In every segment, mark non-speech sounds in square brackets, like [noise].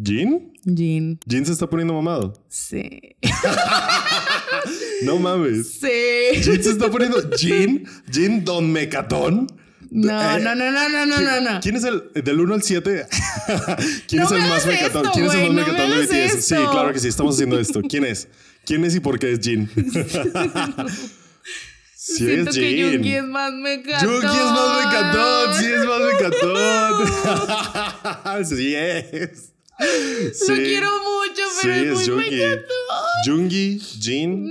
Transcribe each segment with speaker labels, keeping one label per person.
Speaker 1: ¿Jean?
Speaker 2: Jean.
Speaker 1: ¿Jean se está poniendo mamado? [laughs]
Speaker 2: Sí.
Speaker 1: No mames.
Speaker 2: Sí.
Speaker 1: ¿Jean se está poniendo... ¿Jean? ¿Jean Don Mecatón?
Speaker 2: No,
Speaker 1: Eh,
Speaker 2: no, no, no, no, no, no, no.
Speaker 1: ¿Quién es el... Del 1 al 7? [laughs] ¿Quién
Speaker 2: No
Speaker 1: es el
Speaker 2: me
Speaker 1: más
Speaker 2: hagas
Speaker 1: mecatón?
Speaker 2: esto,
Speaker 1: ¿Quién es el más
Speaker 2: güey, no me
Speaker 1: mecatón de
Speaker 2: hagas
Speaker 1: BTS? Sí,
Speaker 2: esto.
Speaker 1: claro que sí. Estamos haciendo esto. ¿Quién es? ¿Quién es y por qué es
Speaker 2: [laughs]
Speaker 1: Jean? sí
Speaker 2: Siento
Speaker 1: es
Speaker 2: que
Speaker 1: Jean.
Speaker 2: Yuki es más mecatón.
Speaker 1: Yuki es más mecatón, sí es más mecatón. [laughs] sí es.
Speaker 2: Lo
Speaker 1: Sí.
Speaker 2: quiero mucho,
Speaker 1: Sí,
Speaker 2: pero es muy
Speaker 1: es Yuki.
Speaker 2: mecatón.
Speaker 1: Jungi, Jin,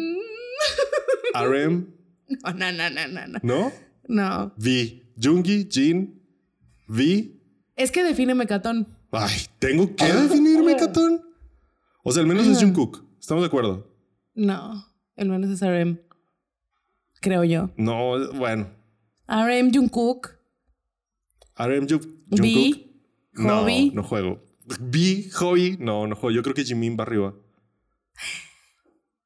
Speaker 1: RM,
Speaker 2: No, no, no, no, no, no.
Speaker 1: ¿no?
Speaker 2: No.
Speaker 1: Vi. Jungi, Jin, Vi.
Speaker 2: Es que define mecatón.
Speaker 1: Ay, ¿tengo que definirme, catón? O sea, al menos es Jungkook. ¿Estamos de acuerdo?
Speaker 2: No. El menos es RM. Creo yo.
Speaker 1: No, bueno.
Speaker 2: RM Jungkook.
Speaker 1: RM, Jung- Jungkook.
Speaker 2: B.
Speaker 1: No,
Speaker 2: Hobby.
Speaker 1: no juego. Vi, Hobby. No, no juego. Yo creo que Jimin va arriba.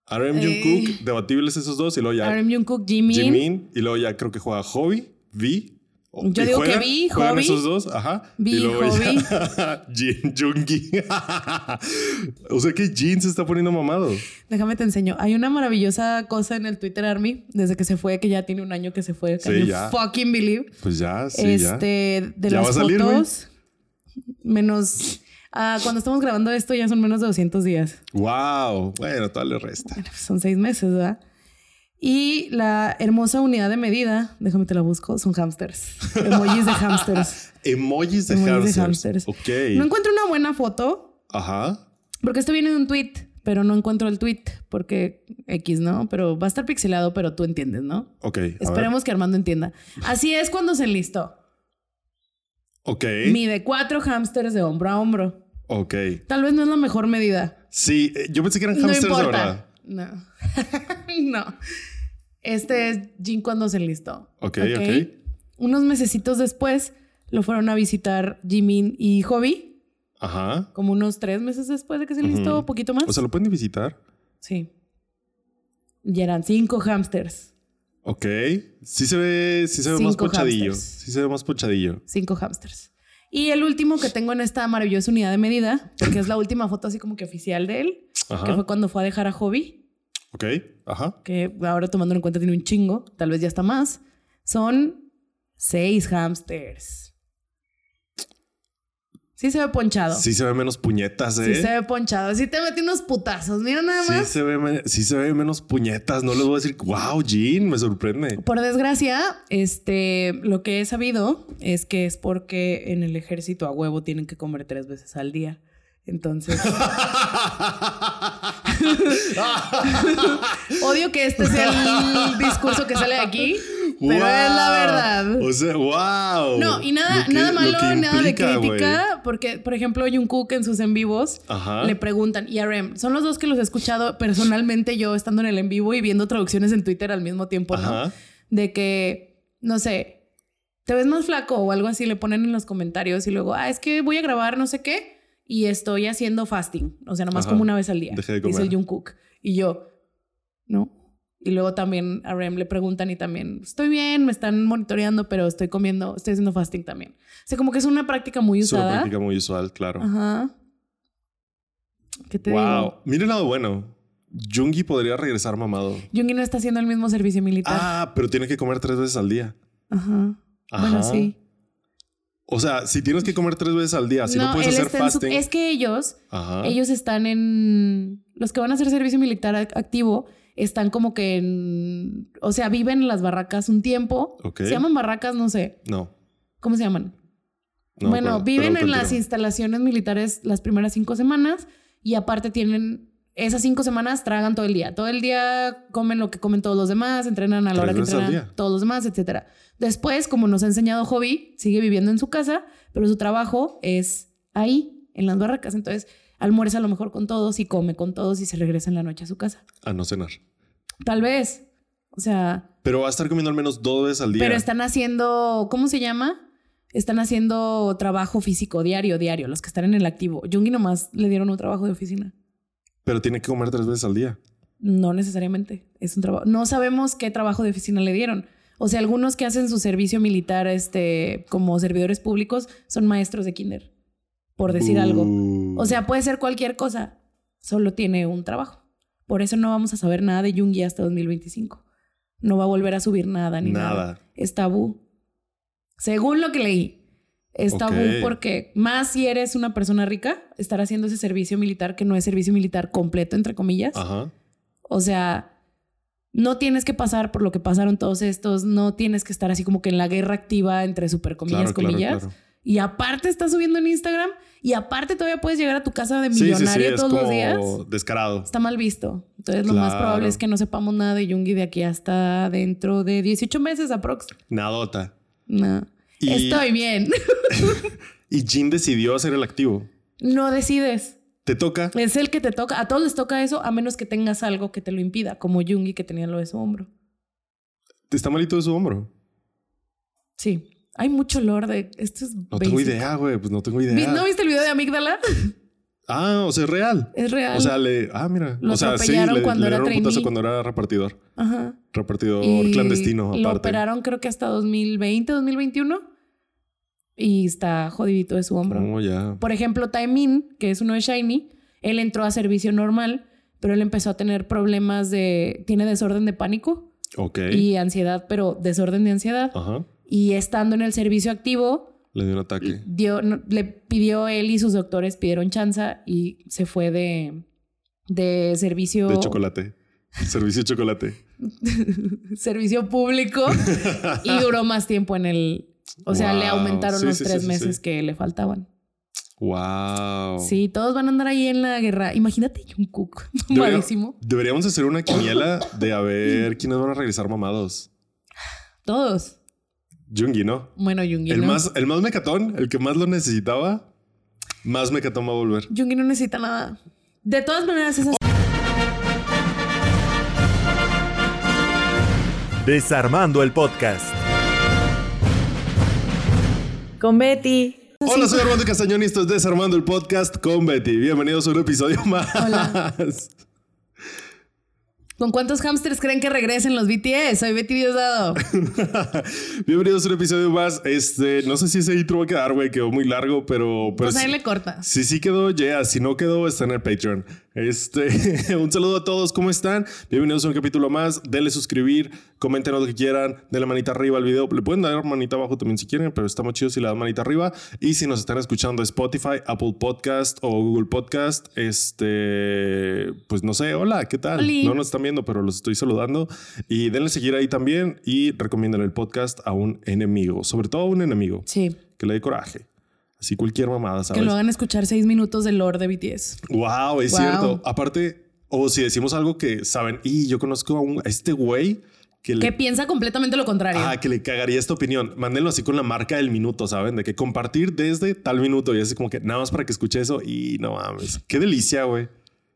Speaker 1: RM,
Speaker 2: Eh.
Speaker 1: Jungkook, debatibles esos dos y luego ya
Speaker 2: RM Jungkook, Jimin.
Speaker 1: ah. Jimin y luego ya creo que juega Hobby, Vi. o-
Speaker 2: Yo
Speaker 1: y
Speaker 2: digo que
Speaker 1: juegan-
Speaker 2: Vi,
Speaker 1: juegan
Speaker 2: Hobby.
Speaker 1: esos dos, ajá.
Speaker 2: Vi,
Speaker 1: y luego ya [laughs] Jin, Jungi. o sea que Jin se está poniendo mamado.
Speaker 2: Déjame te enseño. Hay una maravillosa cosa en el Twitter Army desde que se fue, que ya tiene un año que se fue. Can
Speaker 1: Sí,
Speaker 2: you
Speaker 1: ya.
Speaker 2: fucking believe.
Speaker 1: Pues ya, sí, ya.
Speaker 2: este, de
Speaker 1: Ya
Speaker 2: las
Speaker 1: va a salir, güey.
Speaker 2: fotos. Menos. ah, cuando estamos grabando esto ya son menos de 200 días.
Speaker 1: Wow. Bueno, tal le resta.
Speaker 2: Bueno, son seis meses, ¿verdad? Y la hermosa unidad de medida, déjame te la busco, son hamsters. Emojis de hamsters.
Speaker 1: Emojis [laughs] de
Speaker 2: Emojis
Speaker 1: hamsters.
Speaker 2: de hamsters.
Speaker 1: Ok.
Speaker 2: No encuentro una buena foto,
Speaker 1: Ajá.
Speaker 2: porque esto viene de un tweet, pero no encuentro el tweet, porque X, ¿no? Pero va a estar pixelado, pero tú entiendes, ¿no?
Speaker 1: Ok. a ver.
Speaker 2: Esperemos que Armando entienda. Así es cuando se enlistó.
Speaker 1: Ok.
Speaker 2: Mide cuatro hamsters de hombro a hombro.
Speaker 1: Ok.
Speaker 2: Tal vez no es la mejor medida,
Speaker 1: Sí, eh, yo pensé que eran
Speaker 2: No
Speaker 1: hamsters de
Speaker 2: importa.
Speaker 1: verdad.
Speaker 2: No. [laughs] no. Este es Jin cuando se enlistó.
Speaker 1: Ok, ok.
Speaker 2: Unos mesecitos después lo fueron a visitar Jimin y Hobby,
Speaker 1: Ajá.
Speaker 2: como unos tres meses después de que se enlistó,
Speaker 1: Ujú.
Speaker 2: poquito más.
Speaker 1: O sea, lo pueden visitar.
Speaker 2: sí. Y eran cinco hamsters.
Speaker 1: Ok. Sí se ve, sí se ve más
Speaker 2: Cinco
Speaker 1: pochadillo.
Speaker 2: hamsters.
Speaker 1: Sí se ve más pochadillo.
Speaker 2: Cinco hamsters. Y el último que tengo en esta maravillosa unidad de medida, porque es la última foto así como que oficial de él, que
Speaker 1: Ajá.
Speaker 2: fue cuando fue a dejar a Hobby.
Speaker 1: Ok. Ajá.
Speaker 2: que ahora tomando en cuenta tiene un chingo, tal vez ya está más, son seis hamsters. Sí se ve ponchado.
Speaker 1: Sí
Speaker 2: Sí,
Speaker 1: se ve menos puñetas, eh.
Speaker 2: se ve ponchado. Sí te metí unos putazos. Mira nada
Speaker 1: Sí
Speaker 2: más.
Speaker 1: se ve, men- sí se ve menos puñetas. No les voy a decir, wow, Jean, me sorprende. [laughs]
Speaker 2: Por desgracia, este, lo que he sabido es que es porque en el ejército a huevo tienen que comer tres veces al día. Entonces, odio que este sea el discurso que sale de aquí, [laughs] pero
Speaker 1: Wow.
Speaker 2: es la verdad.
Speaker 1: O sea, wow.
Speaker 2: No, y nada,
Speaker 1: Lo que-
Speaker 2: nada
Speaker 1: lo
Speaker 2: malo,
Speaker 1: que
Speaker 2: nada de
Speaker 1: implica, güey.
Speaker 2: crítica, porque, por ejemplo, Jungkook en sus en vivos
Speaker 1: Ajá.
Speaker 2: le preguntan, y a RM, son los dos que los he escuchado personalmente yo estando en el en vivo y viendo traducciones en Twitter al mismo tiempo, ¿no?
Speaker 1: Ajá.
Speaker 2: De que, no sé, te ves más flaco o algo así, le ponen en los comentarios y luego, ah, es que voy a grabar no sé qué y estoy haciendo fasting, o sea, nomás
Speaker 1: Ajá.
Speaker 2: como una vez al día,
Speaker 1: Dejé de
Speaker 2: dice el
Speaker 1: comer.
Speaker 2: Jungkook. Y yo, no. Y luego también a Rem le preguntan y también, estoy bien, me están monitoreando, pero estoy comiendo, estoy haciendo fasting también. O sea, como que es una práctica muy
Speaker 1: Es una
Speaker 2: usada.
Speaker 1: práctica muy usual, claro.
Speaker 2: Ajá. ¿Qué te
Speaker 1: Wow.
Speaker 2: digo?
Speaker 1: Mira el lado bueno. Jungi podría regresar mamado.
Speaker 2: Jungi no está haciendo el mismo servicio militar.
Speaker 1: Ah, pero tiene que comer tres veces al día.
Speaker 2: Ajá.
Speaker 1: Ajá.
Speaker 2: Bueno, sí.
Speaker 1: O sea, si tienes que comer tres veces al día, si no, puedes
Speaker 2: él
Speaker 1: hacer
Speaker 2: está en su-
Speaker 1: fasting.
Speaker 2: es que ellos,
Speaker 1: Ajá.
Speaker 2: ellos están en... Los que van a hacer servicio militar ac- activo están como que en... O sea, viven en las barracas un tiempo.
Speaker 1: Ok.
Speaker 2: Se llaman barracas, no sé.
Speaker 1: No.
Speaker 2: ¿Cómo se llaman?
Speaker 1: no
Speaker 2: bueno,
Speaker 1: pero-
Speaker 2: viven
Speaker 1: pero
Speaker 2: en las
Speaker 1: continúa.
Speaker 2: instalaciones militares las primeras cinco semanas y aparte tienen esas cinco semanas tragan todo el día. Todo el día comen lo que comen todos los demás, entrenan a la
Speaker 1: Tres
Speaker 2: hora que
Speaker 1: veces al
Speaker 2: entrenan
Speaker 1: día.
Speaker 2: todos los demás, etcétera. Después, como nos ha enseñado Hobby, sigue viviendo en su casa, pero su trabajo es ahí, en las barracas. Entonces, almuerza a lo mejor con todos y come con todos y se regresa en la noche a su casa.
Speaker 1: A Ah, no cenar.
Speaker 2: Tal vez. O sea,
Speaker 1: Pero va a estar comiendo al menos dos veces al día.
Speaker 2: pero están haciendo, ¿cómo se llama? Están haciendo trabajo físico diario, diario, los que están en el activo. Jungi nomás le dieron un trabajo de oficina.
Speaker 1: Pero tiene que comer tres veces al día.
Speaker 2: No necesariamente, es un trabajo. No sabemos qué trabajo de oficina le dieron. O sea, algunos que hacen su servicio militar este, como servidores públicos son maestros de kinder. por decir algo.
Speaker 1: Uh,
Speaker 2: O sea, puede ser cualquier cosa, solo tiene un trabajo. Por eso no vamos a saber nada de Jungi hasta 2025. No va a volver a subir nada ni nada.
Speaker 1: nada.
Speaker 2: Es tabú. Según lo que leí, es tabú
Speaker 1: Ok.
Speaker 2: porque más si eres una persona rica, estar haciendo ese servicio militar que no es servicio militar completo, entre comillas.
Speaker 1: Ajá.
Speaker 2: O sea, no tienes que pasar por lo que pasaron todos estos, no tienes que estar así como que en la guerra activa entre super comillas,
Speaker 1: Claro, claro,
Speaker 2: comillas.
Speaker 1: claro.
Speaker 2: Y aparte estás subiendo en Instagram y aparte todavía puedes llegar a tu casa de
Speaker 1: Sí,
Speaker 2: millonario
Speaker 1: sí, sí, es
Speaker 2: todos los días.
Speaker 1: como descarado.
Speaker 2: Está mal visto. Entonces lo más
Speaker 1: Claro.
Speaker 2: probable es que no sepamos nada de Jungi de aquí hasta dentro de 18 meses aprox.
Speaker 1: Nadota.
Speaker 2: No.
Speaker 1: Y,
Speaker 2: Estoy bien. [laughs]
Speaker 1: y Jin decidió hacer el activo.
Speaker 2: No decides.
Speaker 1: Te toca.
Speaker 2: Es el que te toca. A todos les toca eso a menos que tengas algo que te lo impida, como Jungi que tenía lo de su hombro.
Speaker 1: Está malito de su hombro.
Speaker 2: Sí. Hay mucho olor de... Esto es
Speaker 1: No tengo
Speaker 2: basic.
Speaker 1: idea, güey. Pues no tengo
Speaker 2: Vi-
Speaker 1: idea.
Speaker 2: ¿No viste el video de Amígdala? [laughs]
Speaker 1: Ah, o sea, es real.
Speaker 2: Es real.
Speaker 1: O sea, le. Ah, mira.
Speaker 2: Lo
Speaker 1: o sea, sí, le,
Speaker 2: atropellaron cuando
Speaker 1: le
Speaker 2: era
Speaker 1: dieron un putazo
Speaker 2: trainee.
Speaker 1: cuando era repartidor.
Speaker 2: Ajá.
Speaker 1: Repartidor
Speaker 2: Y
Speaker 1: clandestino,
Speaker 2: Lo
Speaker 1: aparte.
Speaker 2: operaron creo que hasta 2020, 2021. Y está jodidito de su hombro.
Speaker 1: No, Oh, ya.
Speaker 2: Por ejemplo, Taemin, que es uno de Shiny, él entró a servicio normal, pero él empezó a tener problemas de... Tiene desorden de pánico
Speaker 1: Ok.
Speaker 2: y ansiedad, pero desorden de ansiedad.
Speaker 1: Ajá.
Speaker 2: Y estando en el servicio activo,
Speaker 1: Le dio un ataque.
Speaker 2: dio, no- le pidió él y sus doctores pidieron chanza y se fue de, de servicio,
Speaker 1: De chocolate. Servicio de chocolate.
Speaker 2: [laughs]
Speaker 1: [laughs]
Speaker 2: servicio público y duró más tiempo en el... O sea, le
Speaker 1: Wow.
Speaker 2: aumentaron
Speaker 1: Sí,
Speaker 2: los
Speaker 1: sí, sí,
Speaker 2: tres
Speaker 1: sí,
Speaker 2: meses
Speaker 1: sí.
Speaker 2: que le faltaban.
Speaker 1: Wow.
Speaker 2: Sí, todos van a andar ahí en la guerra. Imagínate Jungkook, [laughs]
Speaker 1: Debería-
Speaker 2: malísimo.
Speaker 1: Deberíamos hacer una quiniela de a ver quiénes van a regresar mamados.
Speaker 2: Todos.
Speaker 1: Jungi, ¿no?
Speaker 2: Bueno, Jungi
Speaker 1: El
Speaker 2: no.
Speaker 1: más, el más mecatón, el que más lo necesitaba, más mecatón va a volver.
Speaker 2: Jungi no necesita nada. De todas maneras, esas...
Speaker 3: Desarmando el podcast.
Speaker 4: Con Betty.
Speaker 1: Hola, soy Armando Castañón y esto es Desarmando el Podcast con Betty. Bienvenidos a un episodio más.
Speaker 2: Hola. ¿Con cuántos hamsters creen que regresen los BTS? Soy Betty Diosdado.
Speaker 1: Pues Bienvenidos a un episodio más. Este, no sé si ese intro va a quedar, güey, quedó muy largo, pero. pero
Speaker 2: Pues
Speaker 1: sí-
Speaker 2: ahí le cortas.
Speaker 1: Si sí quedó, yeah. Si no quedó, está en el Patreon. Este, [laughs] un saludo a todos. ¿Cómo están? Bienvenidos a un capítulo más. Denle suscribir, coméntenos lo que quieran. Denle manita arriba al video. Le pueden dar manita abajo también si quieren, pero está muy chido si le dan manita arriba. Y si nos están escuchando Spotify, Apple Podcast o Google Podcast, este, pues no sé. Hola, ¿qué tal?
Speaker 2: Oli.
Speaker 1: No nos están viendo, pero los estoy saludando. Y denle seguir ahí también y recomienden el podcast a un enemigo, sobre todo a un enemigo
Speaker 2: Sí.
Speaker 1: que le dé coraje. Así cualquier mamada, ¿sabes?
Speaker 2: Que lo hagan escuchar seis minutos del lore de BTS.
Speaker 1: Wow, es
Speaker 2: Wow.
Speaker 1: cierto. Aparte, o si decimos algo que saben, y yo conozco a, un, a este güey que
Speaker 2: Que
Speaker 1: le,
Speaker 2: piensa completamente lo contrario.
Speaker 1: ah, que le cagaría esta opinión, mándenlo así con la marca del minuto, saben, de que compartir desde tal minuto y así como que nada más para que escuche eso y no mames. Qué delicia, güey.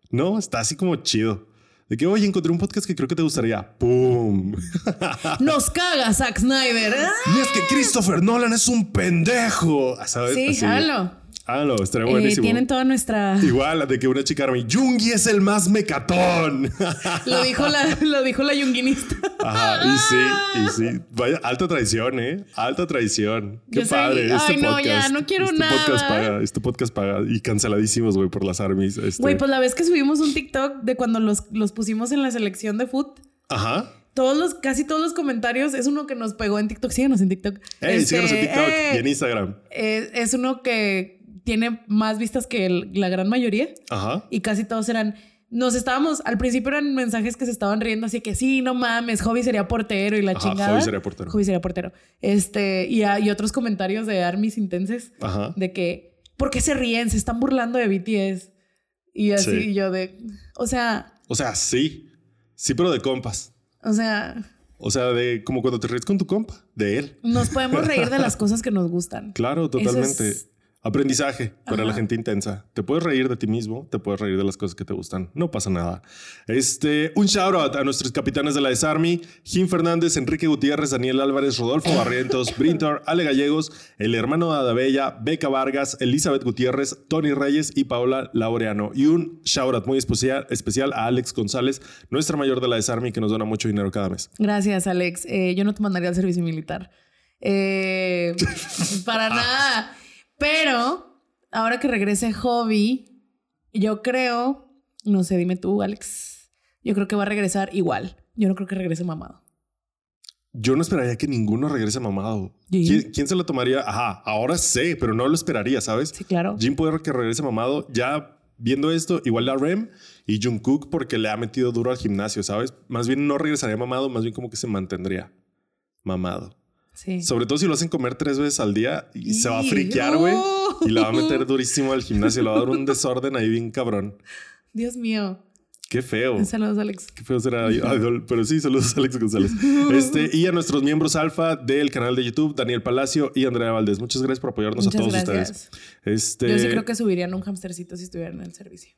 Speaker 1: No, está así como chido. De que, oye, encontré un podcast que creo que te gustaría. ¡Pum! [laughs]
Speaker 2: Nos caga Zack Snyder. ¡Ah!
Speaker 1: Y es que Christopher Nolan es un pendejo. Ah, ¿Sabes?
Speaker 2: Sí,
Speaker 1: Así.
Speaker 2: jalo.
Speaker 1: Jalo, estaría
Speaker 2: Eh,
Speaker 1: buenísimo.
Speaker 2: tienen toda nuestra.
Speaker 1: Igual, de que una chica army, Jungi es el más mecatón.
Speaker 2: Lo dijo la, lo dijo la yunguinista.
Speaker 1: Ajá, y sí, y sí. Vaya, alta traición, ¿eh? Alta traición. Qué
Speaker 2: Yo sabía-
Speaker 1: padre. Este
Speaker 2: Ay, no,
Speaker 1: podcast,
Speaker 2: ya, no quiero
Speaker 1: este Podcast
Speaker 2: nada.
Speaker 1: paga, este podcast paga. Y canceladísimos, güey, por las armies. este.
Speaker 2: Güey, pues la vez que subimos un TikTok de cuando los, los pusimos en la selección de foot,
Speaker 1: Ajá.
Speaker 2: todos los, casi todos los comentarios, es uno que nos pegó en TikTok. Síguenos en TikTok.
Speaker 1: Ey,
Speaker 2: Este,
Speaker 1: síganos en TikTok
Speaker 2: eh,
Speaker 1: y en Instagram.
Speaker 2: es, es uno que tiene más vistas que el- la gran mayoría
Speaker 1: Ajá.
Speaker 2: y casi todos eran. Nos estábamos, al principio eran mensajes que se estaban riendo, así que sí, no mames, Hobby sería portero y la
Speaker 1: Ajá,
Speaker 2: chingada.
Speaker 1: Joey sería portero.
Speaker 2: Hobby sería portero. Este, y, a- y otros comentarios de armies intenses
Speaker 1: Ajá.
Speaker 2: de que, ¿por qué se ríen? Se están burlando de BTS. Y así
Speaker 1: Sí.
Speaker 2: yo de, o sea,
Speaker 1: O sea, sí. Sí, pero de compas.
Speaker 2: o sea,
Speaker 1: O sea, de como cuando te ríes con tu compa, de él.
Speaker 2: nos podemos reír de las cosas que nos gustan.
Speaker 1: Claro, totalmente.
Speaker 2: es-
Speaker 1: Aprendizaje para la
Speaker 2: Ajá.
Speaker 1: gente intensa. Te puedes reír de ti mismo, te puedes reír de las cosas que te gustan. No pasa nada. Este, un shout out a nuestros capitanes de la Desarmy: Jim Fernández, Enrique Gutiérrez, Daniel Álvarez,
Speaker 2: Ah.
Speaker 1: Rodolfo Barrientos, Brintor, Ale Gallegos, el hermano de Adabella, Beca Vargas, Elizabeth Gutiérrez, Tony Reyes y Paola Laureano. Y un shout out muy especia- especial a Alex González, nuestra mayor de la Desarmy, que nos dona mucho dinero cada mes.
Speaker 2: Gracias, Alex. Eh, yo no te mandaría
Speaker 1: [laughs]
Speaker 2: al servicio militar. Eh, para nada. Pero ahora que regrese Hobby, yo creo, no sé, dime tú, Alex, yo creo que va a regresar igual. Yo no creo que regrese mamado.
Speaker 1: Yo no esperaría que ninguno regrese mamado.
Speaker 2: Jim.
Speaker 1: ¿Quién, quién se lo tomaría? Ajá, ahora sé, pero no lo esperaría, ¿sabes?
Speaker 2: Sí, claro.
Speaker 1: Jim puede que regrese mamado. Ya viendo esto, igual la Rem y Jungkook porque le ha metido duro al gimnasio, ¿sabes? Más bien no regresaría mamado, más bien como que se mantendría mamado.
Speaker 2: Sí.
Speaker 1: Sobre todo si lo hacen comer tres veces al día y se va a
Speaker 2: Y-
Speaker 1: friquear, güey.
Speaker 2: ¡Oh!
Speaker 1: Y la va a
Speaker 2: [laughs]
Speaker 1: meter durísimo al gimnasio. Le va a dar un desorden ahí bien cabrón.
Speaker 2: Dios mío.
Speaker 1: Qué feo.
Speaker 2: Saludos, Alex.
Speaker 1: Qué feo será idol, pero sí, saludos a Alex
Speaker 2: [laughs]
Speaker 1: González. Este, y a nuestros miembros alfa del canal de YouTube, Daniel Palacio y Andrea Valdés. Muchas gracias por apoyarnos a
Speaker 2: Muchas
Speaker 1: todos ustedes.
Speaker 2: gracias.
Speaker 1: Este,
Speaker 2: Yo sí creo que subirían un hamstercito si estuvieran en el servicio.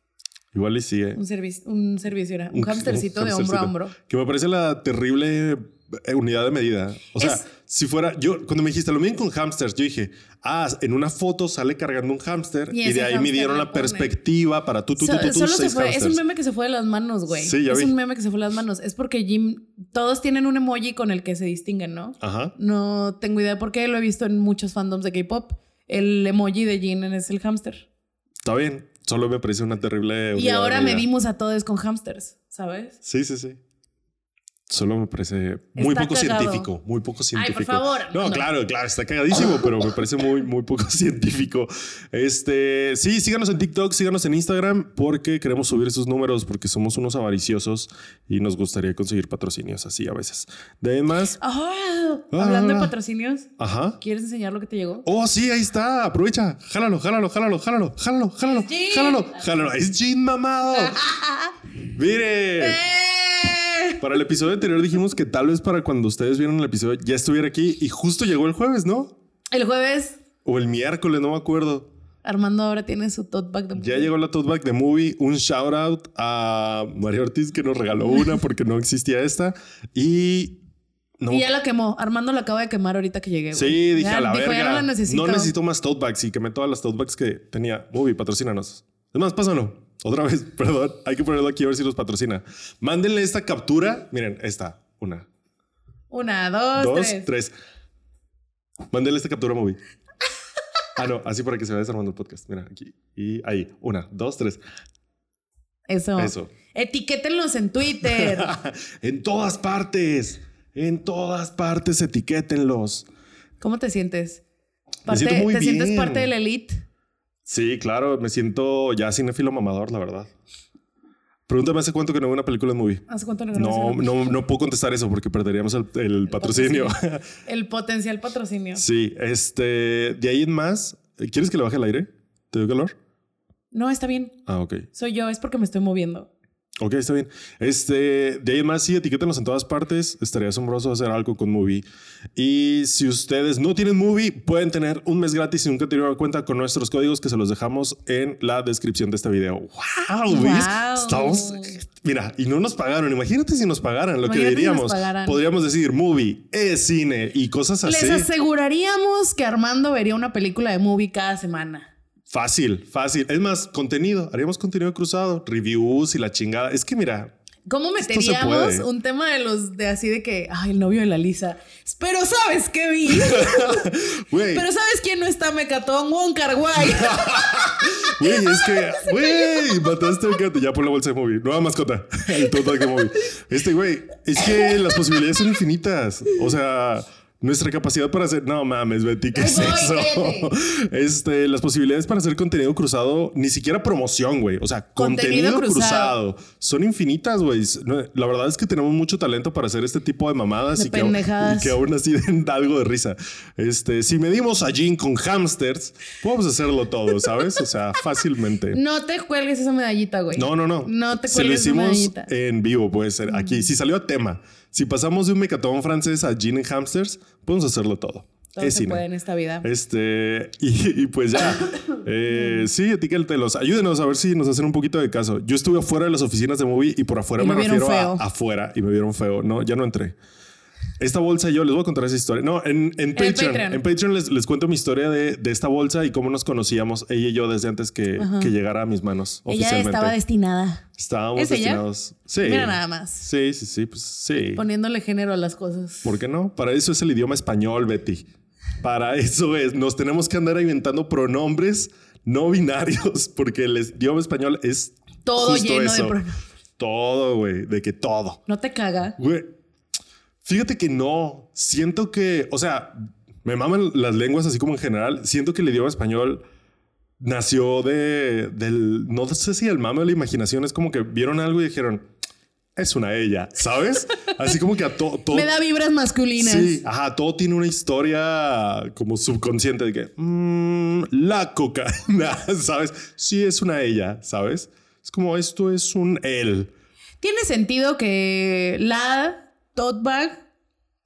Speaker 1: Igual y sí, eh.
Speaker 2: Un servicio, un servicio era un,
Speaker 1: Un- un
Speaker 2: hamstercito de hombro a
Speaker 1: hamstercito.
Speaker 2: hombro.
Speaker 1: Que me parece la terrible eh, unidad de medida. O sea,
Speaker 2: Es-
Speaker 1: si fuera. Yo, cuando me dijiste lo mismo con hamsters, yo dije, ah, en una foto sale cargando un hamster
Speaker 2: Y
Speaker 1: y,
Speaker 2: ese
Speaker 1: de ahí
Speaker 2: hámster
Speaker 1: midieron
Speaker 2: lo
Speaker 1: la
Speaker 2: ponen.
Speaker 1: perspectiva para tú, tú,
Speaker 2: So-
Speaker 1: tú, tú, tú,
Speaker 2: solo se
Speaker 1: seis
Speaker 2: fue, es un
Speaker 1: hamsters.
Speaker 2: meme que se fue de las manos, güey.
Speaker 1: Sí, ya
Speaker 2: es
Speaker 1: vi.
Speaker 2: un meme que se fue de las manos. Es porque Jim, todos tienen un emoji con el que se distinguen, ¿no?
Speaker 1: Ajá.
Speaker 2: No tengo idea por qué, lo he visto en muchos fandoms de K-pop. El emoji de Jin es el hamster.
Speaker 1: Está bien. Solo me parece una terrible. unidad
Speaker 2: Y
Speaker 1: de
Speaker 2: ahora
Speaker 1: medida.
Speaker 2: medimos a todos con hamsters, ¿sabes?
Speaker 1: Sí, sí, sí. Solo me parece muy
Speaker 2: Está
Speaker 1: poco
Speaker 2: cagado.
Speaker 1: científico, muy poco científico.
Speaker 2: favor,
Speaker 1: No,
Speaker 2: no.
Speaker 1: claro, claro, está cagadísimo, pero me parece muy, muy poco [laughs] científico. Este, sí, síganos en TikTok, síganos en Instagram, porque queremos subir esos números, porque somos unos avariciosos y nos gustaría conseguir patrocinios así a veces. De ahí en más,
Speaker 2: Ah,
Speaker 1: Ah,
Speaker 2: hablando de
Speaker 1: ah.
Speaker 2: patrocinios,
Speaker 1: ajá.
Speaker 2: ¿quieres enseñar lo que te llegó?
Speaker 1: Oh, sí, ahí está. Aprovecha. Jálalo, jálalo, jálalo, jálalo, jálalo, jálalo,
Speaker 2: Es Jean.
Speaker 1: jálalo, jálalo. Es Jean
Speaker 2: [laughs]
Speaker 1: mamado. Mire.
Speaker 2: ¡Eh!
Speaker 1: Para el episodio anterior dijimos que tal vez para cuando ustedes vieron el episodio ya estuviera aquí y justo llegó el jueves, ¿no?
Speaker 2: El jueves,
Speaker 1: O el miércoles, no me acuerdo.
Speaker 2: Armando ahora tiene su tote bag de
Speaker 1: Ya llegó la tote bag de movie. Un shout out a María Ortiz que nos regaló una porque no existía esta. Y. No,
Speaker 2: Y ya la quemó. Armando la acaba de quemar ahorita que llegué. güey.
Speaker 1: sí, dije
Speaker 2: Ya,
Speaker 1: a la
Speaker 2: dijo,
Speaker 1: verga.
Speaker 2: Ya no la necesito.
Speaker 1: más tote bags y quemé todas las tote bags que tenía. Movie, patrocínanos. Es más, pásalo. Otra vez, [laughs] perdón. Hay que ponerlo aquí a ver si nos patrocina. Mándenle esta captura. Miren, esta. Una,
Speaker 2: Una, dos,
Speaker 1: dos,
Speaker 2: tres.
Speaker 1: tres. Mándale esta captura móvil. Ah, no, así para que se vaya desarmando el podcast. Mira, aquí. Y ahí. Una, dos, tres.
Speaker 2: Eso.
Speaker 1: Eso. [laughs]
Speaker 2: Etiquétenlos en Twitter.
Speaker 1: en todas partes. En todas partes, etiquétenlos.
Speaker 2: ¿Cómo te sientes?
Speaker 1: Me siento muy
Speaker 2: ¿Te sientes
Speaker 1: bien.
Speaker 2: parte de la elite?
Speaker 1: Sí, claro, me siento ya cinéfilo mamador, la verdad. Pregúntame hace cuánto que no veo una película en movie.
Speaker 2: ¿Hace cuánto
Speaker 1: No,
Speaker 2: grabaste?
Speaker 1: no, no puedo contestar eso porque perderíamos el, el patrocinio.
Speaker 2: El potencial patrocinio.
Speaker 1: [laughs] sí, este. De ahí en más, ¿quieres que le baje el aire? ¿Te dio calor?
Speaker 2: No, está bien.
Speaker 1: Ah, ok.
Speaker 2: Soy yo, es porque me estoy moviendo.
Speaker 1: Ok, está bien. Este, de ahí en más, sí, etiquétenos en todas partes. Estaría asombroso hacer algo con Movie. Y si ustedes no tienen Movie, pueden tener un mes gratis y nunca tener cuenta con nuestros códigos que se los dejamos en la descripción de este video. ¡Wow! ¿ves?
Speaker 2: Wow.
Speaker 1: Estamos. Mira, y no nos pagaron. Imagínate si nos pagaran lo
Speaker 2: Imagínate
Speaker 1: que
Speaker 2: si nos
Speaker 1: diríamos.
Speaker 2: pagaran.
Speaker 1: Podríamos decir Movie es cine y cosas así.
Speaker 2: Les aseguraríamos que Armando vería una película de movie cada semana.
Speaker 1: Fácil, fácil. Es más, contenido. Haríamos contenido cruzado, reviews y la chingada. Es que mira,
Speaker 2: ¿Cómo
Speaker 1: Esto se
Speaker 2: meteríamos
Speaker 1: puede.
Speaker 2: un tema de los de así de que, ay, el novio de la Lisa? Pero sabes qué vi.
Speaker 1: [laughs] güey.
Speaker 2: Pero sabes quién no está mecatón, Wong
Speaker 1: [laughs]
Speaker 2: Carguay.
Speaker 1: Güey, [laughs] es que, güey, mataste a un gato. Ya pon la bolsa de móvil. Nueva mascota. [laughs] El total que móvil. Este, güey, es que las posibilidades son infinitas. O sea, nuestra capacidad para hacer. No mames, Betty, ¿qué es
Speaker 2: Ay,
Speaker 1: eso?
Speaker 2: cállate.
Speaker 1: [laughs] Este, las posibilidades para hacer contenido cruzado, ni siquiera promoción, güey. O sea,
Speaker 2: Contenido
Speaker 1: contenido, cruzado. Son infinitas, güey. No, La verdad es que tenemos mucho talento para hacer este tipo de mamadas
Speaker 2: De
Speaker 1: y que,
Speaker 2: pendejadas.
Speaker 1: y que aún así [laughs] den algo de risa. Este, si medimos a Jin con hamsters, podemos hacerlo todo, ¿sabes? O
Speaker 2: [laughs]
Speaker 1: sea, fácilmente.
Speaker 2: No te cuelgues esa medallita, güey.
Speaker 1: No, no, no.
Speaker 2: No te
Speaker 1: Si lo
Speaker 2: cuelgues esa
Speaker 1: hicimos eh,
Speaker 2: medallita.
Speaker 1: en vivo, puede ser. Aquí, si salió a tema, si pasamos de un mecatón francés a Gin and Hamsters, podemos hacerlo todo.
Speaker 2: Todo
Speaker 1: es
Speaker 2: se
Speaker 1: cine.
Speaker 2: puede en esta vida.
Speaker 1: Este, [laughs] y, y pues ya. Eh, sí, etiquételos. Ayúdenos a ver si nos hacen un poquito de caso. Yo estuve afuera de las oficinas de Movie y por afuera
Speaker 2: Y
Speaker 1: me,
Speaker 2: me vieron
Speaker 1: refiero a
Speaker 2: feo.
Speaker 1: afuera y me vieron feo. No, ya no entré. Esta bolsa yo les voy a contar esa historia. No, en, en Patreon.
Speaker 2: Patreon.
Speaker 1: En Patreon les, les cuento mi historia de, de esta bolsa y cómo nos conocíamos ella y yo desde antes que, que llegara a mis manos
Speaker 2: Ella
Speaker 1: oficialmente.
Speaker 2: estaba destinada,
Speaker 1: Estábamos
Speaker 2: ¿Es ella?
Speaker 1: destinados. Sí.
Speaker 2: Mira nada más.
Speaker 1: Sí, sí, sí, pues sí.
Speaker 2: poniéndole género a las cosas.
Speaker 1: ¿Por qué no? Para eso es el idioma español, Betty. Para eso es. Nos tenemos que andar inventando pronombres no binarios, [laughs] porque el idioma español es
Speaker 2: Todo
Speaker 1: justo
Speaker 2: lleno
Speaker 1: eso.
Speaker 2: de pronombres.
Speaker 1: Todo, güey, de que todo.
Speaker 2: No te caga.
Speaker 1: Güey, fíjate que no. Siento que, o sea, me maman las lenguas así como en general. Siento que el idioma español nació de, del, no sé si el mame o la imaginación es como que vieron algo y dijeron, es una ella, ¿sabes? Así como que a todo...
Speaker 2: Me da vibras masculinas.
Speaker 1: Sí, ajá, todo tiene una historia como subconsciente de que mm, la [laughs] cocaína, ¿sabes? Sí, es una ella, ¿sabes? Es como esto es un él.
Speaker 2: Tiene sentido que la tote bag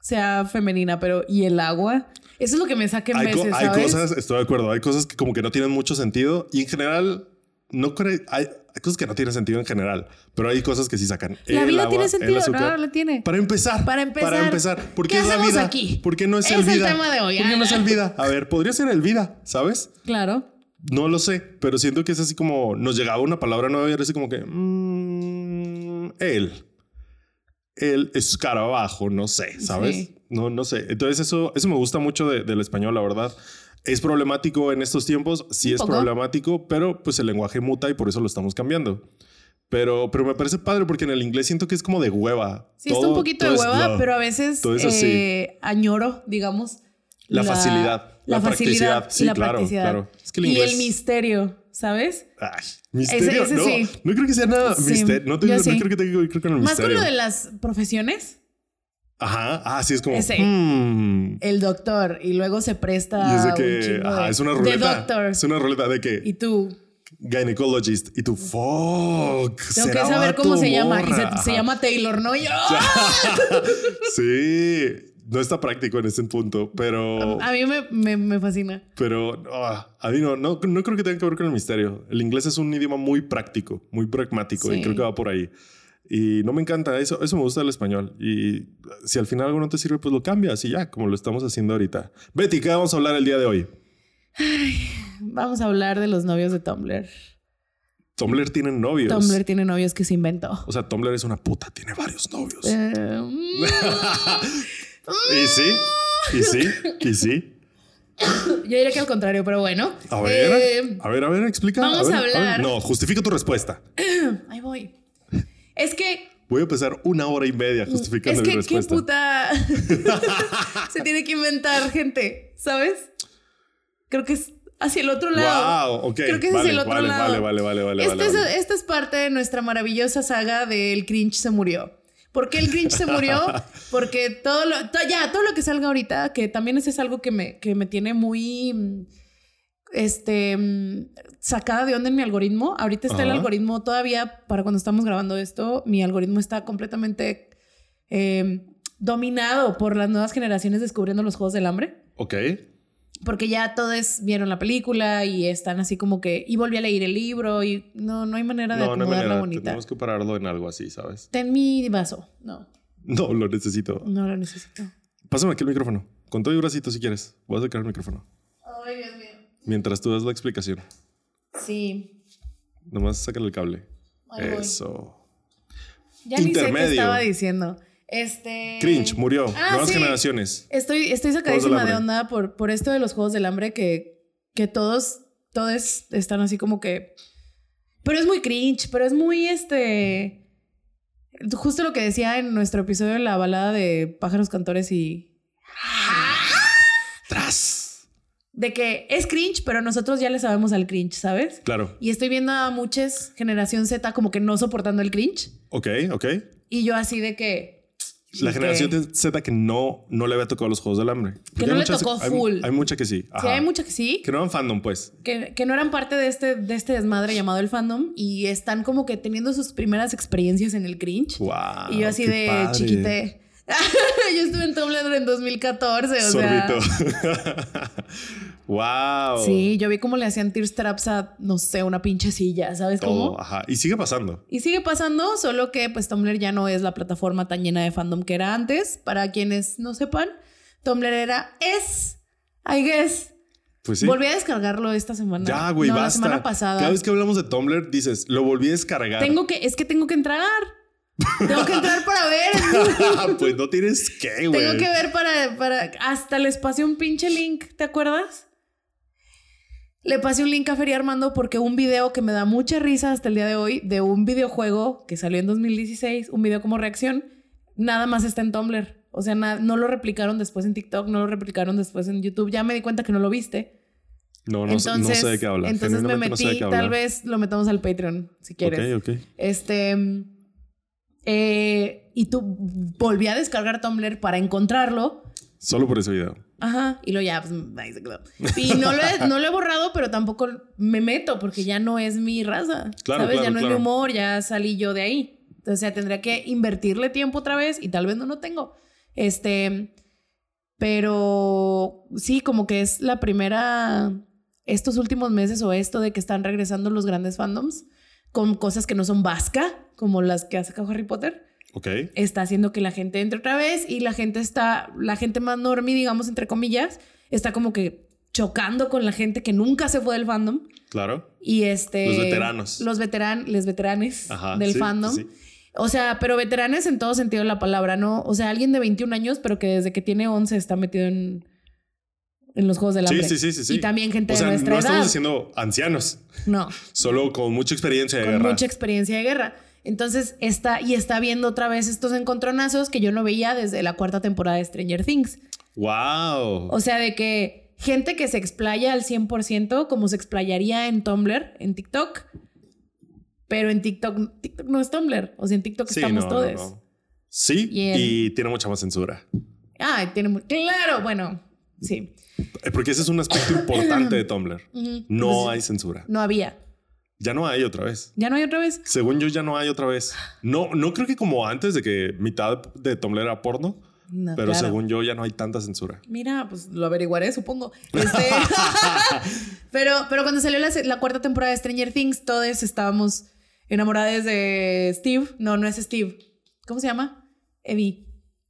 Speaker 2: sea femenina, pero ¿y el agua? Eso es lo que me saca en
Speaker 1: Hay, co-
Speaker 2: veces,
Speaker 1: hay
Speaker 2: ¿sabes?
Speaker 1: cosas, estoy de acuerdo, hay cosas que como que no tienen mucho sentido y en general no creo, hay, hay cosas que no tienen sentido en general, pero hay cosas que sí sacan.
Speaker 2: la
Speaker 1: eh, El
Speaker 2: vida
Speaker 1: agua,
Speaker 2: tiene
Speaker 1: el
Speaker 2: sentido, no,
Speaker 1: azúcar.
Speaker 2: no la tiene.
Speaker 1: Para empezar.
Speaker 2: Para empezar.
Speaker 1: Para empezar. ¿Por qué,
Speaker 2: ¿Qué
Speaker 1: es la
Speaker 2: hacemos
Speaker 1: vida?
Speaker 2: aquí?
Speaker 1: ¿Por qué no es,
Speaker 2: Es el
Speaker 1: vida?
Speaker 2: tema de hoy. ah,
Speaker 1: ¿Por qué no es el vida? A ver, podría ser el vida, ¿sabes?
Speaker 2: Claro.
Speaker 1: No lo sé, pero siento que es así como nos llegaba una palabra nueva y era así como que mm, él, el escarabajo, no sé, ¿sabes?
Speaker 2: Sí.
Speaker 1: No, no sé. Entonces eso, eso me gusta mucho de- del español, la verdad. Es problemático en estos tiempos, sí
Speaker 2: Un
Speaker 1: es
Speaker 2: poco.
Speaker 1: problemático, pero pues el lenguaje muta y por eso lo estamos cambiando. Pero, pero me parece padre porque en el inglés siento que es como de hueva.
Speaker 2: Sí, está
Speaker 1: Todo-
Speaker 2: un poquito
Speaker 1: todo
Speaker 2: de
Speaker 1: es
Speaker 2: hueva,
Speaker 1: love.
Speaker 2: pero a veces
Speaker 1: Todo eso sí.
Speaker 2: eh, añoro, digamos.
Speaker 1: La facilidad,
Speaker 2: La,
Speaker 1: la
Speaker 2: facilidad.
Speaker 1: practicidad. Sí,
Speaker 2: y la
Speaker 1: claro,
Speaker 2: practicidad.
Speaker 1: claro. Es que el
Speaker 2: y
Speaker 1: inglés-
Speaker 2: el misterio, ¿sabes?
Speaker 1: Ay, misterio.
Speaker 2: ese
Speaker 1: no,
Speaker 2: sí.
Speaker 1: no creo que sea nada
Speaker 2: Sí,
Speaker 1: misterio. No, te-
Speaker 2: yo
Speaker 1: no
Speaker 2: sí.
Speaker 1: creo que tenga que ver con el
Speaker 2: Más
Speaker 1: misterio.
Speaker 2: con lo de las profesiones.
Speaker 1: Ajá, ah, sí, es como.
Speaker 2: Ese.
Speaker 1: mm.
Speaker 2: El doctor. Y luego se presta.
Speaker 1: y es de
Speaker 2: Ah, un
Speaker 1: que.
Speaker 2: chingo
Speaker 1: ajá,
Speaker 2: de-
Speaker 1: es una
Speaker 2: De
Speaker 1: ruleta.
Speaker 2: doctor.
Speaker 1: Es una ruleta de que
Speaker 2: Y tú.
Speaker 1: gynecologist y tu fuck.
Speaker 2: Tengo que
Speaker 1: ¿será
Speaker 2: saber
Speaker 1: vato
Speaker 2: cómo
Speaker 1: o
Speaker 2: se llama. Y
Speaker 1: morra?
Speaker 2: se, se
Speaker 1: Ajá.
Speaker 2: llama Taylor, ¿no? Y yo,
Speaker 1: sí, no está práctico en ese punto, pero.
Speaker 2: ¡ah! A mí me, me- me fascina.
Speaker 1: Pero ah, a mí no, no, no creo que tenga que ver con el misterio. El inglés es un idioma muy práctico, muy pragmático
Speaker 2: Sí.
Speaker 1: y creo que va por ahí. Y no me encanta eso, eso me gusta del español. Y si al final algo no te sirve, pues lo cambias y ya, como lo estamos haciendo ahorita. Betty, ¿qué vamos a hablar el día de hoy?
Speaker 2: Vamos a hablar de los novios de Tumblr.
Speaker 1: Tumblr tiene novios.
Speaker 2: Tumblr tiene novios que se inventó.
Speaker 1: O sea, Tumblr es una puta, tiene varios novios.
Speaker 2: Eh, mm.
Speaker 1: [laughs] Y sí, y sí, y sí.
Speaker 2: Yo diría que al contrario, pero bueno.
Speaker 1: A ver,
Speaker 2: Eh,
Speaker 1: a ver, a ver, explica.
Speaker 2: vamos
Speaker 1: ver,
Speaker 2: a
Speaker 1: ver.
Speaker 2: hablar.
Speaker 1: No, justifica tu respuesta.
Speaker 2: ahí voy. Es que.
Speaker 1: Voy a pasar una hora y media justificando
Speaker 2: Mm, es que
Speaker 1: mi
Speaker 2: qué
Speaker 1: respuesta.
Speaker 2: puta.
Speaker 1: [laughs]
Speaker 2: se tiene que inventar gente, ¿sabes? Creo que es hacia el otro lado.
Speaker 1: Wow, ok.
Speaker 2: Creo que ese es
Speaker 1: vale,
Speaker 2: el otro
Speaker 1: vale, Vale,
Speaker 2: lado.
Speaker 1: vale, vale, vale.
Speaker 2: Esta
Speaker 1: vale,
Speaker 2: es,
Speaker 1: vale.
Speaker 2: esta es parte de nuestra maravillosa saga de El Cringe se murió. ¿Por qué el cringe
Speaker 1: [laughs]
Speaker 2: se murió? Porque todo lo, to- ya, todo lo que salga ahorita, que también eso es algo que me, que me tiene muy mm, este, mm, sacada de onda en mi algoritmo. Ahorita está el
Speaker 1: Ajá.
Speaker 2: algoritmo todavía, para cuando estamos grabando esto, mi algoritmo está completamente eh, dominado por las nuevas generaciones descubriendo los juegos del hambre
Speaker 1: Ok.
Speaker 2: porque ya todos vieron la película y están así como que y volví a leer el libro y no no hay manera de
Speaker 1: No, no hay
Speaker 2: acomodarla
Speaker 1: manera.
Speaker 2: bonita.
Speaker 1: Tenemos que pararlo en algo así, ¿sabes?
Speaker 2: Ten mi vaso. No,
Speaker 1: [laughs] No, lo necesito.
Speaker 2: no lo necesito.
Speaker 1: Pásame aquí el micrófono. Con todo y bracito si quieres. Voy a sacar el micrófono.
Speaker 2: Ay, Dios mío.
Speaker 1: Mientras tú das la explicación.
Speaker 2: Sí.
Speaker 1: Nomás sácale el cable.
Speaker 2: Ahí voy.
Speaker 1: Eso.
Speaker 2: Ya ni sé qué
Speaker 1: Intermedio.
Speaker 2: estaba diciendo. Este
Speaker 1: Cringe, murió.
Speaker 2: Ah,
Speaker 1: Nuevas
Speaker 2: sí.
Speaker 1: generaciones.
Speaker 2: Estoy
Speaker 1: Juegos
Speaker 2: estoy
Speaker 1: del
Speaker 2: sacadísima
Speaker 1: hambre.
Speaker 2: de onda por por esto de los juegos del hambre que que todos todos están así como que pero es muy cringe, pero es muy este justo lo que decía en nuestro episodio de la balada de pájaros cantores y
Speaker 1: Tras.
Speaker 2: de que es cringe, pero nosotros ya le sabemos al cringe, ¿sabes?
Speaker 1: Claro.
Speaker 2: Y estoy viendo a muchas generación Z como que no soportando el cringe
Speaker 1: Ok, ok.
Speaker 2: y yo así de que
Speaker 1: La
Speaker 2: de
Speaker 1: generación
Speaker 2: que,
Speaker 1: de Z que no, no le había tocado los juegos del hambre. Porque
Speaker 2: no
Speaker 1: hay
Speaker 2: le
Speaker 1: muchas-
Speaker 2: tocó
Speaker 1: hay-
Speaker 2: full.
Speaker 1: Hay, mucha que sí.
Speaker 2: Sí,
Speaker 1: Ajá.
Speaker 2: hay mucha que sí,
Speaker 1: Que no eran fandom, pues.
Speaker 2: que, que no eran parte de este de este desmadre llamado el fandom y están como que teniendo sus primeras experiencias en el cringe.
Speaker 1: Wow.
Speaker 2: y yo así
Speaker 1: qué
Speaker 2: de
Speaker 1: padre.
Speaker 2: chiquite. [laughs] yo estuve en Tumblr en 2014, o sea.
Speaker 1: [laughs] wow.
Speaker 2: Sí, yo vi cómo le hacían tear straps a no sé, una pinche silla, ¿sabes
Speaker 1: Todo,
Speaker 2: cómo?
Speaker 1: ajá. Y sigue pasando.
Speaker 2: Y sigue pasando, solo que pues Tumblr ya no es la plataforma tan llena de fandom que era antes. Para quienes no sepan, Tumblr era es, I guess.
Speaker 1: Pues sí.
Speaker 2: Volví a descargarlo esta semana.
Speaker 1: ya, güey,
Speaker 2: no,
Speaker 1: basta.
Speaker 2: la semana pasada.
Speaker 1: Cada vez que hablamos de Tumblr, dices, lo volví a descargar.
Speaker 2: Tengo que, es que tengo que entrar. Tengo que entrar para ver.
Speaker 1: [laughs] [laughs] pues no tienes que, güey.
Speaker 2: tengo que ver para, para hasta les pasé un pinche link, ¿te acuerdas? Le pasé un link a Feria Armando porque un video que me da mucha risa hasta el día de hoy de un videojuego que salió en 2016, un video como reacción, nada más está en Tumblr. O sea, na- no lo replicaron después en TikTok, no lo replicaron después en YouTube. Ya me di cuenta que no lo viste.
Speaker 1: No, no, sé- no sé de qué habla.
Speaker 2: Entonces me
Speaker 1: Genuinamente no sé
Speaker 2: metí,
Speaker 1: de qué habla.
Speaker 2: tal vez lo metamos al Patreon, si quieres.
Speaker 1: Ok, ok.
Speaker 2: Este. mm, eh, y tú volví a descargar Tumblr para encontrarlo.
Speaker 1: Solo por ese video.
Speaker 2: Ajá. Y lo ya, pues ahí se quedó. Y no lo,
Speaker 1: [laughs]
Speaker 2: he, no lo he borrado, pero tampoco me meto porque ya no es mi raza.
Speaker 1: Claro, claro,
Speaker 2: ¿Sabes? ya
Speaker 1: claro.
Speaker 2: no es mi humor, ya salí yo de ahí. Entonces, ya tendría que invertirle tiempo otra vez y tal vez no lo tengo. Este. Pero sí, como que es la primera. Estos últimos meses o esto de que están regresando los grandes fandoms con cosas que no son vasca, como las que ha sacado Harry Potter
Speaker 1: Ok.
Speaker 2: está haciendo que la gente entre otra vez y la gente está, la gente más normie, digamos, entre comillas, está como que chocando con la gente que nunca se fue del fandom
Speaker 1: Claro.
Speaker 2: y este...
Speaker 1: Los veteranos.
Speaker 2: Los veteranos, les veteranes
Speaker 1: Ajá.
Speaker 2: del
Speaker 1: sí,
Speaker 2: fandom.
Speaker 1: sí, sí.
Speaker 2: O sea, pero veteranes en todo sentido de la palabra, ¿no? O sea, alguien de 21 años, pero que desde que tiene 11 está metido en, en los juegos del
Speaker 1: Sí,
Speaker 2: hambre.
Speaker 1: sí, sí, sí, sí.
Speaker 2: Y también gente
Speaker 1: O sea,
Speaker 2: de
Speaker 1: no
Speaker 2: nuestra edad.
Speaker 1: estamos diciendo ancianos,
Speaker 2: No.
Speaker 1: solo con mucha experiencia de
Speaker 2: con
Speaker 1: guerra.
Speaker 2: mucha experiencia de guerra. Entonces está y está viendo otra vez estos encontronazos que yo no veía desde la cuarta temporada de Stranger Things.
Speaker 1: Wow.
Speaker 2: O sea, de que gente que se explaya al 100% como se explayaría en Tumblr, en TikTok. Pero en TikTok, TikTok no es Tumblr. O sea, en TikTok estamos todos.
Speaker 1: Sí,
Speaker 2: Y en-
Speaker 1: y tiene mucha más censura.
Speaker 2: Ah, tiene muy... Claro, bueno, sí.
Speaker 1: Eh, Porque ese es un aspecto importante de Tumblr.
Speaker 2: Ujú.
Speaker 1: No
Speaker 2: Entonces,
Speaker 1: hay censura.
Speaker 2: No había.
Speaker 1: Ya no hay otra vez.
Speaker 2: Ya no hay otra vez.
Speaker 1: Según yo, ya no hay otra vez. No, no creo que como antes de que mitad de Tumblr era porno,
Speaker 2: No,
Speaker 1: pero
Speaker 2: Ah, claro.
Speaker 1: según yo ya no hay tanta censura.
Speaker 2: Mira, pues lo averiguaré,
Speaker 1: [laughs]
Speaker 2: supongo. Este, [laughs] pero, pero cuando salió la, se- la cuarta temporada de Stranger Things, todos estábamos enamorados de Steve. No, no es Steve. ¿Cómo se llama? Eddie.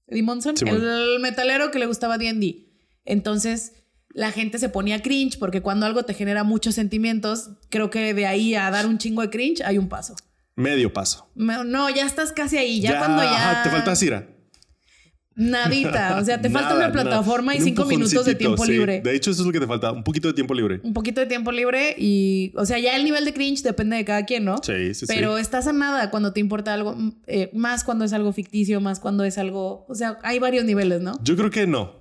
Speaker 2: Eddie Monson,
Speaker 1: Simón.
Speaker 2: el metalero que le gustaba D&D. Entonces, la gente se ponía cringe porque cuando algo te genera muchos sentimientos, creo que de ahí a dar un chingo de cringe hay un paso.
Speaker 1: Medio paso.
Speaker 2: Me- No, ya estás casi ahí. Ya, cuando ya...
Speaker 1: ajá, te falta Cira.
Speaker 2: Nadita. O
Speaker 1: [laughs]
Speaker 2: sea, te falta
Speaker 1: Nada,
Speaker 2: una plataforma
Speaker 1: nada.
Speaker 2: y
Speaker 1: Un
Speaker 2: cinco minutos de
Speaker 1: empujoncito,
Speaker 2: tiempo
Speaker 1: sí.
Speaker 2: libre.
Speaker 1: De hecho, eso es lo que te falta, un poquito de tiempo libre.
Speaker 2: un poquito de tiempo libre y, o sea, ya el nivel de cringe depende de cada quien, ¿no?
Speaker 1: Sí, sí,
Speaker 2: Pero
Speaker 1: sí.
Speaker 2: estás a nada cuando te importa algo, mm, eh, más cuando es algo ficticio, más cuando es algo, o sea, hay varios niveles, ¿no?
Speaker 1: Yo creo que no.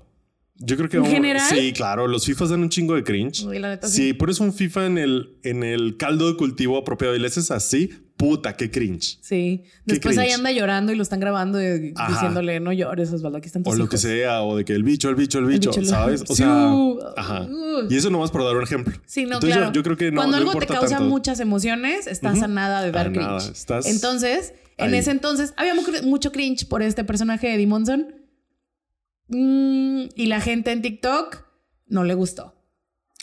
Speaker 1: Yo creo que
Speaker 2: ¿En
Speaker 1: vamos-
Speaker 2: general?
Speaker 1: Sí, claro, los FIFAs dan un chingo de cringe.
Speaker 2: Uy, la neta,
Speaker 1: si
Speaker 2: sí.
Speaker 1: pones un FIFA en el, en el caldo de cultivo apropiado y le haces así, puta, qué cringe.
Speaker 2: Sí.
Speaker 1: Qué
Speaker 2: Después ahí
Speaker 1: cringe.
Speaker 2: anda llorando y lo están grabando y
Speaker 1: Ajá.
Speaker 2: diciéndole, no llores, Osvaldo, aquí están tus
Speaker 1: O lo
Speaker 2: hijos".
Speaker 1: que sea, o de que el bicho, el bicho, el
Speaker 2: El
Speaker 1: bicho,
Speaker 2: bicho, el-
Speaker 1: ¿sabes? O
Speaker 2: Sí,
Speaker 1: sea,
Speaker 2: uh,
Speaker 1: ajá.
Speaker 2: uh.
Speaker 1: Y eso nomás por dar un ejemplo.
Speaker 2: Sí, no,
Speaker 1: Entonces, yo-
Speaker 2: claro.
Speaker 1: Yo, creo que no.
Speaker 2: Cuando
Speaker 1: no
Speaker 2: algo te
Speaker 1: importa
Speaker 2: causa
Speaker 1: tanto.
Speaker 2: muchas emociones, estás
Speaker 1: Ujú.
Speaker 2: a nada de
Speaker 1: A
Speaker 2: dar cringe.
Speaker 1: nada, estás
Speaker 2: Entonces, en
Speaker 1: ahí.
Speaker 2: ese entonces, había mu- mucho cringe por este personaje de Eddie Monson. Mm, y la gente en TikTok no le gustó.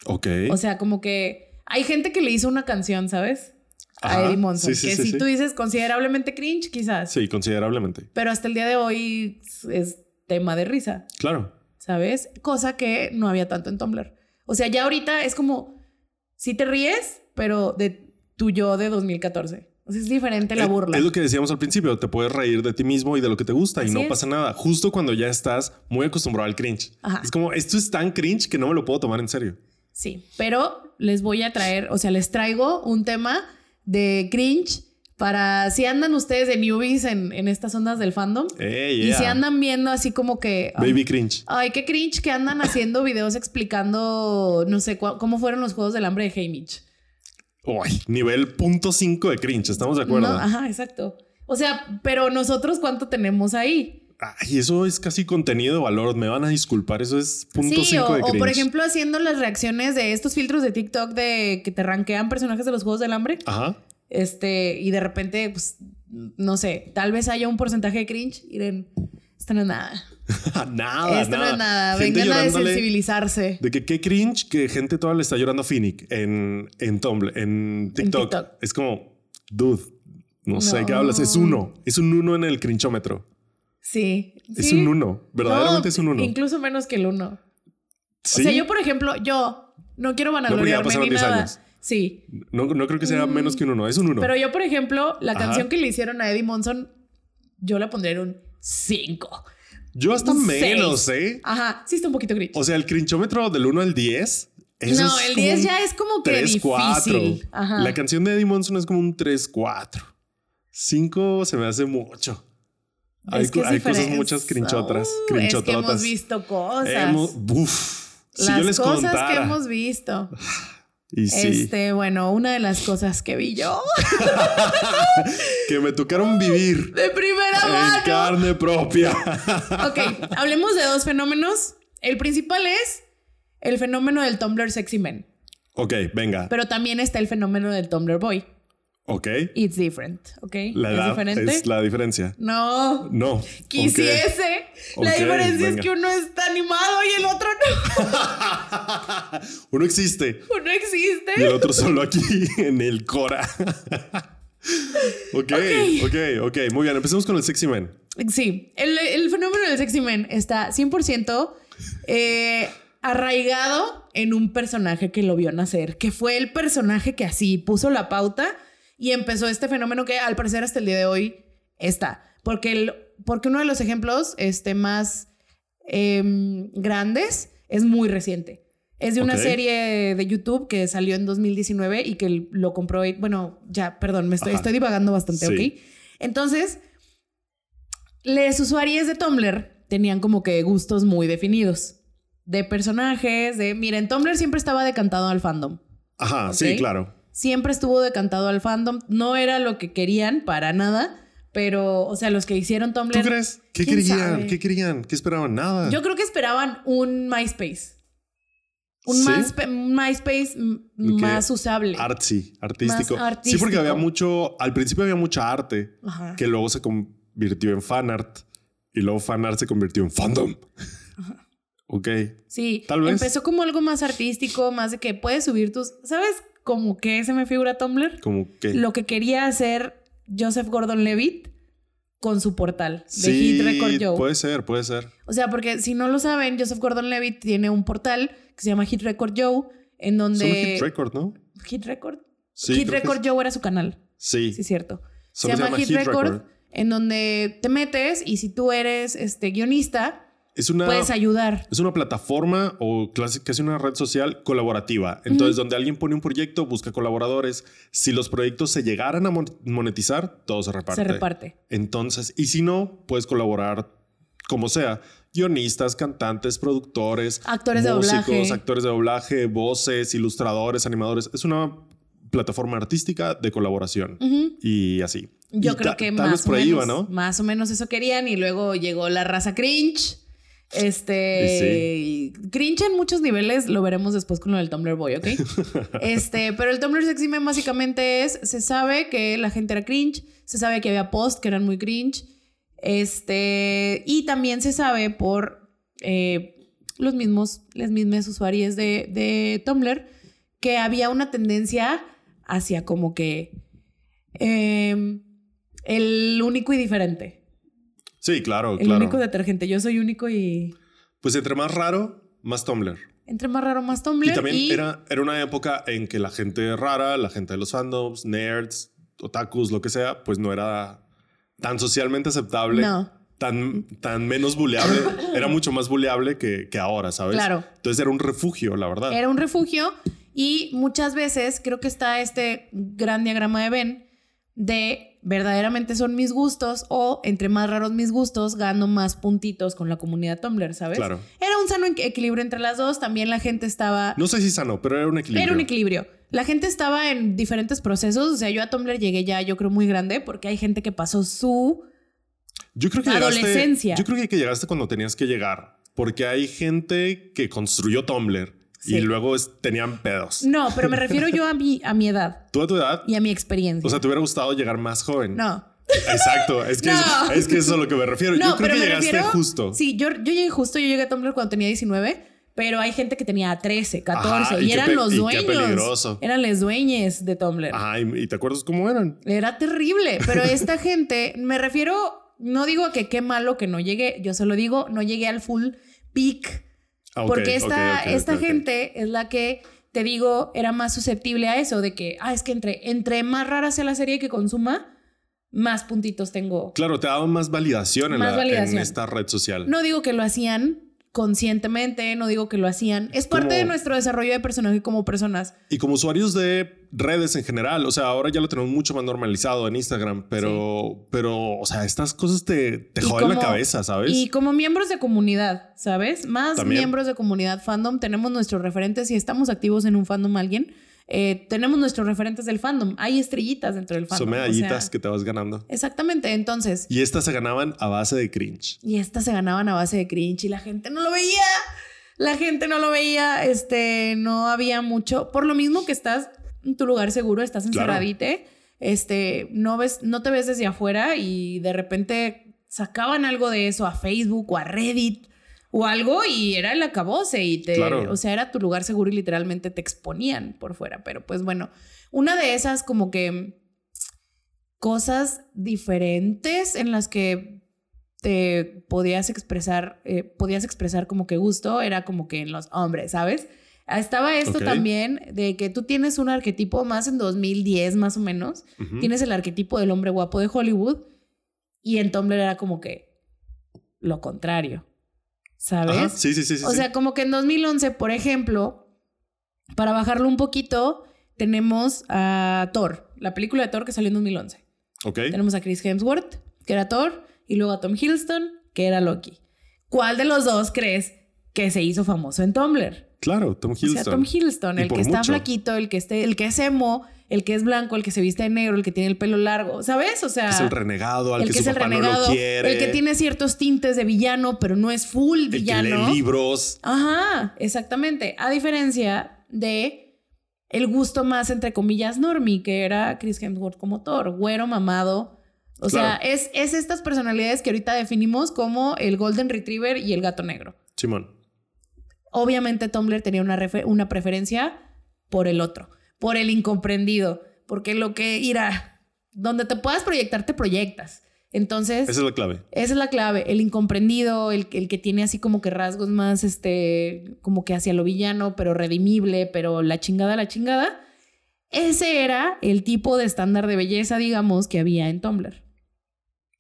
Speaker 1: Ok.
Speaker 2: O sea, como que hay gente que le hizo una canción, ¿sabes?
Speaker 1: Ajá.
Speaker 2: A Eddie Monson.
Speaker 1: Sí, sí,
Speaker 2: que
Speaker 1: sí,
Speaker 2: si
Speaker 1: sí.
Speaker 2: tú dices considerablemente cringe, quizás.
Speaker 1: sí, considerablemente.
Speaker 2: Pero hasta el día de hoy es tema de risa.
Speaker 1: Claro.
Speaker 2: ¿sabes? Cosa que no había tanto en Tumblr. O sea, ya ahorita es como, si te ríes, pero de tu yo de 2014. O sea, es diferente la
Speaker 1: Es-
Speaker 2: burla.
Speaker 1: Es, lo que decíamos al principio, te puedes reír de ti mismo y de lo que te gusta y
Speaker 2: Así
Speaker 1: no
Speaker 2: es.
Speaker 1: pasa nada, justo cuando ya estás muy acostumbrado al cringe.
Speaker 2: Ajá.
Speaker 1: Es como, esto es tan cringe que no me lo puedo tomar en serio.
Speaker 2: Sí, pero les voy a traer, o sea, les traigo un tema de cringe para si andan ustedes de newbies en, en estas ondas del fandom
Speaker 1: Ey,
Speaker 2: y
Speaker 1: yeah.
Speaker 2: si andan viendo así como que... ay,
Speaker 1: Baby cringe.
Speaker 2: Ay, qué cringe que andan haciendo videos explicando, no sé, cua- cómo fueron los Juegos del Hambre de Haymitch.
Speaker 1: Uy, nivel punto cinco de cringe, ¿estamos de acuerdo?
Speaker 2: No, ajá, exacto. O sea, pero nosotros cuánto tenemos ahí.
Speaker 1: Ay, eso es casi contenido de valor, me van a disculpar, eso es punto
Speaker 2: sí,
Speaker 1: cinco
Speaker 2: o,
Speaker 1: de
Speaker 2: o
Speaker 1: cringe.
Speaker 2: por ejemplo haciendo las reacciones de estos filtros de TikTok de que te rankean personajes de los Juegos del Hambre.
Speaker 1: Ajá. [laughs]
Speaker 2: Este, y de repente, pues, no sé, tal vez haya un porcentaje de cringe. Miren, esto no es nada.
Speaker 1: nada,
Speaker 2: esto no es nada.
Speaker 1: Gente
Speaker 2: Vengan a
Speaker 1: llorándole
Speaker 2: desensibilizarse.
Speaker 1: De que qué cringe que gente toda le está llorando a Finnick en, en Tumblr, en TikTok.
Speaker 2: TikTok.
Speaker 1: Es como, dude, no, sé de qué
Speaker 2: No.
Speaker 1: hablas. Es uno. Es un uno en el crinchómetro.
Speaker 2: Sí.
Speaker 1: Es
Speaker 2: sí.
Speaker 1: un uno. Verdaderamente
Speaker 2: No,
Speaker 1: es un uno.
Speaker 2: Incluso menos que el uno.
Speaker 1: ¿Sí?
Speaker 2: O sea, yo, por ejemplo, yo no quiero
Speaker 1: ya
Speaker 2: vanagloriarme
Speaker 1: pasaron
Speaker 2: ni
Speaker 1: 10
Speaker 2: nada.
Speaker 1: años.
Speaker 2: Sí.
Speaker 1: no, no creo que sea
Speaker 2: Mm.
Speaker 1: menos que un uno. Es un uno.
Speaker 2: Pero yo, por ejemplo, la
Speaker 1: Ajá.
Speaker 2: canción que le hicieron a Eddie Monson, yo la pondría en un 5.
Speaker 1: yo hasta
Speaker 2: un
Speaker 1: menos, ¿eh?
Speaker 2: Ajá, sí está un poquito gris.
Speaker 1: O sea, el crinchómetro del uno al 10 Eso
Speaker 2: no,
Speaker 1: es
Speaker 2: el
Speaker 1: como
Speaker 2: 10
Speaker 1: un
Speaker 2: ya es como que
Speaker 1: 3, 4.
Speaker 2: difícil. Ajá.
Speaker 1: La canción de Eddie Monson es como un 3, 4. 5 se me hace mucho. Hay,
Speaker 2: Es que
Speaker 1: co-
Speaker 2: es
Speaker 1: hay cosas
Speaker 2: diferente.
Speaker 1: muchas crinchotras.
Speaker 2: Uh, es que hemos
Speaker 1: Crinchotrotas.
Speaker 2: visto cosas.
Speaker 1: Hemos- uf. Eh, si
Speaker 2: las
Speaker 1: yo les
Speaker 2: cosas
Speaker 1: contara.
Speaker 2: que hemos visto.
Speaker 1: Y [laughs] sí,
Speaker 2: Este, bueno, una de las cosas que vi yo [laughs]
Speaker 1: que me tocaron vivir
Speaker 2: de primera
Speaker 1: en
Speaker 2: mano.
Speaker 1: carne propia. [laughs]
Speaker 2: Ok, hablemos de dos fenómenos. El principal es el fenómeno del Tumblr sexy man,
Speaker 1: ok, venga.
Speaker 2: pero también está el fenómeno del Tumblr boy.
Speaker 1: Ok.
Speaker 2: It's different, ¿ok?
Speaker 1: La
Speaker 2: es
Speaker 1: edad
Speaker 2: diferente.
Speaker 1: es la diferencia.
Speaker 2: No,
Speaker 1: No.
Speaker 2: quisiese. La
Speaker 1: Ok,
Speaker 2: diferencia
Speaker 1: venga.
Speaker 2: es que uno está animado y el otro
Speaker 1: ok. Uno existe
Speaker 2: no. [laughs] Uno existe.
Speaker 1: y el otro solo aquí [laughs] en el Cora. [laughs] ok, ok, ok. Muy bien, empecemos con el sexy man.
Speaker 2: Sí, el, el fenómeno del sexy man está 100% eh, arraigado en un personaje que lo vio nacer, que fue el personaje que así puso la pauta y empezó este fenómeno que al parecer hasta el día de hoy está. Porque, el, porque uno de los ejemplos este, más em, grandes es muy reciente. Es de una
Speaker 1: Ok.
Speaker 2: serie de YouTube que salió en 2019 y que lo compró. Bueno, ya, perdón, me estoy,
Speaker 1: Ajá.
Speaker 2: estoy divagando bastante,
Speaker 1: Sí.
Speaker 2: ¿ok? Entonces, les usuarios de Tumblr tenían como que gustos muy definidos. De personajes, de... Mira, en Tumblr siempre estaba decantado al fandom.
Speaker 1: Ajá,
Speaker 2: Ok.
Speaker 1: sí, claro.
Speaker 2: Siempre estuvo decantado al fandom. No era lo que querían para nada, pero, o sea, los que hicieron Tumblr...
Speaker 1: ¿Tú crees? ¿Qué
Speaker 2: ¿Quién
Speaker 1: querían?
Speaker 2: sabe?
Speaker 1: ¿Qué querían? ¿Qué esperaban? Nada.
Speaker 2: Yo creo que esperaban un MySpace. Un,
Speaker 1: ¿Sí?
Speaker 2: Myspa- un MySpace m-
Speaker 1: Ok.
Speaker 2: más usable.
Speaker 1: Artsy, artístico.
Speaker 2: Más
Speaker 1: Sí, porque había
Speaker 2: artístico.
Speaker 1: mucho, al principio había mucha arte
Speaker 2: Ajá.
Speaker 1: que luego se convirtió en fanart y luego fanart se convirtió en fandom. Ok.
Speaker 2: Sí,
Speaker 1: Tal vez.
Speaker 2: empezó como algo más artístico, más de que puedes subir tus... ¿Sabes como que se me figura Tumblr?
Speaker 1: Como que.
Speaker 2: Lo que quería hacer Joseph Gordon-Levitt con su portal de
Speaker 1: sí, pues.
Speaker 2: Hit Record Joe.
Speaker 1: puede ser, puede ser.
Speaker 2: O sea, porque si no lo saben, Joseph Gordon-Levitt tiene un portal que se llama Hit Record Joe, en donde...
Speaker 1: Solo Hit Record, ¿no?
Speaker 2: Hit Record.
Speaker 1: Sí.
Speaker 2: Hit
Speaker 1: creo que
Speaker 2: Record Joe era su canal,
Speaker 1: Sí.
Speaker 2: sí es cierto.
Speaker 1: Solo
Speaker 2: se llama Hit, Record, en donde te metes y si tú eres este guionista,
Speaker 1: Es una,
Speaker 2: puedes ayudar.
Speaker 1: es una plataforma o clase- casi una red social colaborativa. Entonces, donde alguien pone un proyecto, busca colaboradores. Si los proyectos se llegaran a mon- monetizar, todo se reparte.
Speaker 2: Se reparte.
Speaker 1: Entonces, y si no, puedes colaborar como sea. Guionistas, cantantes, productores,
Speaker 2: Actores de
Speaker 1: músicos,
Speaker 2: doblaje.
Speaker 1: actores de doblaje, voces, ilustradores, animadores. Es una plataforma artística de colaboración.
Speaker 2: Ujú.
Speaker 1: Y así.
Speaker 2: Yo
Speaker 1: Y
Speaker 2: creo
Speaker 1: ta-
Speaker 2: que
Speaker 1: tal
Speaker 2: más
Speaker 1: vez
Speaker 2: o
Speaker 1: por ahí
Speaker 2: menos,
Speaker 1: va, ¿no?
Speaker 2: más o menos eso querían y luego llegó la raza cringe. Este y cringe en muchos niveles, lo veremos después con lo del Tumblr Boy, ¿ok? este, pero el Tumblr Sexy Meme básicamente es se sabe que la gente era cringe, se sabe que había posts que eran muy cringe. Este, y también se sabe por eh, los mismos, las mismas usuarias de, de Tumblr que había una tendencia hacia como que eh, el único y diferente.
Speaker 1: Sí, claro,
Speaker 2: el
Speaker 1: claro.
Speaker 2: único detergente. Yo soy único y
Speaker 1: Pues entre más raro, más Tumblr.
Speaker 2: entre más raro, más Tumblr.
Speaker 1: Y también
Speaker 2: y-
Speaker 1: Era, era una época en que la gente rara, la gente de los fandoms, nerds, otakus, lo que sea, pues no era tan socialmente aceptable,
Speaker 2: No.
Speaker 1: tan, tan menos
Speaker 2: [coughs]
Speaker 1: buleable. era mucho más buleable que, que ahora, ¿sabes? Ah.
Speaker 2: Claro.
Speaker 1: Entonces era un refugio, la verdad.
Speaker 2: Era un refugio y muchas veces creo que está este gran diagrama de Ben de verdaderamente son mis gustos o entre más raros mis gustos gano más puntitos con la comunidad Tumblr, ¿sabes?
Speaker 1: Claro.
Speaker 2: Era un sano equ- equilibrio entre las dos, también la gente estaba...
Speaker 1: No sé si sano, pero era un equilibrio.
Speaker 2: Era un equilibrio. La gente estaba en diferentes procesos, o sea, yo a Tumblr llegué ya, yo creo, muy grande porque hay gente que pasó su...
Speaker 1: Yo creo que llegaste-
Speaker 2: Adolescencia.
Speaker 1: yo creo que llegaste cuando tenías que llegar, porque hay gente que construyó Tumblr
Speaker 2: Sí.
Speaker 1: y luego es- tenían pedos.
Speaker 2: No, pero me refiero yo a mi, a mi edad
Speaker 1: Tú a tu edad,
Speaker 2: y a mi experiencia.
Speaker 1: o sea, te hubiera gustado llegar más joven.
Speaker 2: no.
Speaker 1: Exacto, es que,
Speaker 2: No.
Speaker 1: es, es que eso es a lo que me refiero.
Speaker 2: No,
Speaker 1: yo creo
Speaker 2: pero
Speaker 1: que
Speaker 2: me
Speaker 1: llegaste
Speaker 2: refiero-
Speaker 1: justo.
Speaker 2: Sí, yo, yo llegué justo, yo llegué a Tumblr cuando tenía 19, pero hay gente que tenía 13, 14
Speaker 1: Ajá,
Speaker 2: y,
Speaker 1: y qué
Speaker 2: eran
Speaker 1: pe-
Speaker 2: los
Speaker 1: y qué
Speaker 2: dueños.
Speaker 1: peligroso.
Speaker 2: Eran los dueños de Tumblr.
Speaker 1: Ajá, y, y te acuerdas cómo eran.
Speaker 2: Era terrible,
Speaker 1: [laughs]
Speaker 2: pero esta gente, me refiero, no digo que qué malo que no llegué, yo solo digo, no llegué al full peak,
Speaker 1: Ah, ok,
Speaker 2: porque esta,
Speaker 1: ok, ok, ok,
Speaker 2: esta
Speaker 1: ok.
Speaker 2: gente es la que, te digo, era más susceptible a eso, de que, ah, es que entre, entre más rara sea la serie que consuma, más puntitos tengo.
Speaker 1: Claro, te daba más validación, en,
Speaker 2: Más
Speaker 1: la- en
Speaker 2: validación.
Speaker 1: esta red social.
Speaker 2: No digo que lo hacían conscientemente, no digo que lo hacían. Es parte
Speaker 1: Como-
Speaker 2: de nuestro desarrollo de personaje como personas.
Speaker 1: Y como usuarios de redes en general, o sea, ahora ya lo tenemos mucho más normalizado en Instagram, pero, pero o sea, estas cosas te, te
Speaker 2: Y
Speaker 1: joden la
Speaker 2: como-
Speaker 1: cabeza, ¿sabes?
Speaker 2: Y como miembros de comunidad, ¿sabes? Más
Speaker 1: También.
Speaker 2: miembros de comunidad fandom, tenemos nuestros referentes. Si estamos activos en un fandom alguien, eh, tenemos nuestros referentes del fandom. Hay estrellitas dentro del fandom.
Speaker 1: Son
Speaker 2: o sea,
Speaker 1: medallitas que te vas ganando.
Speaker 2: Exactamente. Entonces,
Speaker 1: Y estas se ganaban a base de cringe.
Speaker 2: y estas se ganaban a base de cringe y la gente no lo veía. La gente no lo veía, este, no había mucho. Por lo mismo que estás en tu lugar seguro, estás
Speaker 1: Claro.
Speaker 2: encerradite, este, no ves, no te ves desde afuera y de repente sacaban algo de eso a Facebook o a Reddit o algo y era el acabose y te,
Speaker 1: Claro.
Speaker 2: o sea, era tu lugar seguro y literalmente te exponían por fuera. Pero pues bueno, una de esas como que cosas diferentes en las que te podías expresar, eh, podías expresar como que gusto, era como que en los hombres, ¿sabes? Ah, Estaba esto
Speaker 1: Ok.
Speaker 2: también de que tú tienes un arquetipo más en 2010 más o menos,
Speaker 1: Ujú.
Speaker 2: tienes el arquetipo del hombre guapo de Hollywood y en Tumblr era como que lo contrario, ¿sabes?
Speaker 1: Ajá, Sí, sí, sí. sí,
Speaker 2: O
Speaker 1: sí.
Speaker 2: sea, como que en 2011, por ejemplo, para bajarlo un poquito, tenemos a Thor, la película de Thor que salió en 2011.
Speaker 1: ok.
Speaker 2: Tenemos a Chris Hemsworth, que era Thor, y luego a Tom Hiddleston, que era Loki. ¿Cuál de los dos crees que se hizo famoso en Tumblr?
Speaker 1: Claro, Tom
Speaker 2: O
Speaker 1: Hiddleston.
Speaker 2: sea, Tom Hiddleston,
Speaker 1: Y
Speaker 2: el
Speaker 1: por
Speaker 2: que está
Speaker 1: mucho.
Speaker 2: flaquito, el que, esté, el que es emo, el que es blanco, el que se viste de negro, el que tiene el pelo largo, ¿sabes? O sea,
Speaker 1: que es el renegado, al
Speaker 2: el
Speaker 1: que, su
Speaker 2: es el
Speaker 1: papá no
Speaker 2: renegado,
Speaker 1: lo quiere.
Speaker 2: el que tiene ciertos tintes de villano, pero no es full
Speaker 1: el que
Speaker 2: villano.
Speaker 1: lee libros.
Speaker 2: Ajá, exactamente. A diferencia de el gusto más, entre comillas, normie, que era Chris Hemsworth como Thor, güero, mamado. O
Speaker 1: Claro.
Speaker 2: sea, es, es estas personalidades que ahorita definimos como el Golden Retriever y el gato negro.
Speaker 1: Simón.
Speaker 2: Obviamente Tumblr tenía una, refe- una preferencia por el otro, por el incomprendido, porque lo que irá, donde te puedas proyectar, te proyectas. Entonces,
Speaker 1: Esa es la clave.
Speaker 2: esa es la clave, el incomprendido, el, que- el que tiene así como que rasgos más, este, como que hacia lo villano, pero redimible, pero la chingada, la chingada. Ese era el tipo de estándar de belleza, digamos, que había en Tumblr.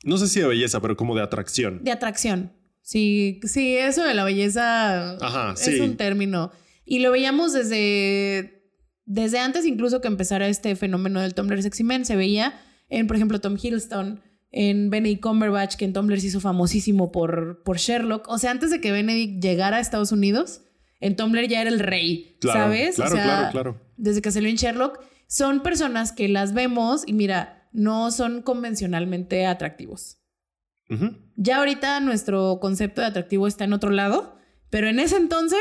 Speaker 1: No sé si de belleza, pero como de atracción.
Speaker 2: De atracción. Sí, sí, eso de la belleza
Speaker 1: Ajá,
Speaker 2: es
Speaker 1: sí.
Speaker 2: un término. Y lo veíamos desde, desde antes incluso que empezara este fenómeno del Tumblr Sexy Men. Se veía en, por ejemplo, Tom Hiddleston, en Benedict Cumberbatch, que en Tumblr se hizo famosísimo por, por Sherlock. O sea, antes de que Benedict llegara a Estados Unidos, en Tumblr ya era el rey,
Speaker 1: Claro,
Speaker 2: ¿sabes?
Speaker 1: Claro,
Speaker 2: o sea,
Speaker 1: claro, claro.
Speaker 2: desde que salió en Sherlock, son personas que las vemos y mira, no son convencionalmente atractivos.
Speaker 1: Ujú.
Speaker 2: Ya ahorita nuestro concepto de atractivo está en otro lado, pero en ese entonces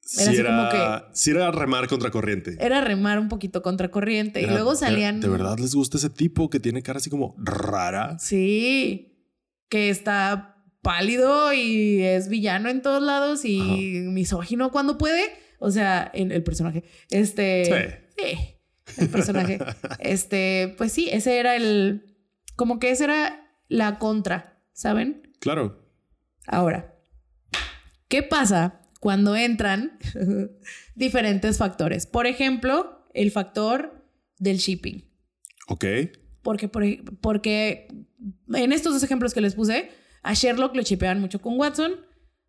Speaker 1: Sí,
Speaker 2: así
Speaker 1: era,
Speaker 2: como
Speaker 1: sí era remar contra corriente.
Speaker 2: era remar un poquito contracorriente y
Speaker 1: Era,
Speaker 2: luego
Speaker 1: "¿De-
Speaker 2: salían...
Speaker 1: De, verdad les gusta ese tipo que tiene cara así como rara?
Speaker 2: Sí, que está pálido y es villano en todos lados y
Speaker 1: Ajá.
Speaker 2: misógino cuando puede. O sea, en el personaje. Este... Sí, el
Speaker 1: [laughs]
Speaker 2: personaje. este, pues sí, ese era el... Como que esa era la contra, ¿saben?
Speaker 1: Claro.
Speaker 2: Ahora, ¿qué pasa cuando entran [laughs] diferentes factores? Por ejemplo, el factor del shipping.
Speaker 1: Ok.
Speaker 2: Porque, por ej- porque en estos dos ejemplos que les puse, a Sherlock lo chipeaban mucho con Watson,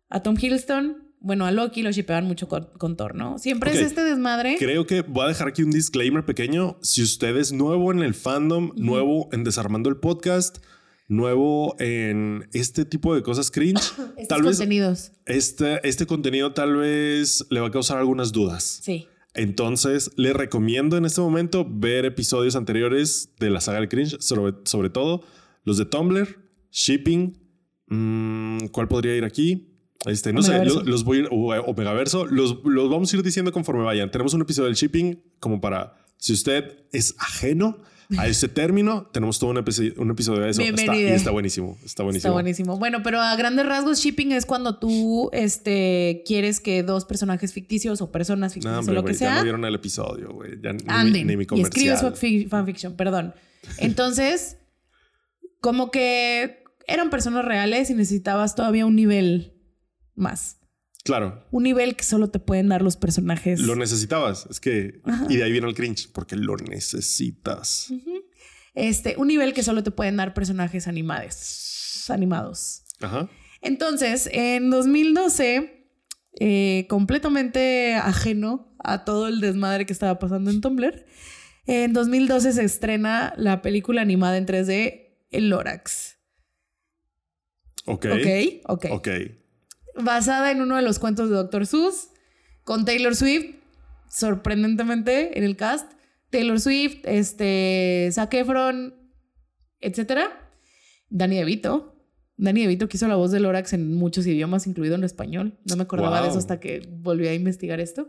Speaker 2: a Tom Hiddleston, bueno, a Loki lo chipeaban mucho con, con Thor, ¿no? Siempre
Speaker 1: Ok.
Speaker 2: es este desmadre.
Speaker 1: Creo que voy a dejar aquí un disclaimer pequeño. Si usted es nuevo en el fandom, nuevo en Desarmando el Podcast, nuevo en este tipo de cosas
Speaker 2: [coughs]
Speaker 1: cringe,
Speaker 2: estos
Speaker 1: tal vez
Speaker 2: contenidos.
Speaker 1: este, este contenido tal vez le va a causar algunas dudas.
Speaker 2: Sí.
Speaker 1: Entonces, le recomiendo en este momento ver episodios anteriores de la saga del cringe, sobre, sobre todo los de Tumblr, Shipping. mm, ¿Cuál podría ir aquí? Este, no sé,
Speaker 2: Omegaverso.
Speaker 1: los, los voy a ir, o, o Megaverso, los, los vamos a ir diciendo conforme vayan. Tenemos un episodio del shipping como para, si usted es ajeno a ese término, tenemos todo un, episodio- un episodio de eso. Está, y
Speaker 2: Bienvenido.
Speaker 1: está buenísimo, está buenísimo.
Speaker 2: Está buenísimo. Bueno, pero a grandes rasgos, shipping es cuando tú este, quieres que dos personajes ficticios o personas
Speaker 1: No,
Speaker 2: ficticias
Speaker 1: hombre,
Speaker 2: o lo
Speaker 1: güey,
Speaker 2: que sea.
Speaker 1: ya no vieron el episodio, güey. Ya ni mi-
Speaker 2: anden
Speaker 1: ni mi
Speaker 2: y escribes
Speaker 1: comercial.
Speaker 2: fanfic- fanfiction, perdón. Entonces, como que eran personas reales y necesitabas todavía un nivel más.
Speaker 1: Claro,
Speaker 2: Un nivel que solo te pueden dar los personajes.
Speaker 1: Lo necesitabas. Es que.
Speaker 2: Ajá.
Speaker 1: Y de ahí viene el cringe, porque lo necesitas.
Speaker 2: Ujú. este, un nivel que solo te pueden dar personajes animados. Animados.
Speaker 1: Ajá.
Speaker 2: Entonces, en 2012, eh, completamente ajeno a todo el desmadre que estaba pasando en Tumblr, en 2012 se estrena la película animada en 3D, El Lorax.
Speaker 1: Ok.
Speaker 2: Ok, ok.
Speaker 1: Ok.
Speaker 2: Basada en uno de los cuentos de Dr. Seuss, con Taylor Swift, sorprendentemente en el cast. Taylor Swift, este, Zac Efron, etcétera. Danny DeVito. Danny DeVito que hizo la voz de Lorax en muchos idiomas, incluido en español. No me acordaba de
Speaker 1: Wow.
Speaker 2: eso hasta que volví a investigar esto.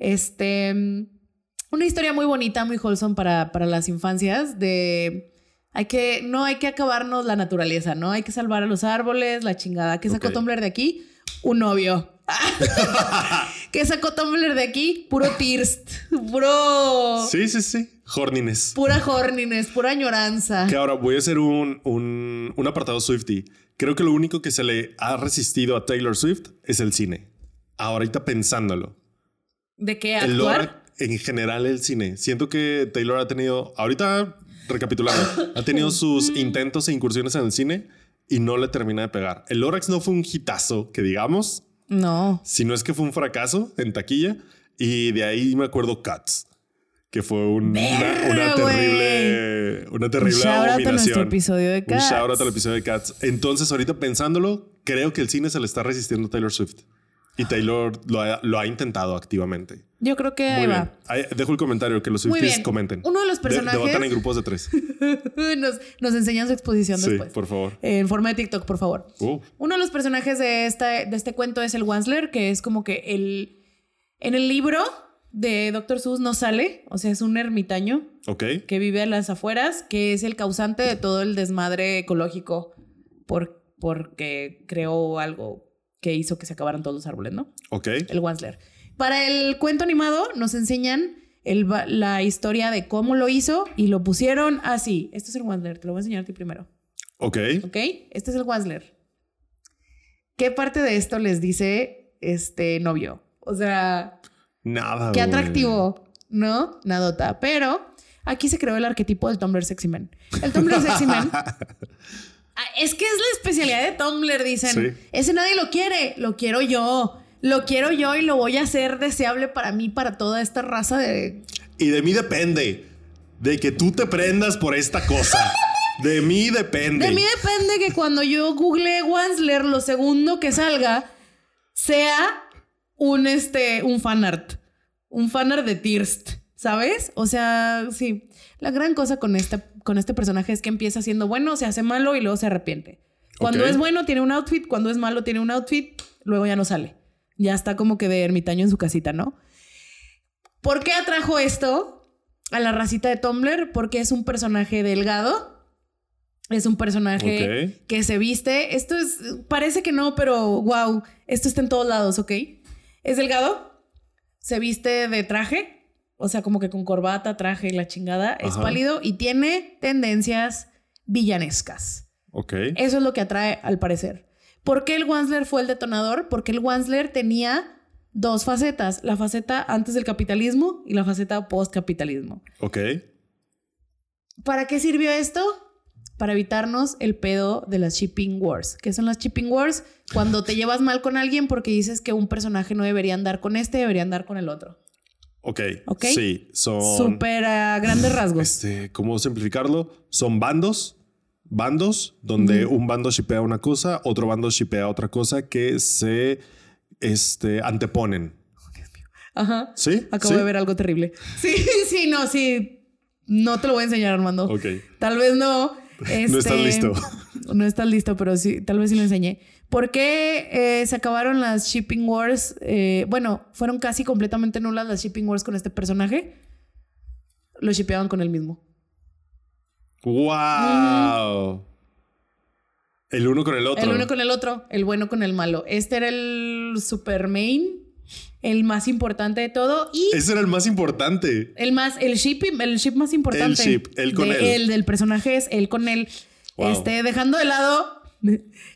Speaker 2: Este, mm, una historia muy bonita, muy wholesome para, para las infancias de... Hay que, no hay que acabarnos la naturaleza, ¿no? Hay que salvar a los árboles, la chingada. ¿Qué sacó
Speaker 1: Ok.
Speaker 2: Tumblr de aquí?
Speaker 1: [laughs]
Speaker 2: Un novio. ¿Qué sacó Tumblr de aquí? Puro Tirst. Puro.
Speaker 1: Sí, sí, sí. Hornines.
Speaker 2: Pura horniness, pura añoranza.
Speaker 1: Que ahora voy a hacer un, un, un apartado Swifty. Creo que lo único que se le ha resistido a Taylor Swift es el cine. Ahorita pensándolo.
Speaker 2: ¿De qué
Speaker 1: El
Speaker 2: actuar?
Speaker 1: Lorax, en general, el cine. Siento que Taylor ha tenido, ahorita recapitulando, ha
Speaker 2: [laughs]
Speaker 1: tenido sus
Speaker 2: Mm.
Speaker 1: intentos e incursiones en el cine y no le termina de pegar. El Lorax no fue un hitazo, que digamos,
Speaker 2: No.
Speaker 1: si no es que fue un fracaso en taquilla. Y de ahí me acuerdo Cats, que fue un- una, una
Speaker 2: Verga,
Speaker 1: terrible, una terrible
Speaker 2: Shout out a nuestro
Speaker 1: abominación.
Speaker 2: episodio de
Speaker 1: Un
Speaker 2: Cats.
Speaker 1: shout out al episodio de Cats. Entonces, ahorita pensándolo, creo que el cine se le está resistiendo a Taylor Swift. Y Taylor lo ha, lo ha intentado activamente.
Speaker 2: Yo creo que
Speaker 1: Muy
Speaker 2: ahí
Speaker 1: bien.
Speaker 2: va.
Speaker 1: Ahí- dejo el comentario que los
Speaker 2: Muy
Speaker 1: Swifties
Speaker 2: bien.
Speaker 1: comenten.
Speaker 2: Uno de los
Speaker 1: De- debatan en
Speaker 2: personajes
Speaker 1: grupos de tres.
Speaker 2: nos, nos enseñan su exposición
Speaker 1: sí,
Speaker 2: [laughs] después.
Speaker 1: por favor.
Speaker 2: En forma de TikTok, por favor.
Speaker 1: Uh,
Speaker 2: Uno de los personajes de, esta, de este cuento es el Wansler, que es como que el. En el libro de Dr. Seuss no sale, o sea, es un ermitaño
Speaker 1: ok.
Speaker 2: que vive a las afueras, que es el causante de todo el desmadre ecológico por, porque creó algo que hizo que se acabaran todos los árboles, ¿no?
Speaker 1: Ok.
Speaker 2: El Wansler. Para el cuento animado nos enseñan el va- la historia de cómo lo hizo y lo pusieron así. Esto es el Wansler, te lo voy a enseñar a ti primero.
Speaker 1: Ok.
Speaker 2: ¿Ok? Este es el Wansler. ¿Qué parte de esto les dice este novio? O sea,
Speaker 1: Nada.
Speaker 2: Qué
Speaker 1: Ah, güey.
Speaker 2: atractivo, ¿no? Nadota. Pero aquí se creó el arquetipo del Tumblr Sexy Man. El Tumblr
Speaker 1: [laughs]
Speaker 2: Sexy Man. Ah, Es que es la especialidad de Tumblr, dicen.
Speaker 1: Sí.
Speaker 2: Ese nadie lo quiere, lo quiero yo. Lo quiero yo y lo voy a hacer deseable para mí, para toda esta raza de...
Speaker 1: Y de mí depende de que tú te prendas por esta
Speaker 2: [laughs]
Speaker 1: cosa. De mí depende.
Speaker 2: De mí depende que cuando yo google Wansler, lo segundo que salga sea un, este, un fanart. Un fanart de Tirst, ¿sabes? O sea, sí. La gran cosa con, esta, con este personaje es que empieza siendo bueno, se hace malo y luego se arrepiente. Cuando
Speaker 1: Ok.
Speaker 2: es bueno tiene un outfit, cuando es malo tiene un outfit, luego ya no sale. Ya está como que de ermitaño en su casita, ¿no? ¿Por qué atrajo esto a la racita de Tumblr? Porque es un personaje delgado. Es un personaje
Speaker 1: Ok.
Speaker 2: que se viste. Esto es. Parece que no, pero wow. Esto está en todos lados, ¿ok? Es delgado. Se viste de traje. O sea, como que con corbata, traje y la chingada. Es
Speaker 1: Ajá.
Speaker 2: pálido y tiene tendencias villanescas.
Speaker 1: Ok.
Speaker 2: Eso es lo que atrae, al parecer. ¿Por qué el Wansler fue el detonador? Porque el Wansler tenía dos facetas. La faceta antes del capitalismo y la faceta post-capitalismo.
Speaker 1: Ok.
Speaker 2: ¿Para qué sirvió esto? Para evitarnos el pedo de las shipping wars. ¿Qué son las shipping wars? Cuando te llevas mal con alguien porque dices que un personaje no debería andar con este, debería andar con el otro.
Speaker 1: Ok.
Speaker 2: Ok.
Speaker 1: Sí, son.
Speaker 2: Súper a grandes rasgos.
Speaker 1: Este, ¿cómo simplificarlo? Son bandos. Bandos donde un bando shipea una cosa, otro bando shipea otra cosa que se este, anteponen.
Speaker 2: Ajá.
Speaker 1: ¿Sí?
Speaker 2: Acabo
Speaker 1: ¿Sí?
Speaker 2: de ver algo terrible. Sí, [laughs] sí, no, sí. No te lo voy a enseñar, Armando.
Speaker 1: Ok.
Speaker 2: Tal vez no.
Speaker 1: No estás
Speaker 2: este,
Speaker 1: listo.
Speaker 2: No estás listo, pero sí, tal vez sí lo enseñé. ¿Por qué eh, se acabaron las shipping wars? Eh, bueno, fueron casi completamente nulas las shipping wars con este personaje. Lo shippeaban con él mismo.
Speaker 1: ¡Wow! El uno con el otro.
Speaker 2: El uno con el otro, el bueno con el malo. Este era el super main, el más importante de todo y
Speaker 1: Ese era el más importante.
Speaker 2: el más, el ship, el ship más importante.
Speaker 1: El ship, él con
Speaker 2: de
Speaker 1: él.
Speaker 2: del personaje es él con él.
Speaker 1: Wow.
Speaker 2: Este, dejando de lado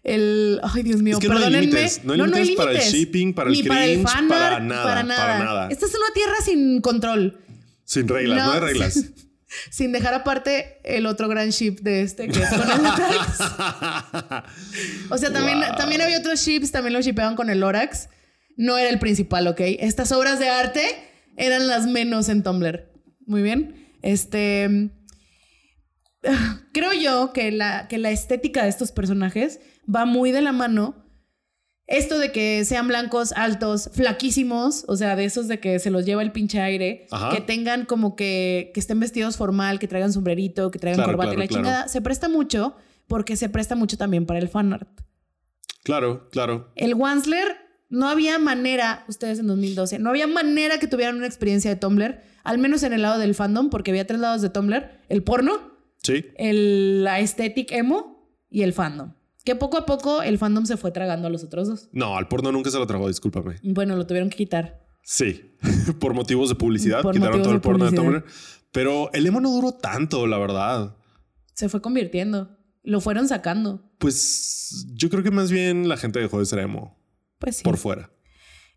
Speaker 2: el. Ay, Dios mío,
Speaker 1: Es que no hay
Speaker 2: perdónenme.
Speaker 1: límites, no hay límites para el shipping, para el
Speaker 2: Ni para el
Speaker 1: cringe,
Speaker 2: fanart,
Speaker 1: para nada, para nada.
Speaker 2: Esta es una tierra sin control.
Speaker 1: Sin reglas, no,
Speaker 2: No.
Speaker 1: hay reglas.
Speaker 2: [laughs] Sin dejar aparte el otro gran ship de este, que es con
Speaker 1: [laughs]
Speaker 2: el Lorax. O sea, también,
Speaker 1: Wow.
Speaker 2: también había otros ships, también los shipeaban con el Lorax. No era el principal, ¿ok? Estas obras de arte eran las menos en Tumblr. Muy bien. Este. [sighs] Creo yo que la, que la estética de estos personajes va muy de la mano. Esto de que sean blancos, altos, flaquísimos, o sea, de esos de que se los lleva el pinche aire,
Speaker 1: Ajá.
Speaker 2: que tengan como que, que estén vestidos formal, que traigan sombrerito, que traigan
Speaker 1: Claro,
Speaker 2: corbata y
Speaker 1: claro,
Speaker 2: la
Speaker 1: claro.
Speaker 2: chingada, se presta mucho porque se presta mucho también para el fanart.
Speaker 1: [laughs] Claro, claro.
Speaker 2: El Wansler no había manera, ustedes en 2012, no había manera que tuvieran una experiencia de Tumblr, al menos en el lado del fandom, porque había tres lados de Tumblr, el porno,
Speaker 1: Sí.
Speaker 2: el, la aesthetic emo y el fandom. Que poco a poco el fandom se fue tragando a los otros dos.
Speaker 1: No, al porno nunca se lo tragó, discúlpame.
Speaker 2: Bueno, lo tuvieron que quitar.
Speaker 1: Sí, [laughs] por motivos de publicidad,
Speaker 2: Por
Speaker 1: quitaron
Speaker 2: motivos
Speaker 1: todo el
Speaker 2: de
Speaker 1: porno de
Speaker 2: publicidad.
Speaker 1: Tumblr. Pero el emo no duró tanto, la verdad.
Speaker 2: Se fue convirtiendo. Lo fueron sacando.
Speaker 1: Pues yo creo que más bien la gente dejó de ser emo
Speaker 2: Pues sí.
Speaker 1: por fuera.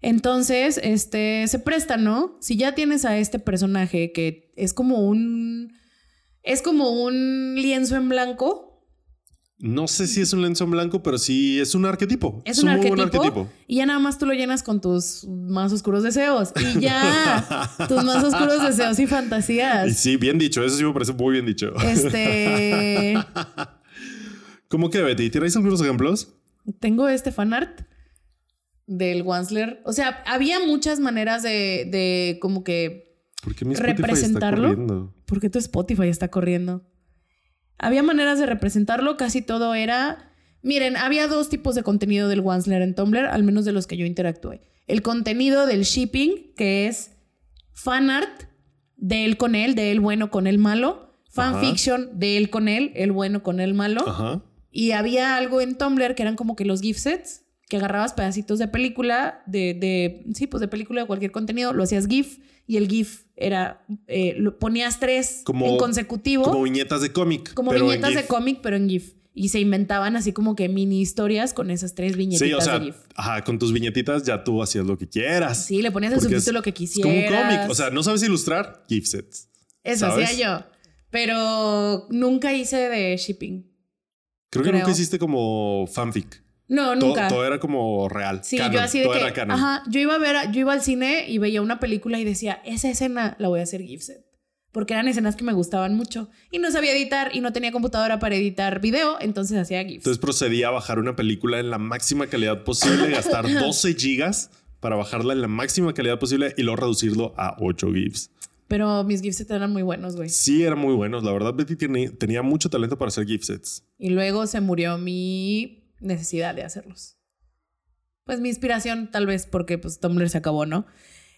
Speaker 2: Entonces, este, se presta, ¿no? Si ya tienes a este personaje que es como un... Es como un lienzo en blanco,
Speaker 1: No sé si es un lenzo en blanco, pero sí es un arquetipo.
Speaker 2: Es un,
Speaker 1: muy
Speaker 2: arquetipo,
Speaker 1: buen arquetipo.
Speaker 2: Y ya nada más tú lo llenas con tus más oscuros deseos. Y ya,
Speaker 1: [laughs]
Speaker 2: tus más oscuros deseos y
Speaker 1: Y
Speaker 2: fantasías.
Speaker 1: sí, bien dicho, eso sí me parece muy bien dicho. [laughs]
Speaker 2: Este.
Speaker 1: ¿Cómo que, Betty? ¿Tienes algunos ejemplos?
Speaker 2: Tengo este fanart del Wansler. O sea, había muchas maneras de, de como que.
Speaker 1: ¿Por qué mi Spotify
Speaker 2: ¿Representarlo?
Speaker 1: está corriendo?
Speaker 2: ¿Por qué tu Spotify está corriendo? Había maneras de representarlo. Casi todo era. Miren, había dos tipos de contenido del Wansler en Tumblr, al menos de los que yo interactué. El contenido del shipping, que es fanart de él con él, de él bueno con el malo,
Speaker 1: Ajá.
Speaker 2: fanfiction de él con él, el bueno con el malo.
Speaker 1: Ajá.
Speaker 2: Y había algo en Tumblr que eran como que los gift sets, que agarrabas pedacitos de película, de, de sí, pues de película de cualquier contenido, lo hacías GIF y el GIF era, eh, lo ponías tres
Speaker 1: Como-
Speaker 2: en consecutivo,
Speaker 1: Como
Speaker 2: como,
Speaker 1: viñetas de cómic. pero en
Speaker 2: viñetas de
Speaker 1: GIF.
Speaker 2: cómic, pero en GIF. Y se inventaban así como que mini historias con esas tres viñetitas
Speaker 1: Sí, o sea,
Speaker 2: de GIF.
Speaker 1: ajá, con tus viñetitas ya tú hacías lo que quieras.
Speaker 2: Sí, le ponías el
Speaker 1: porque es-
Speaker 2: subtítulo que
Speaker 1: Es como
Speaker 2: quisieras.
Speaker 1: un cómic. O sea, no sabes ilustrar GIF sets.
Speaker 2: Eso
Speaker 1: ¿sabes?
Speaker 2: hacía yo. Pero nunca hice de shipping.
Speaker 1: Creo que
Speaker 2: Creo.
Speaker 1: nunca hiciste como fanfic.
Speaker 2: No,
Speaker 1: To-
Speaker 2: nunca.
Speaker 1: Todo, era como real.
Speaker 2: Sí,
Speaker 1: canon,
Speaker 2: yo así de
Speaker 1: todo
Speaker 2: que,
Speaker 1: era canon.
Speaker 2: ajá, yo iba a ver, a- yo iba al cine y veía una película y decía, esa escena la voy a hacer gif set", porque eran escenas que me gustaban mucho y no sabía editar y no tenía computadora para editar video, entonces hacía gifs.
Speaker 1: Entonces procedí a bajar una película en la máxima calidad posible,
Speaker 2: [laughs]
Speaker 1: gastar 12 gigas para bajarla en la máxima calidad posible y luego reducirlo a 8 GIFs.
Speaker 2: Pero mis gif sets eran muy buenos, güey.
Speaker 1: Sí, eran muy buenos. La verdad, Betty tiene- tenía mucho talento para hacer GIF sets.
Speaker 2: Y luego se murió mi necesidad de hacerlos. Pues mi inspiración, tal vez porque pues, Tumblr se acabó, ¿no?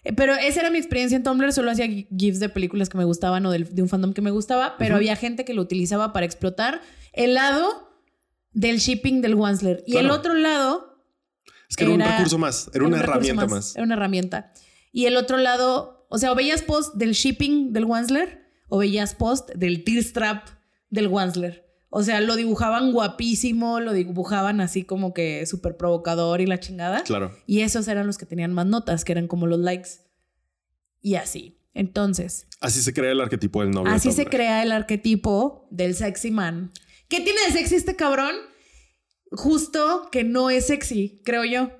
Speaker 2: Eh, Pero esa era mi experiencia en Tumblr. Solo hacía gi- GIFs de películas que me gustaban o del- de, un fandom que me gustaba. Pero
Speaker 1: Ujú.
Speaker 2: había gente que lo utilizaba para explotar el lado del shipping del Wansler. Y el
Speaker 1: Claro.
Speaker 2: otro lado
Speaker 1: Es que era, un
Speaker 2: Era-
Speaker 1: recurso más, era una
Speaker 2: un recurso
Speaker 1: herramienta más.
Speaker 2: Era una herramienta. Y el otro lado, o sea, o veías post del shipping del Wansler o veías post del tear strap del Wansler. O sea, lo dibujaban guapísimo, lo dibujaban así como que súper provocador y la chingada.
Speaker 1: Claro.
Speaker 2: Y esos eran los que tenían más notas, que eran como los likes. Y así. Entonces,
Speaker 1: Así se crea el arquetipo del noble.
Speaker 2: así se
Speaker 1: hombre.
Speaker 2: crea el arquetipo del sexy man. ¿Qué tiene de sexy este cabrón? Justo que no es sexy, creo yo.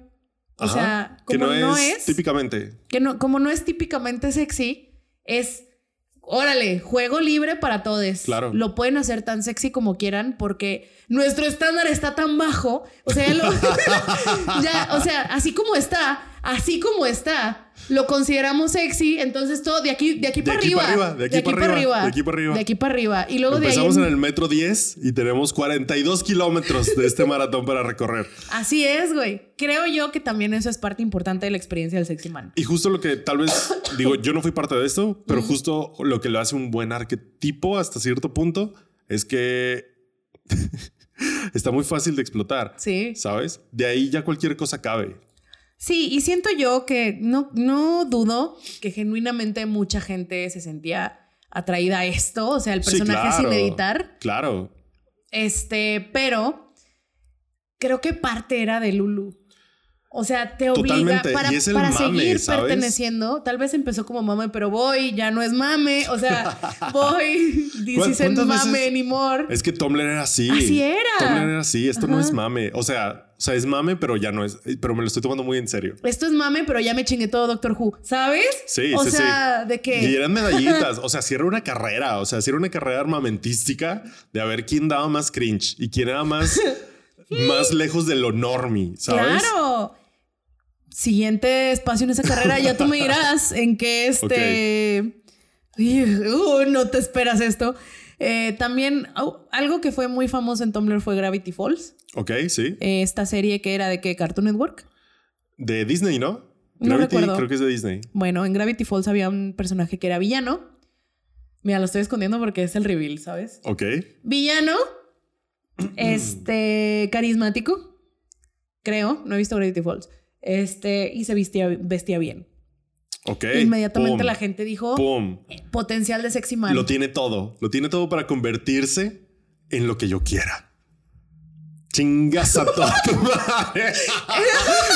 Speaker 2: O
Speaker 1: Ajá.
Speaker 2: sea,
Speaker 1: Que
Speaker 2: como
Speaker 1: no, es,
Speaker 2: es
Speaker 1: típicamente.
Speaker 2: que no, como no es típicamente sexy, es, órale, juego libre para todos.
Speaker 1: Claro.
Speaker 2: Lo pueden hacer tan sexy como quieran porque nuestro estándar está tan bajo. O sea, ya lo- [laughs] ya, o sea, así como está, así como está, lo consideramos sexy. Entonces todo de aquí, de aquí,
Speaker 1: De
Speaker 2: para,
Speaker 1: aquí
Speaker 2: arriba,
Speaker 1: para arriba, de aquí para arriba, de aquí para arriba.
Speaker 2: de aquí para arriba. Y luego
Speaker 1: Empezamos
Speaker 2: de
Speaker 1: en
Speaker 2: ahí. en-
Speaker 1: el metro 10 y tenemos 42 kilómetros de este maratón para recorrer.
Speaker 2: Así es, güey. Creo yo que también eso es parte importante de la experiencia del sexy man.
Speaker 1: Y justo lo que tal vez digo, yo no fui parte de esto, pero justo lo que lo hace un buen arquetipo hasta cierto punto es que [laughs] está muy fácil de explotar,
Speaker 2: Sí.
Speaker 1: ¿sabes? De ahí ya cualquier cosa cabe.
Speaker 2: Sí, y siento yo que no, no dudo que genuinamente mucha gente se sentía atraída a esto, o sea, el
Speaker 1: Sí,
Speaker 2: personaje
Speaker 1: claro.
Speaker 2: sin editar.
Speaker 1: Claro.
Speaker 2: Este, pero creo que parte era de Lulu. O sea, te obliga
Speaker 1: Totalmente,
Speaker 2: para,
Speaker 1: y es el
Speaker 2: para
Speaker 1: mame,
Speaker 2: seguir
Speaker 1: ¿sabes?
Speaker 2: perteneciendo. Tal vez empezó como mame, pero voy, ya no es mame. O
Speaker 1: [laughs]
Speaker 2: sea, voy, dicen
Speaker 1: cuántas
Speaker 2: mame
Speaker 1: veces-
Speaker 2: anymore.
Speaker 1: Es que Tumblr era así.
Speaker 2: Así era.
Speaker 1: Tumblr era así. Esto no
Speaker 2: Ajá.
Speaker 1: es mame. O sea, o sea, es mame, pero ya no es. eh, Pero me lo estoy tomando muy en serio.
Speaker 2: Esto es mame, pero ya me chingué todo Doctor Who, ¿sabes?
Speaker 1: Sí,
Speaker 2: o
Speaker 1: sí,
Speaker 2: sea,
Speaker 1: sí.
Speaker 2: de
Speaker 1: Y
Speaker 2: que
Speaker 1: eran
Speaker 2: [laughs]
Speaker 1: medallitas. O sea, si era una carrera. O sea, si era una carrera armamentística de a ver quién daba más cringe y quién era
Speaker 2: [laughs]
Speaker 1: más, más lejos de lo normie, ¿sabes?
Speaker 2: Claro. Siguiente espacio en esa carrera, ya tú me dirás en qué este. Uy, no te esperas esto. Eh, también au- algo que fue muy famoso en Tumblr fue Gravity Falls,
Speaker 1: Ok, sí.
Speaker 2: eh, esta serie que era de que Cartoon Network.
Speaker 1: De Disney, ¿no?
Speaker 2: No recuerdo.
Speaker 1: creo que es de Disney.
Speaker 2: Bueno, en Gravity Falls había un personaje que era villano. Mira, lo estoy escondiendo porque es el reveal, ¿sabes?
Speaker 1: Ok.
Speaker 2: Villano, este, carismático, creo, no he visto Gravity Falls. Este, y se vestía, vestía bien.
Speaker 1: Ok.
Speaker 2: Inmediatamente
Speaker 1: Pum,
Speaker 2: la gente dijo
Speaker 1: Pum.
Speaker 2: potencial de sexy man.
Speaker 1: Lo tiene todo. Lo tiene todo para convertirse en lo que yo quiera. Chingas a toda tu
Speaker 2: [laughs]
Speaker 1: madre.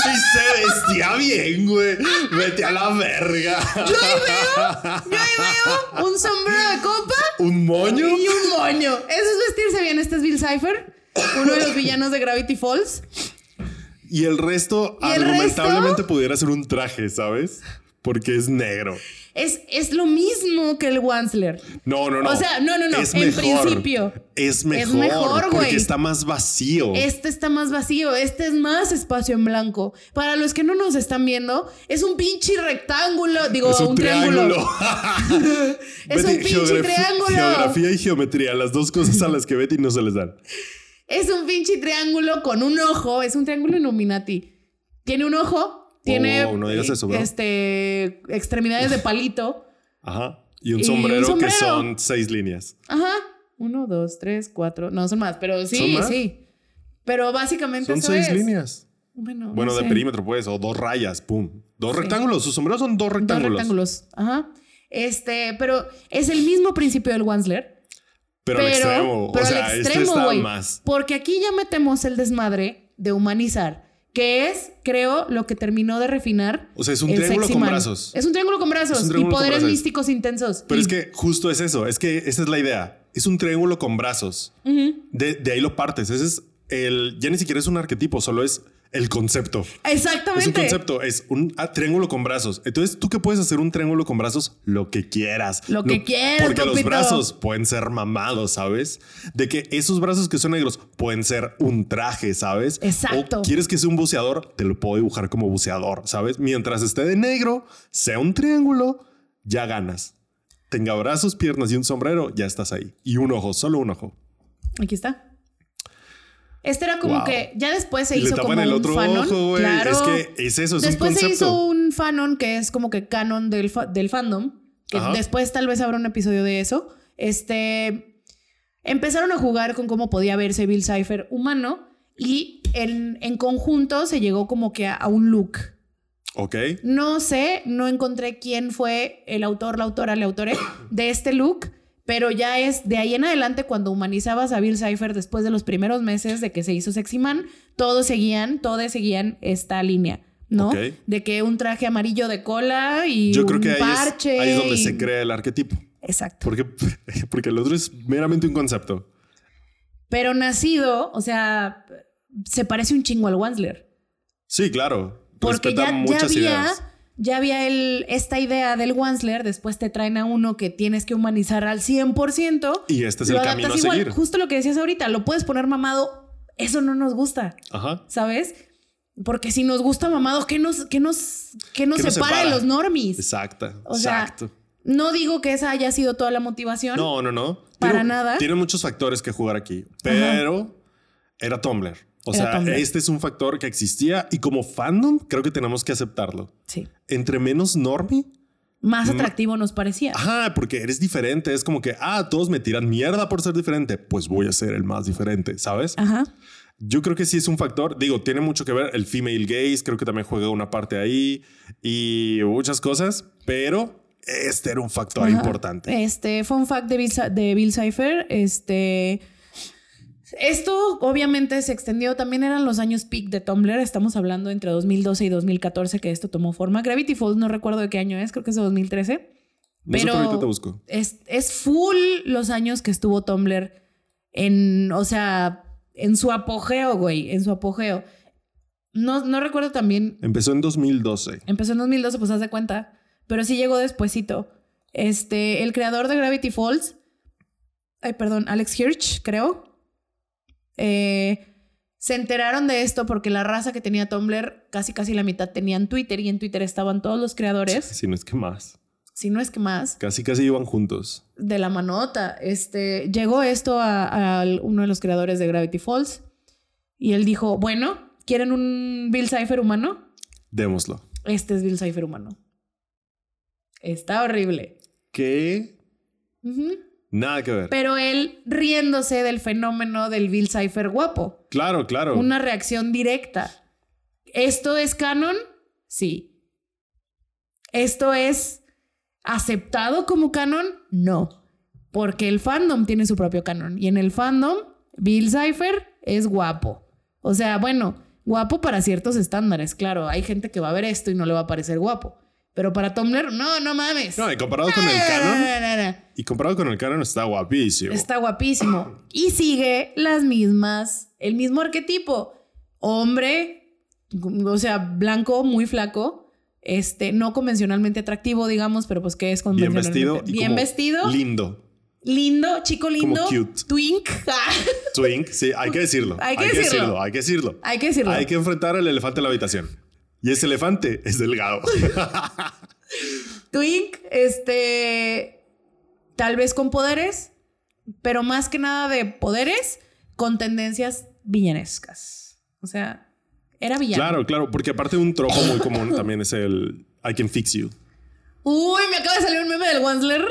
Speaker 1: y se vestía bien, güey. Vete a la verga.
Speaker 2: Yo ahí veo un sombrero de copa
Speaker 1: ¿Un moño?
Speaker 2: y un moño. Eso es vestirse bien. Este es Bill Cipher, uno
Speaker 1: [laughs]
Speaker 2: de los villanos de Gravity Falls.
Speaker 1: Y el resto,
Speaker 2: ¿Y el
Speaker 1: argumentablemente,
Speaker 2: resto?
Speaker 1: pudiera ser un traje, ¿sabes? Porque es negro.
Speaker 2: Es, es lo mismo que el Wansler.
Speaker 1: No, no, no.
Speaker 2: O sea, no, no, no,
Speaker 1: Es
Speaker 2: en
Speaker 1: mejor.
Speaker 2: principio.
Speaker 1: Es mejor.
Speaker 2: mejor,
Speaker 1: Porque
Speaker 2: güey.
Speaker 1: está más vacío.
Speaker 2: Este está más vacío, este es más espacio en blanco. Para los que no nos están viendo, es un pinche rectángulo, digo,
Speaker 1: Es un,
Speaker 2: triángulo.
Speaker 1: triángulo. [laughs]
Speaker 2: Es un pinche
Speaker 1: geografi-
Speaker 2: triángulo.
Speaker 1: Geografía y geometría, las dos cosas a las que Betty no se les dan.
Speaker 2: Es un pinche triángulo con un ojo, es un triángulo Illuminati. Tiene un ojo, tiene
Speaker 1: Oh, no digas
Speaker 2: eh,
Speaker 1: eso, bro.
Speaker 2: este extremidades de palito.
Speaker 1: Ajá. Y un,
Speaker 2: Y un
Speaker 1: sombrero,
Speaker 2: sombrero.
Speaker 1: que son seis líneas.
Speaker 2: Ajá. Uno, dos, tres, cuatro. No, son más, pero
Speaker 1: ¿Son
Speaker 2: sí,
Speaker 1: más?
Speaker 2: sí. Pero básicamente
Speaker 1: Son
Speaker 2: eso
Speaker 1: seis
Speaker 2: es.
Speaker 1: líneas.
Speaker 2: Bueno,
Speaker 1: Bueno,
Speaker 2: no
Speaker 1: de
Speaker 2: sé.
Speaker 1: perímetro, pues, o dos rayas, pum. Dos
Speaker 2: Sí.
Speaker 1: rectángulos. Sus sombreros son dos
Speaker 2: Dos
Speaker 1: rectángulos.
Speaker 2: rectángulos. Ajá. Este, pero es el mismo principio del Wansler.
Speaker 1: Pero, al extremo.
Speaker 2: pero
Speaker 1: o
Speaker 2: al
Speaker 1: sea, este
Speaker 2: extremo,
Speaker 1: está
Speaker 2: güey.
Speaker 1: más.
Speaker 2: Porque aquí ya metemos el desmadre de humanizar, que es, creo, lo que terminó de refinar.
Speaker 1: O sea, es un
Speaker 2: el
Speaker 1: triángulo
Speaker 2: sexy
Speaker 1: con
Speaker 2: man.
Speaker 1: brazos.
Speaker 2: Es un triángulo con brazos
Speaker 1: Es un triángulo
Speaker 2: y
Speaker 1: con
Speaker 2: poderes
Speaker 1: brazos.
Speaker 2: místicos intensos.
Speaker 1: Pero
Speaker 2: Y-
Speaker 1: es que justo es eso. Es que esa es la idea. Es un triángulo con brazos.
Speaker 2: Ujú.
Speaker 1: De, de ahí lo partes. Ese es el. Ya ni siquiera es un arquetipo, solo es el concepto. Es un
Speaker 2: Exactamente.
Speaker 1: concepto, es un ah, triángulo con brazos. Entonces, ¿tú qué puedes hacer un triángulo con brazos? Lo que quieras.
Speaker 2: Lo que quieras,
Speaker 1: Porque los
Speaker 2: papito.
Speaker 1: brazos pueden ser mamados, ¿sabes? De que esos brazos que son negros pueden ser un traje, ¿sabes?
Speaker 2: Exacto.
Speaker 1: O quieres que sea un buceador, te lo puedo dibujar como buceador, ¿sabes? Mientras esté de negro, sea un triángulo, ya ganas. Tenga brazos, piernas y un sombrero, ya estás ahí. Y un ojo, solo un ojo.
Speaker 2: Aquí está. Este era como
Speaker 1: Wow.
Speaker 2: que ya después se
Speaker 1: y le
Speaker 2: hizo como
Speaker 1: tapan el
Speaker 2: un
Speaker 1: otro
Speaker 2: fanon.
Speaker 1: ojo, güey.
Speaker 2: Claro.
Speaker 1: Es que es eso, es
Speaker 2: después
Speaker 1: un
Speaker 2: se
Speaker 1: concepto.
Speaker 2: hizo un fanon que es como que canon del, fa- del fandom. Que
Speaker 1: Ajá.
Speaker 2: después tal vez habrá un episodio de eso. Este. Empezaron a jugar con cómo podía verse Bill Cipher humano. Y en, en conjunto se llegó como que a, a un look.
Speaker 1: Ok.
Speaker 2: No sé, no encontré quién fue el autor, la autora, el
Speaker 1: [coughs]
Speaker 2: autore de este look. Pero ya es de ahí en adelante cuando humanizabas a Bill Cipher después de los primeros meses de que se hizo Sexy Man, todos seguían, todos seguían esta línea, ¿no?
Speaker 1: Ok.
Speaker 2: De que un traje amarillo de cola y
Speaker 1: Yo
Speaker 2: un
Speaker 1: creo que ahí es,
Speaker 2: parche.
Speaker 1: ahí es donde
Speaker 2: y-
Speaker 1: se crea el arquetipo.
Speaker 2: Exacto.
Speaker 1: Porque, [laughs] porque el otro es meramente un concepto.
Speaker 2: Pero nacido, o sea, se parece un chingo al Wansler.
Speaker 1: Sí, claro.
Speaker 2: Porque
Speaker 1: respeta
Speaker 2: ya, ya
Speaker 1: muchas
Speaker 2: había,
Speaker 1: ideas.
Speaker 2: ya había el, esta idea del Wansler, después te traen a uno que tienes que humanizar al 100%.
Speaker 1: Y este es
Speaker 2: lo
Speaker 1: el camino a
Speaker 2: adaptas igual,
Speaker 1: seguir.
Speaker 2: justo lo que decías ahorita, lo puedes poner mamado, eso no nos gusta,
Speaker 1: Ajá.
Speaker 2: ¿sabes? Porque si nos gusta mamado, ¿qué nos, qué nos, qué nos
Speaker 1: ¿Qué nos
Speaker 2: separa de
Speaker 1: separa?
Speaker 2: los normies?
Speaker 1: Exacta.
Speaker 2: O sea,
Speaker 1: exacto.
Speaker 2: No digo que esa haya sido toda la motivación.
Speaker 1: No, no, no.
Speaker 2: para
Speaker 1: Tiene-
Speaker 2: nada.
Speaker 1: Tiene muchos factores que jugar aquí, pero era Tumblr. O
Speaker 2: Era
Speaker 1: sea,
Speaker 2: Tumblr.
Speaker 1: este es un factor que existía y como fandom creo que tenemos que aceptarlo.
Speaker 2: Sí.
Speaker 1: Entre menos normie,
Speaker 2: Más atractivo nos parecía.
Speaker 1: ajá, porque eres diferente. Es como que, ah, todos me tiran mierda por ser diferente. Pues voy a ser el más diferente, ¿sabes?
Speaker 2: Ajá.
Speaker 1: Yo creo que sí es un factor. Digo, tiene mucho que ver el female gaze, creo que también juega una parte ahí y muchas cosas, pero este era un factor
Speaker 2: Ajá.
Speaker 1: importante.
Speaker 2: Este, fun fact de Bill, Cy- de Bill Cipher, este Esto obviamente se extendió, también eran los años peak de Tumblr, estamos hablando entre 2012 y 2014 que esto tomó forma. Gravity Falls no recuerdo de qué año es, creo que es de 2013.
Speaker 1: Nosotros
Speaker 2: Pero-
Speaker 1: ahorita te busco.
Speaker 2: Es, es full los años que estuvo Tumblr en, o sea, en su apogeo, güey, en su apogeo. No, no recuerdo también,
Speaker 1: Empezó en 2012.
Speaker 2: empezó en 2012, pues haz de cuenta, pero sí llegó despuesito. Este, el creador de Gravity Falls, ay, perdón, Alex Hirsch, creo, eh, se enteraron de esto porque la raza que tenía Tumblr, casi casi la mitad tenían Twitter y en Twitter estaban todos los creadores,
Speaker 1: Si no es que más.
Speaker 2: si no es que más.
Speaker 1: Casi, casi iban juntos.
Speaker 2: de la manota. Este, llegó esto a, a uno de los creadores de Gravity Falls y él dijo, bueno, ¿quieren un Bill Cipher humano?
Speaker 1: Démoslo.
Speaker 2: Este es Bill Cipher humano. Está horrible.
Speaker 1: Que
Speaker 2: Ujú.
Speaker 1: nada que ver.
Speaker 2: Pero él riéndose del fenómeno del Bill Cipher guapo.
Speaker 1: Claro, claro.
Speaker 2: Una reacción directa. ¿Esto es canon? Sí. ¿Esto es aceptado como canon? No. Porque el fandom tiene su propio canon. Y en el fandom, Bill Cipher es guapo. O sea, bueno, guapo para ciertos estándares. Claro, hay gente que va a ver esto y no le va a parecer guapo. Pero para Tumblr, no, no mames. Ah,
Speaker 1: No, y comparado con el canon.
Speaker 2: No, no, no, no.
Speaker 1: Y comparado con el canon está guapísimo.
Speaker 2: Está guapísimo. Y sigue las mismas, el mismo arquetipo. Hombre, mm, o sea, blanco, muy flaco, este, no convencionalmente atractivo, digamos, pero pues que es
Speaker 1: Bien
Speaker 2: convencionalmente.
Speaker 1: vestido. y
Speaker 2: Bien
Speaker 1: como
Speaker 2: vestido,
Speaker 1: Lindo.
Speaker 2: lindo, chico lindo,
Speaker 1: cute.
Speaker 2: twink. [laughs]
Speaker 1: Twink. Sí, hay que decirlo.
Speaker 2: Hay que decirlo.
Speaker 1: Hay que decirlo.
Speaker 2: Hay que decirlo.
Speaker 1: Hay que enfrentar al elefante en la habitación. Y ese elefante es
Speaker 2: [laughs]
Speaker 1: delgado.
Speaker 2: Twink, este, tal vez con poderes, pero más que nada de poderes con tendencias villanescas. O sea, era villano.
Speaker 1: claro, claro. Porque aparte un tropo muy común también es el I can fix you.
Speaker 2: Uy, me acaba de salir un meme del Wansler.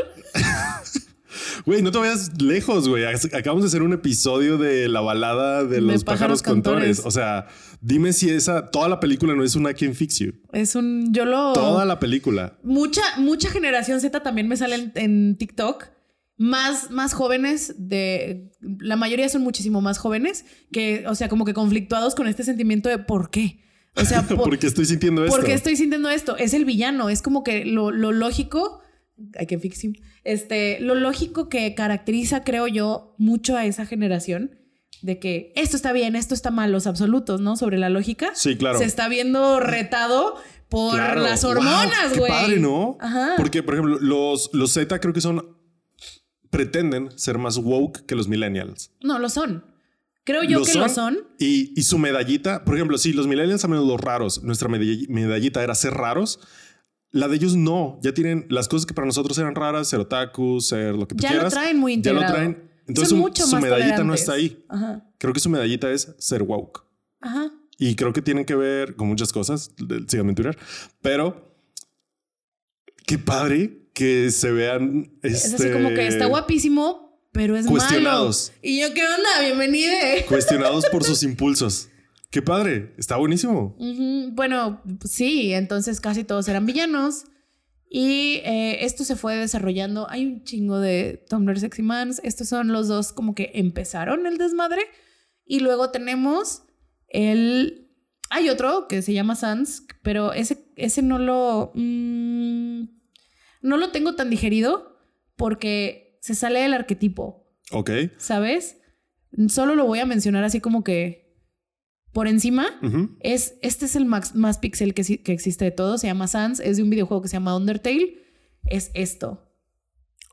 Speaker 1: Güey, no te vayas lejos, güey. Ac- Acabamos de hacer un episodio de la balada de
Speaker 2: De
Speaker 1: los pájaros,
Speaker 2: pájaros
Speaker 1: cantores.
Speaker 2: cantores.
Speaker 1: O sea, dime si esa, toda la película no es una quien fix you.
Speaker 2: Es un. Yo lo.
Speaker 1: Toda la película.
Speaker 2: Mucha, mucha generación Z también me sale en, en TikTok. Más, más jóvenes de. La mayoría son muchísimo más jóvenes que, o sea, como que conflictuados con este sentimiento de por qué. O sea,
Speaker 1: [laughs]
Speaker 2: por,
Speaker 1: ¿Por qué estoy sintiendo esto?
Speaker 2: ¿por qué estoy sintiendo esto? Es el villano. Es como que lo, lo lógico. Hay que fix him. Este, lo lógico que caracteriza, creo yo, mucho a esa generación de que esto está bien, esto está mal, los absolutos, ¿no? Sobre la lógica.
Speaker 1: Sí, claro.
Speaker 2: se está viendo retado por
Speaker 1: Claro.
Speaker 2: las
Speaker 1: Wow,
Speaker 2: hormonas,
Speaker 1: qué
Speaker 2: güey.
Speaker 1: padre, ¿no?
Speaker 2: Ajá.
Speaker 1: Porque, por ejemplo, los, los Z creo que son. pretenden ser más woke que los millennials.
Speaker 2: No, lo son. Creo yo
Speaker 1: ¿Lo
Speaker 2: que lo son.
Speaker 1: Y, y su medallita, por ejemplo, si los millennials a menudo raros, nuestra medall- medallita era ser raros. La de ellos no, ya tienen las cosas que para nosotros eran raras, ser otaku, ser lo que tú
Speaker 2: Ya lo
Speaker 1: quieras.
Speaker 2: traen muy integrado.
Speaker 1: Ya lo traen. Entonces
Speaker 2: son
Speaker 1: su-
Speaker 2: mucho
Speaker 1: su
Speaker 2: más
Speaker 1: medallita no
Speaker 2: tolerantes.
Speaker 1: está ahí.
Speaker 2: Ajá.
Speaker 1: Creo que su medallita es ser woke.
Speaker 2: Ajá.
Speaker 1: Y creo que tienen que ver con muchas cosas, de- sin aventurar, pero qué padre que se vean.
Speaker 2: Es
Speaker 1: este,
Speaker 2: así como que está guapísimo, pero es
Speaker 1: Cuestionados.
Speaker 2: malo. Y yo, ¿qué onda? Bienvenido.
Speaker 1: Cuestionados por sus impulsos. Qué padre, está buenísimo.
Speaker 2: Ujú, Bueno, sí, entonces casi todos eran villanos. Y eh, esto se fue desarrollando. Hay un chingo de Tumblr Sexy Mans. Estos son los dos como que empezaron el desmadre. Y luego tenemos el... Hay otro que se llama Sans, pero ese, ese no lo... mm, no lo tengo tan digerido porque se sale del arquetipo.
Speaker 1: Ok.
Speaker 2: ¿sabes? Solo lo voy a mencionar así como que por encima.
Speaker 1: Ujú.
Speaker 2: Es, este es el max- más pixel que, si- que existe de todo. Se llama Sans. Es de un videojuego que se llama Undertale. Es esto.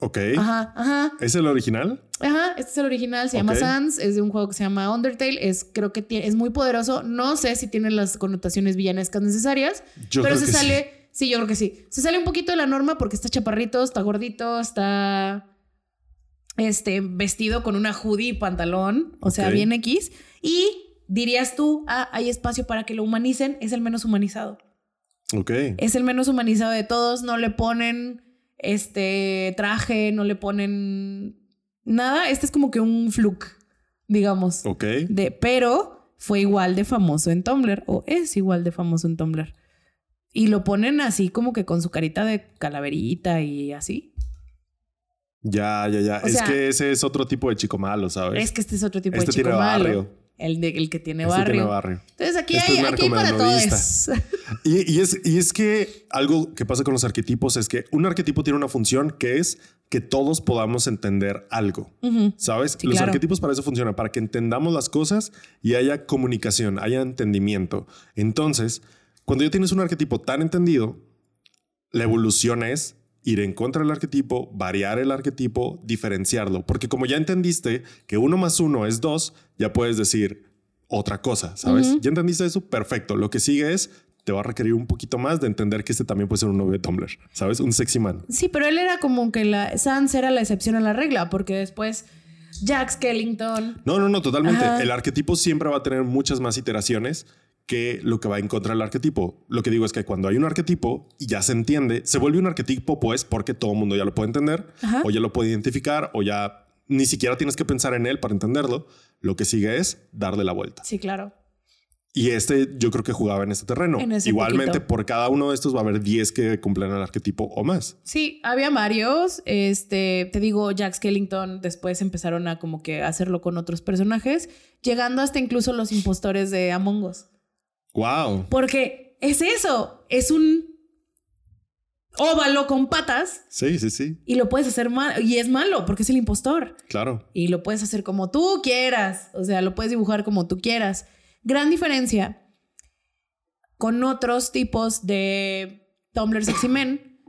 Speaker 1: Ok.
Speaker 2: Ajá, ajá,
Speaker 1: ¿Es el original?
Speaker 2: ajá. Este es el original. Se llama
Speaker 1: Ok.
Speaker 2: Sans. Es de un juego que se llama Undertale. Es, creo que tie- es muy poderoso. No sé si tiene las connotaciones villanescas necesarias.
Speaker 1: Yo
Speaker 2: pero
Speaker 1: creo
Speaker 2: se
Speaker 1: que sí.
Speaker 2: sale... Sí, yo creo que sí. Se sale un poquito de la norma porque está chaparrito, está gordito, está este, vestido con una hoodie y pantalón, o sea,
Speaker 1: Ok.
Speaker 2: bien X. Y dirías tú, ah, hay espacio para que lo humanicen, es el menos humanizado.
Speaker 1: Ok.
Speaker 2: Es el menos humanizado de todos, no le ponen este traje, no le ponen nada. Este es como que un fluke, digamos.
Speaker 1: Ok.
Speaker 2: De, pero fue igual de famoso en Tumblr o es igual de famoso en Tumblr. Y lo ponen así como que con su carita de calaverita y así.
Speaker 1: Ya, ya, ya.
Speaker 2: O
Speaker 1: es
Speaker 2: sea-
Speaker 1: que ese es otro tipo de chico malo, ¿sabes?
Speaker 2: Es que este es otro tipo
Speaker 1: Este
Speaker 2: de chico
Speaker 1: tiene
Speaker 2: malo.
Speaker 1: barrio.
Speaker 2: El, de- el que tiene,
Speaker 1: Este
Speaker 2: barrio.
Speaker 1: tiene barrio.
Speaker 2: Entonces aquí
Speaker 1: Este
Speaker 2: hay,
Speaker 1: es
Speaker 2: aquí hay para todos. [laughs]
Speaker 1: narcomenudista. Y, y es, y es que algo que pasa con los arquetipos es que un arquetipo tiene una función que es que todos podamos entender algo.
Speaker 2: Ujú.
Speaker 1: ¿Sabes?
Speaker 2: Sí,
Speaker 1: los
Speaker 2: claro.
Speaker 1: arquetipos para eso funcionan, para que entendamos las cosas y haya comunicación, haya entendimiento. Entonces, cuando ya tienes un arquetipo tan entendido, la evolución es ir en contra del arquetipo, variar el arquetipo, diferenciarlo. Porque como ya entendiste que uno más uno es dos, ya puedes decir otra cosa, ¿sabes?
Speaker 2: Ujú.
Speaker 1: Ya entendiste eso, perfecto. Lo que sigue es, te va a requerir un poquito más de entender que este también puede ser un novio de Tumblr, ¿sabes? Un sexy man.
Speaker 2: Sí, pero él era como que la Sans era la excepción a la regla, porque después Jack Skellington.
Speaker 1: No, no, no, totalmente.
Speaker 2: Ajá.
Speaker 1: El arquetipo siempre va a tener muchas más iteraciones que lo que va en contra del arquetipo. Lo que digo es que cuando hay un arquetipo y ya se entiende, se vuelve un arquetipo pues porque todo el mundo ya lo puede entender
Speaker 2: Ajá.
Speaker 1: o ya lo puede identificar o ya ni siquiera tienes que pensar en él para entenderlo. Lo que sigue es darle la vuelta.
Speaker 2: Sí, claro.
Speaker 1: Y este yo creo que jugaba en este terreno.
Speaker 2: En ese
Speaker 1: Igualmente
Speaker 2: poquito.
Speaker 1: por cada uno de estos va a haber 10 que cumplen el arquetipo o más.
Speaker 2: Sí, había varios. Este, te digo, Jack Skellington después empezaron a como que hacerlo con otros personajes, llegando hasta incluso los impostores de Among Us.
Speaker 1: Wow.
Speaker 2: Porque es eso, es un óvalo con patas
Speaker 1: Sí, sí, sí.
Speaker 2: y lo puedes hacer mal y es malo porque es el impostor
Speaker 1: Claro. [laughs]
Speaker 2: y lo puedes hacer como tú quieras, o sea, lo puedes dibujar como tú quieras. Gran diferencia con otros tipos de Tumblr Sexy Men,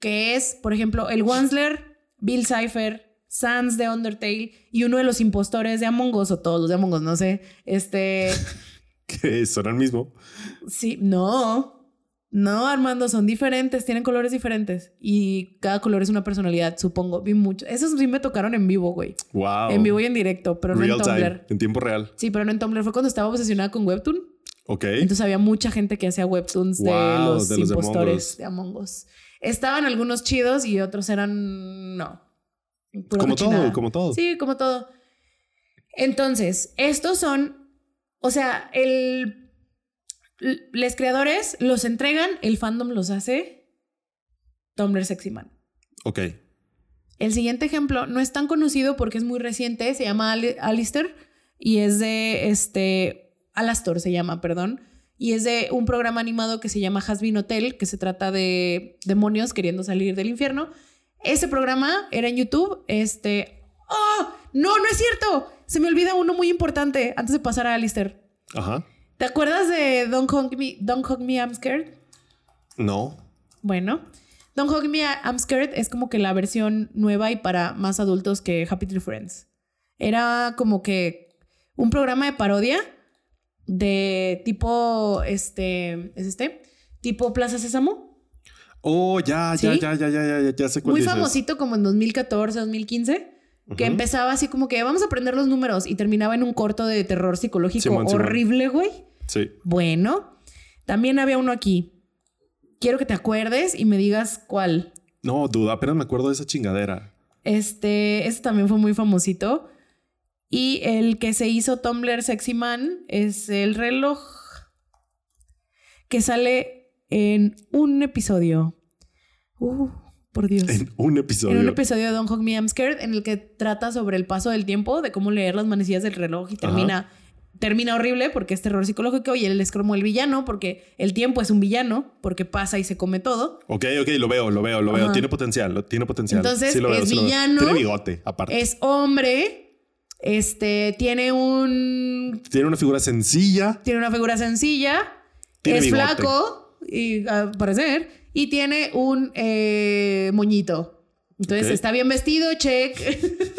Speaker 2: que es, por ejemplo, el Wansler, Bill Cipher, Sans de Undertale y uno de los impostores de Among Us o todos los de Among Us, no sé.
Speaker 1: [laughs]
Speaker 2: Este,
Speaker 1: Que son el mismo.
Speaker 2: sí, no. No, Armando, son diferentes, tienen colores diferentes y cada color es una personalidad, supongo. Vi mucho. Esos sí me tocaron en vivo, güey.
Speaker 1: Wow.
Speaker 2: En vivo y en directo, pero
Speaker 1: Oh. Real
Speaker 2: no en Tumblr.
Speaker 1: time, en tiempo real.
Speaker 2: Sí, pero no en Tumblr. Fue cuando estaba obsesionada con Webtoon.
Speaker 1: Ok.
Speaker 2: Entonces había mucha gente que hacía Webtoons de
Speaker 1: Wow,
Speaker 2: los
Speaker 1: de los de
Speaker 2: impostores de Among, Us. Estaban algunos chidos y otros eran... No. Pura
Speaker 1: como
Speaker 2: cochinada.
Speaker 1: todo, como todo.
Speaker 2: Sí, como todo. Entonces, estos son... O sea, el... Los creadores los entregan, el fandom los hace Tumblr Sexy Man.
Speaker 1: Ok.
Speaker 2: El siguiente ejemplo no es tan conocido porque es muy reciente, se llama Ali- Alistair y es de este Alastor se llama, perdón, y es de un programa animado que se llama Hasbin Hotel, que se trata de demonios queriendo salir del infierno. Ese programa era en YouTube, este ¡Oh! No, no es cierto. Se me olvida uno muy importante antes de pasar a Alistair.
Speaker 1: Ajá.
Speaker 2: ¿Te acuerdas de Don't Hug Me, Don't Hug Me I'm Scared?
Speaker 1: No.
Speaker 2: Bueno, Don't Hug Me, I'm Scared es como que la versión nueva y para más adultos que Happy Tree Friends. Era como que un programa de parodia de tipo, este, ¿es este? Tipo Plaza Sésamo.
Speaker 1: Oh, ya, ya,
Speaker 2: ¿Sí?
Speaker 1: ya, ya, ya, ya, ya, ya sé cuál
Speaker 2: Muy
Speaker 1: dices.
Speaker 2: famosito como en 2014, 2015. Que
Speaker 1: Ujú.
Speaker 2: empezaba así como que vamos a aprender los números y terminaba en un corto de terror psicológico
Speaker 1: Simón, Simón.
Speaker 2: horrible, güey.
Speaker 1: Sí.
Speaker 2: Bueno, también había uno aquí. Quiero que te acuerdes y me digas cuál.
Speaker 1: No, duda, apenas me acuerdo de esa chingadera.
Speaker 2: Este, este también fue muy famosito. Y el que se hizo Tumblr Sexy Man es el reloj que sale en un episodio. Uh, por Dios. En,
Speaker 1: En un episodio.
Speaker 2: un episodio de Don't Hug Me I'm Scared en el que trata sobre el paso del tiempo, de cómo leer las manecillas del reloj y termina termina horrible porque es terror psicológico y él es como el villano porque el tiempo es un villano porque pasa y se come todo.
Speaker 1: Ok, ok, lo veo, lo veo, lo veo.
Speaker 2: Ajá.
Speaker 1: Tiene potencial, lo, tiene potencial.
Speaker 2: Entonces,
Speaker 1: sí lo veo,
Speaker 2: es
Speaker 1: sí lo veo.
Speaker 2: villano.
Speaker 1: Tiene bigote, aparte.
Speaker 2: Es hombre, este tiene un
Speaker 1: Tiene una figura sencilla.
Speaker 2: tiene una figura sencilla,
Speaker 1: Tiene
Speaker 2: es
Speaker 1: bigote.
Speaker 2: flaco, y al parecer, y tiene un eh, moñito. Entonces
Speaker 1: Ok.
Speaker 2: está bien vestido, check. [laughs]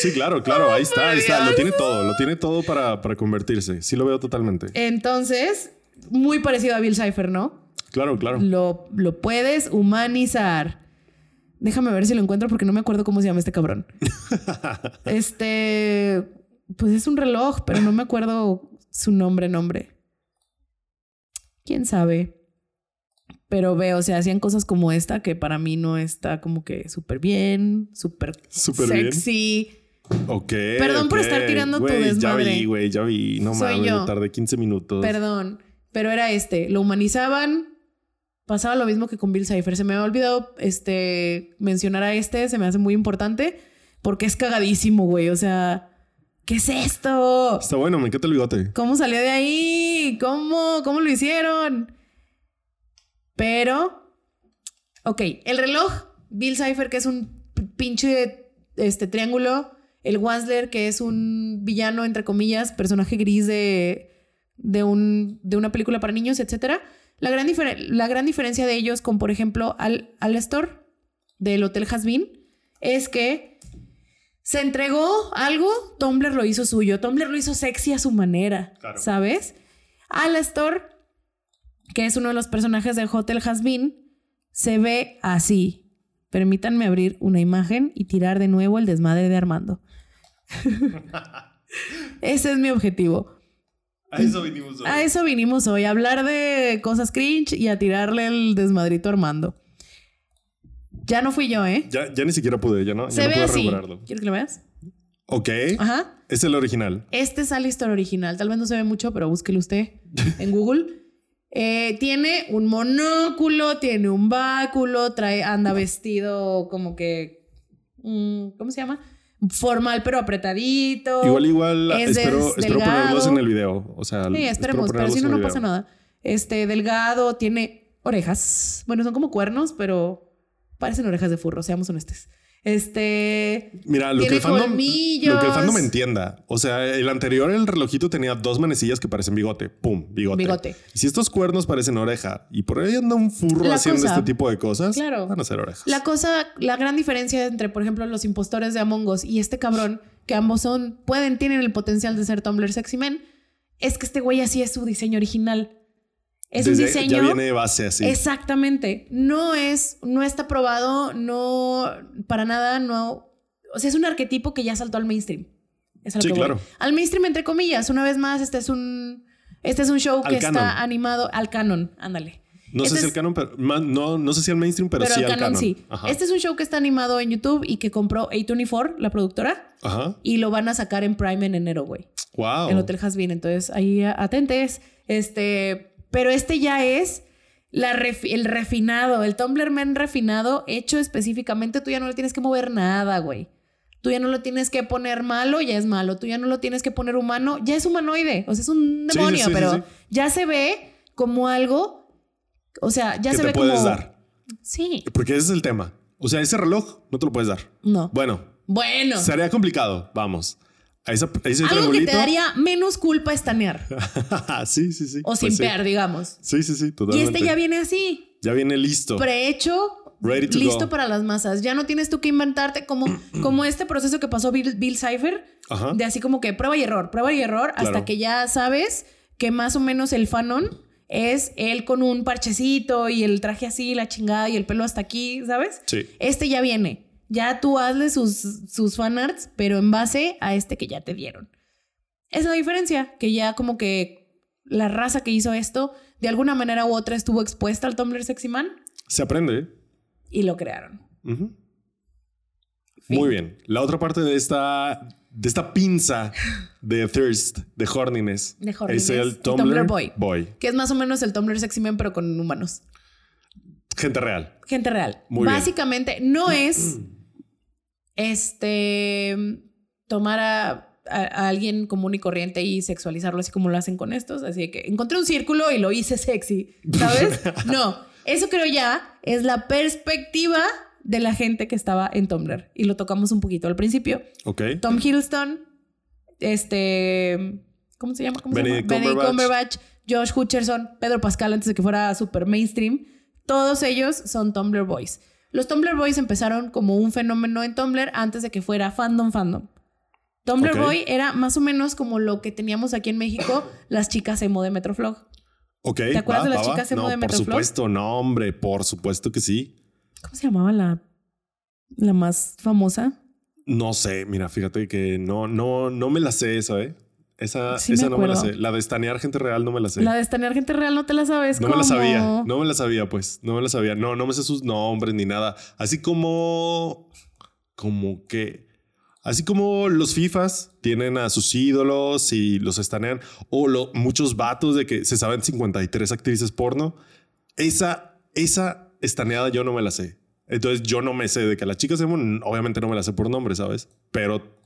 Speaker 1: Sí, claro, claro. ahí está, ahí está. Lo tiene todo, lo tiene todo para, para convertirse. Sí lo veo totalmente.
Speaker 2: Entonces, muy parecido a Bill Cipher, ¿no?
Speaker 1: Claro, claro.
Speaker 2: Lo, lo puedes humanizar. Déjame ver si lo encuentro porque no me acuerdo cómo se llama este
Speaker 1: [laughs]
Speaker 2: cabrón. este, pues es un reloj, pero no me acuerdo su nombre, nombre. ¿Quién sabe? Pero veo, o sea, hacían cosas como esta que para mí no está como que súper bien, súper
Speaker 1: Súper bien.
Speaker 2: sexy.
Speaker 1: Ok.
Speaker 2: Perdón por
Speaker 1: ok.
Speaker 2: estar tirando tu
Speaker 1: Güey,
Speaker 2: desmadre.
Speaker 1: Ya vi, güey, ya vi. No
Speaker 2: Soy
Speaker 1: mames,
Speaker 2: yo.
Speaker 1: tardé 15 minutos.
Speaker 2: Perdón, pero era este. Lo humanizaban, pasaba lo mismo que con Bill Cipher. Se me había olvidado este, mencionar a este, se me hace muy importante porque es cagadísimo, güey. O sea, ¿qué es esto?
Speaker 1: Está bueno, me encanta el bigote.
Speaker 2: ¿Cómo salió de ahí? ¿Cómo? ¿Cómo lo hicieron? Pero, ok, el reloj, Bill Cipher, que es un p- pinche este, triángulo, el Wansler, que es un villano, entre comillas, personaje gris de, de, un, de una película para niños, etc. La gran, difer- la gran diferencia de ellos con, por ejemplo, Al Alastor del Hotel Hasbin es que se entregó algo, Tumblr lo hizo suyo, Tumblr lo hizo sexy a su manera,
Speaker 1: Claro.
Speaker 2: ¿sabes? Alastor, que es uno de los personajes del Hotel Hasbin, se ve así. Permítanme abrir una imagen y tirar de nuevo el desmadre de Armando. Ese es mi objetivo.
Speaker 1: A eso vinimos hoy.
Speaker 2: A eso vinimos hoy, a hablar de cosas cringe y a tirarle el desmadrito a Armando. Ya no fui yo, ¿eh?
Speaker 1: Ya, ya ni siquiera pude, ya no, ya
Speaker 2: Se
Speaker 1: no
Speaker 2: ve
Speaker 1: pude
Speaker 2: así.
Speaker 1: recuperarlo.
Speaker 2: ¿Quieres que lo veas?
Speaker 1: Ok,
Speaker 2: Ajá.
Speaker 1: es el original.
Speaker 2: Este es Alistar original. Tal vez no se ve mucho, pero búsquelo usted
Speaker 1: [laughs]
Speaker 2: en Google. Eh, tiene un monóculo, tiene un báculo, trae, anda vestido como que. mm, ¿Cómo se llama? Formal, pero apretadito.
Speaker 1: Igual, igual,
Speaker 2: Oh, es
Speaker 1: espero,
Speaker 2: des-
Speaker 1: espero
Speaker 2: delgado.
Speaker 1: ponerlos en el video. O sea,
Speaker 2: Sí,
Speaker 1: espero
Speaker 2: esperemos, pero
Speaker 1: ponerlos
Speaker 2: si
Speaker 1: en
Speaker 2: no,
Speaker 1: el
Speaker 2: no
Speaker 1: video.
Speaker 2: pasa nada. Este, delgado, tiene orejas. Bueno, son como cuernos, pero parecen orejas de furro, seamos honestos. Este.
Speaker 1: Mira, lo que,
Speaker 2: Tiene
Speaker 1: el fandom,
Speaker 2: colmillos.
Speaker 1: lo que el fandom entienda. O sea, el anterior, el relojito tenía dos manecillas que parecen bigote. Pum, bigote.
Speaker 2: Bigote.
Speaker 1: Si estos cuernos parecen oreja y por ahí anda un furro
Speaker 2: La
Speaker 1: haciendo
Speaker 2: cosa.
Speaker 1: este tipo de cosas,
Speaker 2: Claro.
Speaker 1: van a ser orejas.
Speaker 2: La cosa, la gran diferencia entre, por ejemplo, los impostores de Among Us y este cabrón, que ambos son, pueden, tienen el potencial de ser Tumblr Sexy Men, es que este güey así es su diseño original. Es
Speaker 1: Desde-
Speaker 2: un diseño.
Speaker 1: Ya viene de base así.
Speaker 2: Exactamente. No es, no está probado, no, para nada, no. O sea, es un arquetipo que ya saltó al mainstream. Es a lo
Speaker 1: Sí,
Speaker 2: que voy.
Speaker 1: claro.
Speaker 2: Al mainstream, entre comillas. Una vez más, este es un, este es un show
Speaker 1: Al
Speaker 2: que
Speaker 1: canon.
Speaker 2: está animado al canon. Ándale.
Speaker 1: No sé
Speaker 2: Este
Speaker 1: si el
Speaker 2: es-
Speaker 1: canon, pero ma- no, no sé si el mainstream, pero, sí
Speaker 2: el
Speaker 1: al canon.
Speaker 2: sí.
Speaker 1: Ajá.
Speaker 2: Este es un show que está animado en YouTube y que compró A24, la productora,
Speaker 1: Ajá.
Speaker 2: y lo van a sacar en Prime en enero, güey.
Speaker 1: Wow.
Speaker 2: En Hotel Hasbin. Entonces, ahí a- atentes. Este, pero este ya es la ref- el refinado, el Tumblr Man refinado, hecho específicamente. Tú ya no le tienes que mover nada, güey. Tú ya no lo tienes que poner malo, ya es malo. Tú ya no lo tienes que poner humano, ya es humanoide. O sea, es un
Speaker 1: Sí, sí,
Speaker 2: demonio,
Speaker 1: sí, sí,
Speaker 2: pero
Speaker 1: sí.
Speaker 2: ya se ve como algo. O sea, ya
Speaker 1: que
Speaker 2: se
Speaker 1: te
Speaker 2: ve
Speaker 1: puedes
Speaker 2: como.
Speaker 1: dar.
Speaker 2: Sí.
Speaker 1: Porque ese es el tema. O sea, ese reloj no te lo puedes dar.
Speaker 2: No.
Speaker 1: Bueno,
Speaker 2: Bueno,
Speaker 1: sería complicado. Vamos. A, esa, a ese
Speaker 2: algo que
Speaker 1: triangulito.
Speaker 2: te daría menos culpa estanear
Speaker 1: [laughs] sí, sí, sí.
Speaker 2: o
Speaker 1: [laughs] Pues
Speaker 2: simpear,
Speaker 1: sí.
Speaker 2: digamos.
Speaker 1: Sí, sí, sí,
Speaker 2: Y
Speaker 1: totalmente.
Speaker 2: este ya viene así,
Speaker 1: Ya viene listo.
Speaker 2: prehecho,
Speaker 1: Ready to
Speaker 2: listo
Speaker 1: go.
Speaker 2: para las masas. Ya no tienes tú que
Speaker 1: [clears throat]
Speaker 2: inventarte como, como este proceso que pasó Bill, Bill Cipher,
Speaker 1: Ajá.
Speaker 2: de así como que prueba y error, prueba y error,
Speaker 1: Claro.
Speaker 2: hasta que ya sabes que más o menos el fanon es él con un parchecito y el traje así, la chingada y el pelo hasta aquí, ¿sabes?
Speaker 1: Sí.
Speaker 2: Este ya viene. Ya tú hazle sus, sus fanarts, pero en base a este que ya te dieron. Es la diferencia, que ya como que la raza que hizo esto, de alguna manera u otra estuvo expuesta al Tumblr Sexy Man
Speaker 1: Se aprende. ¿eh?
Speaker 2: y lo crearon.
Speaker 1: Ujú.
Speaker 2: Fin.
Speaker 1: Muy bien. La otra parte de esta, de esta pinza de thirst, de horniness,
Speaker 2: De horniness,
Speaker 1: es el
Speaker 2: el
Speaker 1: Tumblr,
Speaker 2: Tumblr boy.
Speaker 1: boy.
Speaker 2: Que es más o menos el Tumblr Sexy Man, pero con humanos.
Speaker 1: Gente real.
Speaker 2: Gente real.
Speaker 1: Muy bien.
Speaker 2: Básicamente no es este tomar a, a- a alguien común y corriente y sexualizarlo así como lo hacen con estos. Así de que encontré un círculo y lo hice sexy,
Speaker 1: [laughs]
Speaker 2: ¿sabes? no, eso creo ya es la perspectiva de la gente que estaba en Tumblr y lo tocamos un poquito al principio.
Speaker 1: Ok.
Speaker 2: Tom Hiddleston, este, ¿cómo se llama? ¿Cómo se llama?
Speaker 1: Benedict
Speaker 2: Benedict
Speaker 1: Cumberbatch.
Speaker 2: Cumberbatch, Josh Hutcherson, Pedro Pascal antes de que fuera super mainstream. Todos ellos son Tumblr Boys. Los Tumblr Boys empezaron como un fenómeno en Tumblr antes de que fuera fandom fandom. Tumblr
Speaker 1: Ok.
Speaker 2: Boy era más o menos como lo que teníamos aquí
Speaker 1: [coughs]
Speaker 2: en México, las chicas emo de Metroflog.
Speaker 1: Ok.
Speaker 2: ¿Te acuerdas
Speaker 1: va,
Speaker 2: de las
Speaker 1: va, va.
Speaker 2: chicas emo
Speaker 1: No,
Speaker 2: de
Speaker 1: por
Speaker 2: Metroflog?
Speaker 1: supuesto, no, hombre. Por supuesto que sí.
Speaker 2: ¿Cómo se llamaba la, la más famosa?
Speaker 1: No sé, mira, fíjate que no, no, no me la sé esa, ¿eh? Esa,
Speaker 2: Sí me
Speaker 1: esa no me la
Speaker 2: acuerdo.
Speaker 1: sé. La de estanear gente real no me la sé.
Speaker 2: La de estanear gente real no te la sabes.
Speaker 1: No me la
Speaker 2: ¿cómo?
Speaker 1: sabía, no me la sabía, pues, no me la sabía. No, no me sé sus nombres ni nada. Así como, como que, así como los FIFAs tienen a sus ídolos y los estanean, o lo- muchos vatos de que se saben 53 actrices porno, esa esa estaneada yo no me la sé. Entonces yo no me sé de que las chicas emo, n- obviamente no me la sé por nombre, ¿sabes? Pero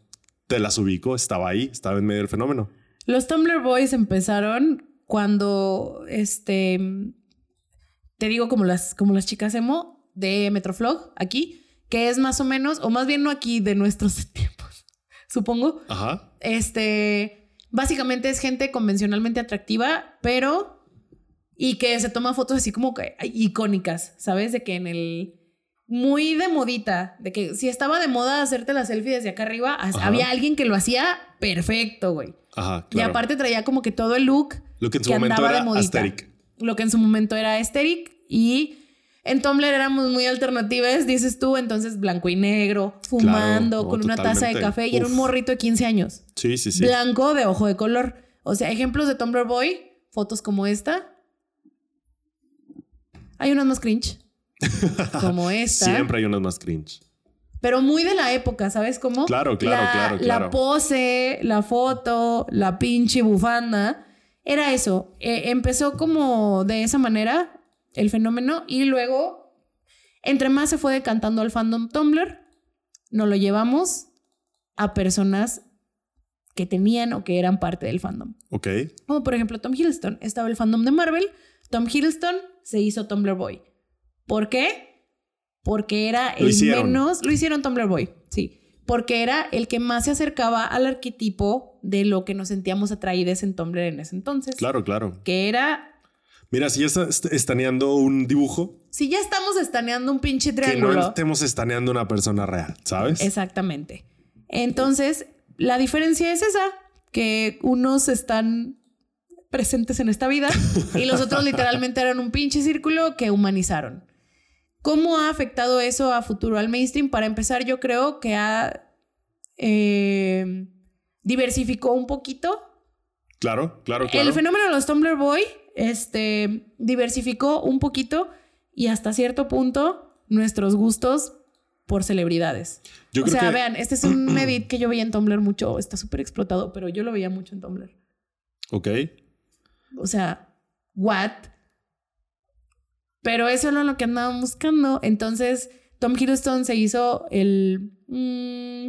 Speaker 1: te las ubico, estaba ahí, estaba en medio del fenómeno.
Speaker 2: Los Tumblr Boys empezaron cuando, este, te digo como las, como las chicas emo de Metroflog aquí, que es más o menos, o más bien no aquí, de nuestros [laughs] tiempos, supongo.
Speaker 1: Ajá.
Speaker 2: Este, básicamente es gente convencionalmente atractiva, pero, y que se toma fotos así como que icónicas, ¿sabes? De que en el... Muy de modita, de que si estaba de moda hacerte la selfie desde acá arriba, as-
Speaker 1: Ajá.
Speaker 2: había alguien que lo hacía perfecto, güey.
Speaker 1: Ajá.
Speaker 2: Y
Speaker 1: Claro.
Speaker 2: aparte traía como que todo el look,
Speaker 1: lo que en su
Speaker 2: que
Speaker 1: momento
Speaker 2: andaba de
Speaker 1: era
Speaker 2: modita.
Speaker 1: Asteric.
Speaker 2: lo que en su momento era esteric y en Tumblr éramos muy alternativas, dices tú, entonces blanco y negro, fumando,
Speaker 1: no,
Speaker 2: con una taza de
Speaker 1: totalmente.
Speaker 2: café y era un
Speaker 1: Uf.
Speaker 2: morrito de 15 años,
Speaker 1: Sí, sí, sí.
Speaker 2: blanco de ojo de color. O sea, ejemplos de Tumblr Boy, fotos como esta. Hay unas
Speaker 1: [laughs]
Speaker 2: más cringe, como esta.
Speaker 1: Siempre hay unas más cringe.
Speaker 2: Pero muy de la época, ¿sabes cómo?
Speaker 1: Claro, claro,
Speaker 2: la,
Speaker 1: claro,
Speaker 2: La
Speaker 1: claro.
Speaker 2: pose, la foto, la pinche bufanda. Era eso. Eh, empezó como de esa manera el fenómeno y luego, entre más se fue decantando el fandom Tumblr, nos lo llevamos a personas que tenían o que eran parte del fandom.
Speaker 1: Ok.
Speaker 2: Como por ejemplo Tom Hiddleston. Estaba el fandom de Marvel. Tom Hiddleston se hizo Tumblr Boy. ¿Por qué? Porque era
Speaker 1: Lo
Speaker 2: el
Speaker 1: hicieron.
Speaker 2: menos. Lo hicieron Tumblr Boy, sí. Porque era el que más se acercaba al arquetipo de lo que nos sentíamos atraídos en Tumblr en ese entonces.
Speaker 1: Claro, claro.
Speaker 2: Que era.
Speaker 1: Mira, si ya estás estaneando un dibujo,
Speaker 2: Si ya estamos estaneando un pinche
Speaker 1: que no
Speaker 2: triángulo.
Speaker 1: estemos estaneando una persona real, ¿sabes?
Speaker 2: Exactamente. Entonces, la diferencia es esa: que unos están presentes en esta vida y los otros literalmente eran un pinche círculo que humanizaron. ¿Cómo ha afectado eso a futuro al mainstream? Para empezar, yo creo que ha eh, diversificó un poquito.
Speaker 1: Claro, claro, Oh, claro.
Speaker 2: El fenómeno de los Tumblr Boy este, diversificó un poquito y hasta cierto punto nuestros gustos por celebridades
Speaker 1: Yo
Speaker 2: o
Speaker 1: creo
Speaker 2: sea,
Speaker 1: que
Speaker 2: vean, este
Speaker 1: [clears throat]
Speaker 2: es un edit que yo veía en Tumblr mucho, está súper explotado, pero yo lo veía mucho en Tumblr.
Speaker 1: Ok.
Speaker 2: O sea, what? Pero eso era lo que andaban buscando. Entonces, Tom Hiddleston se hizo el... mm,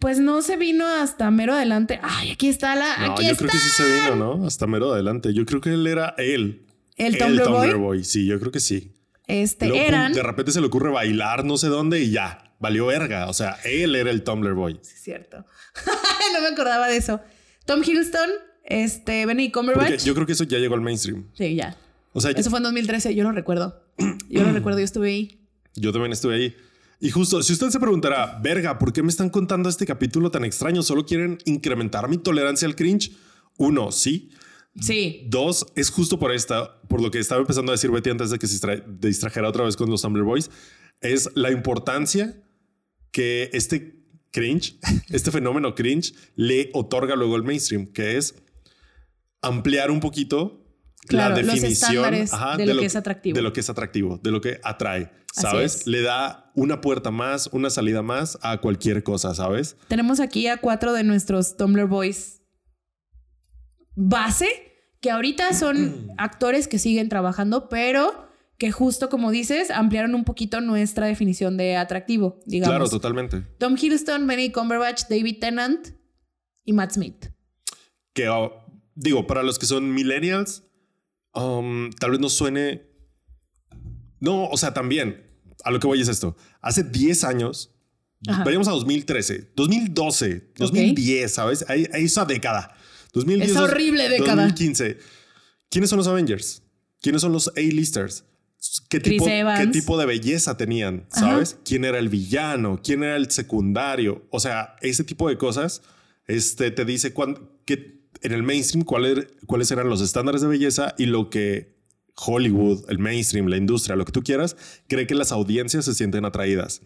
Speaker 2: pues no se vino hasta mero adelante. Ay, aquí está la...
Speaker 1: No,
Speaker 2: aquí
Speaker 1: yo
Speaker 2: está
Speaker 1: creo que sí se vino, ¿no? Hasta mero adelante. Yo creo que él era él.
Speaker 2: el Tumblr, Boy.
Speaker 1: Sí, yo creo que sí.
Speaker 2: Este,
Speaker 1: Luego, pum,
Speaker 2: eran...
Speaker 1: De repente se le ocurre bailar no sé dónde y ya. Valió verga. O sea, él era el Tumblr Boy.
Speaker 2: Sí, es cierto. [laughs] no me acordaba de eso. Tom Hiddleston, este, Benny
Speaker 1: Porque
Speaker 2: Cumberbatch.
Speaker 1: yo creo que eso ya llegó al mainstream.
Speaker 2: Sí, ya.
Speaker 1: O sea,
Speaker 2: Eso fue en 2013, yo lo recuerdo. [clears throat] Yo lo recuerdo, yo estuve ahí.
Speaker 1: Yo también estuve ahí. Y justo, si usted se preguntará, verga, ¿por qué me están contando este capítulo tan extraño? ¿Solo quieren incrementar mi tolerancia al cringe? Uno, sí.
Speaker 2: Sí.
Speaker 1: Dos, es justo por esta, por lo que estaba empezando a decir Betty antes de que se distra- de distrajera otra vez con los Tumblr Boys, es la importancia que este cringe, [laughs] este fenómeno cringe, le otorga luego al mainstream, que es ampliar un poquito
Speaker 2: Claro,
Speaker 1: la
Speaker 2: los
Speaker 1: definición
Speaker 2: estándares de lo que es atractivo.
Speaker 1: De lo que es atractivo, de lo que atrae,
Speaker 2: Así
Speaker 1: ¿sabes?
Speaker 2: es.
Speaker 1: Le da una puerta más, una salida más a cualquier cosa, ¿sabes?
Speaker 2: Tenemos aquí a cuatro de nuestros Tumblr Boys base, que
Speaker 1: [clears throat]
Speaker 2: ahorita son actores que siguen trabajando, pero que justo como dices, ampliaron un poquito nuestra definición de atractivo,
Speaker 1: Claro,
Speaker 2: digamos.
Speaker 1: totalmente.
Speaker 2: Tom Hiddleston, Benny Cumberbatch, David Tennant y Matt Smith.
Speaker 1: que oh, digo, para los que son millennials, um, tal vez no suene. No, o sea, también a lo que voy es esto. Hace 10 años,
Speaker 2: Ajá.
Speaker 1: vayamos a 2013, 2012, 2010, ¿sabes? Ahí, ahí esa década. 2010,
Speaker 2: Esa horrible década.
Speaker 1: 2015. ¿Quiénes son los Avengers? ¿Quiénes son los A-listers? ¿Qué
Speaker 2: Chris
Speaker 1: tipo, ¿Qué
Speaker 2: Evans.
Speaker 1: tipo de belleza tenían?
Speaker 2: Ajá.
Speaker 1: ¿Sabes? ¿Quién era el villano? ¿Quién era el secundario? O sea, ese tipo de cosas este, te dice cuán- que en el mainstream cuál er- cuáles eran los estándares de belleza y lo que Hollywood, el mainstream, la industria, lo que tú quieras, cree que las audiencias se sienten atraídas.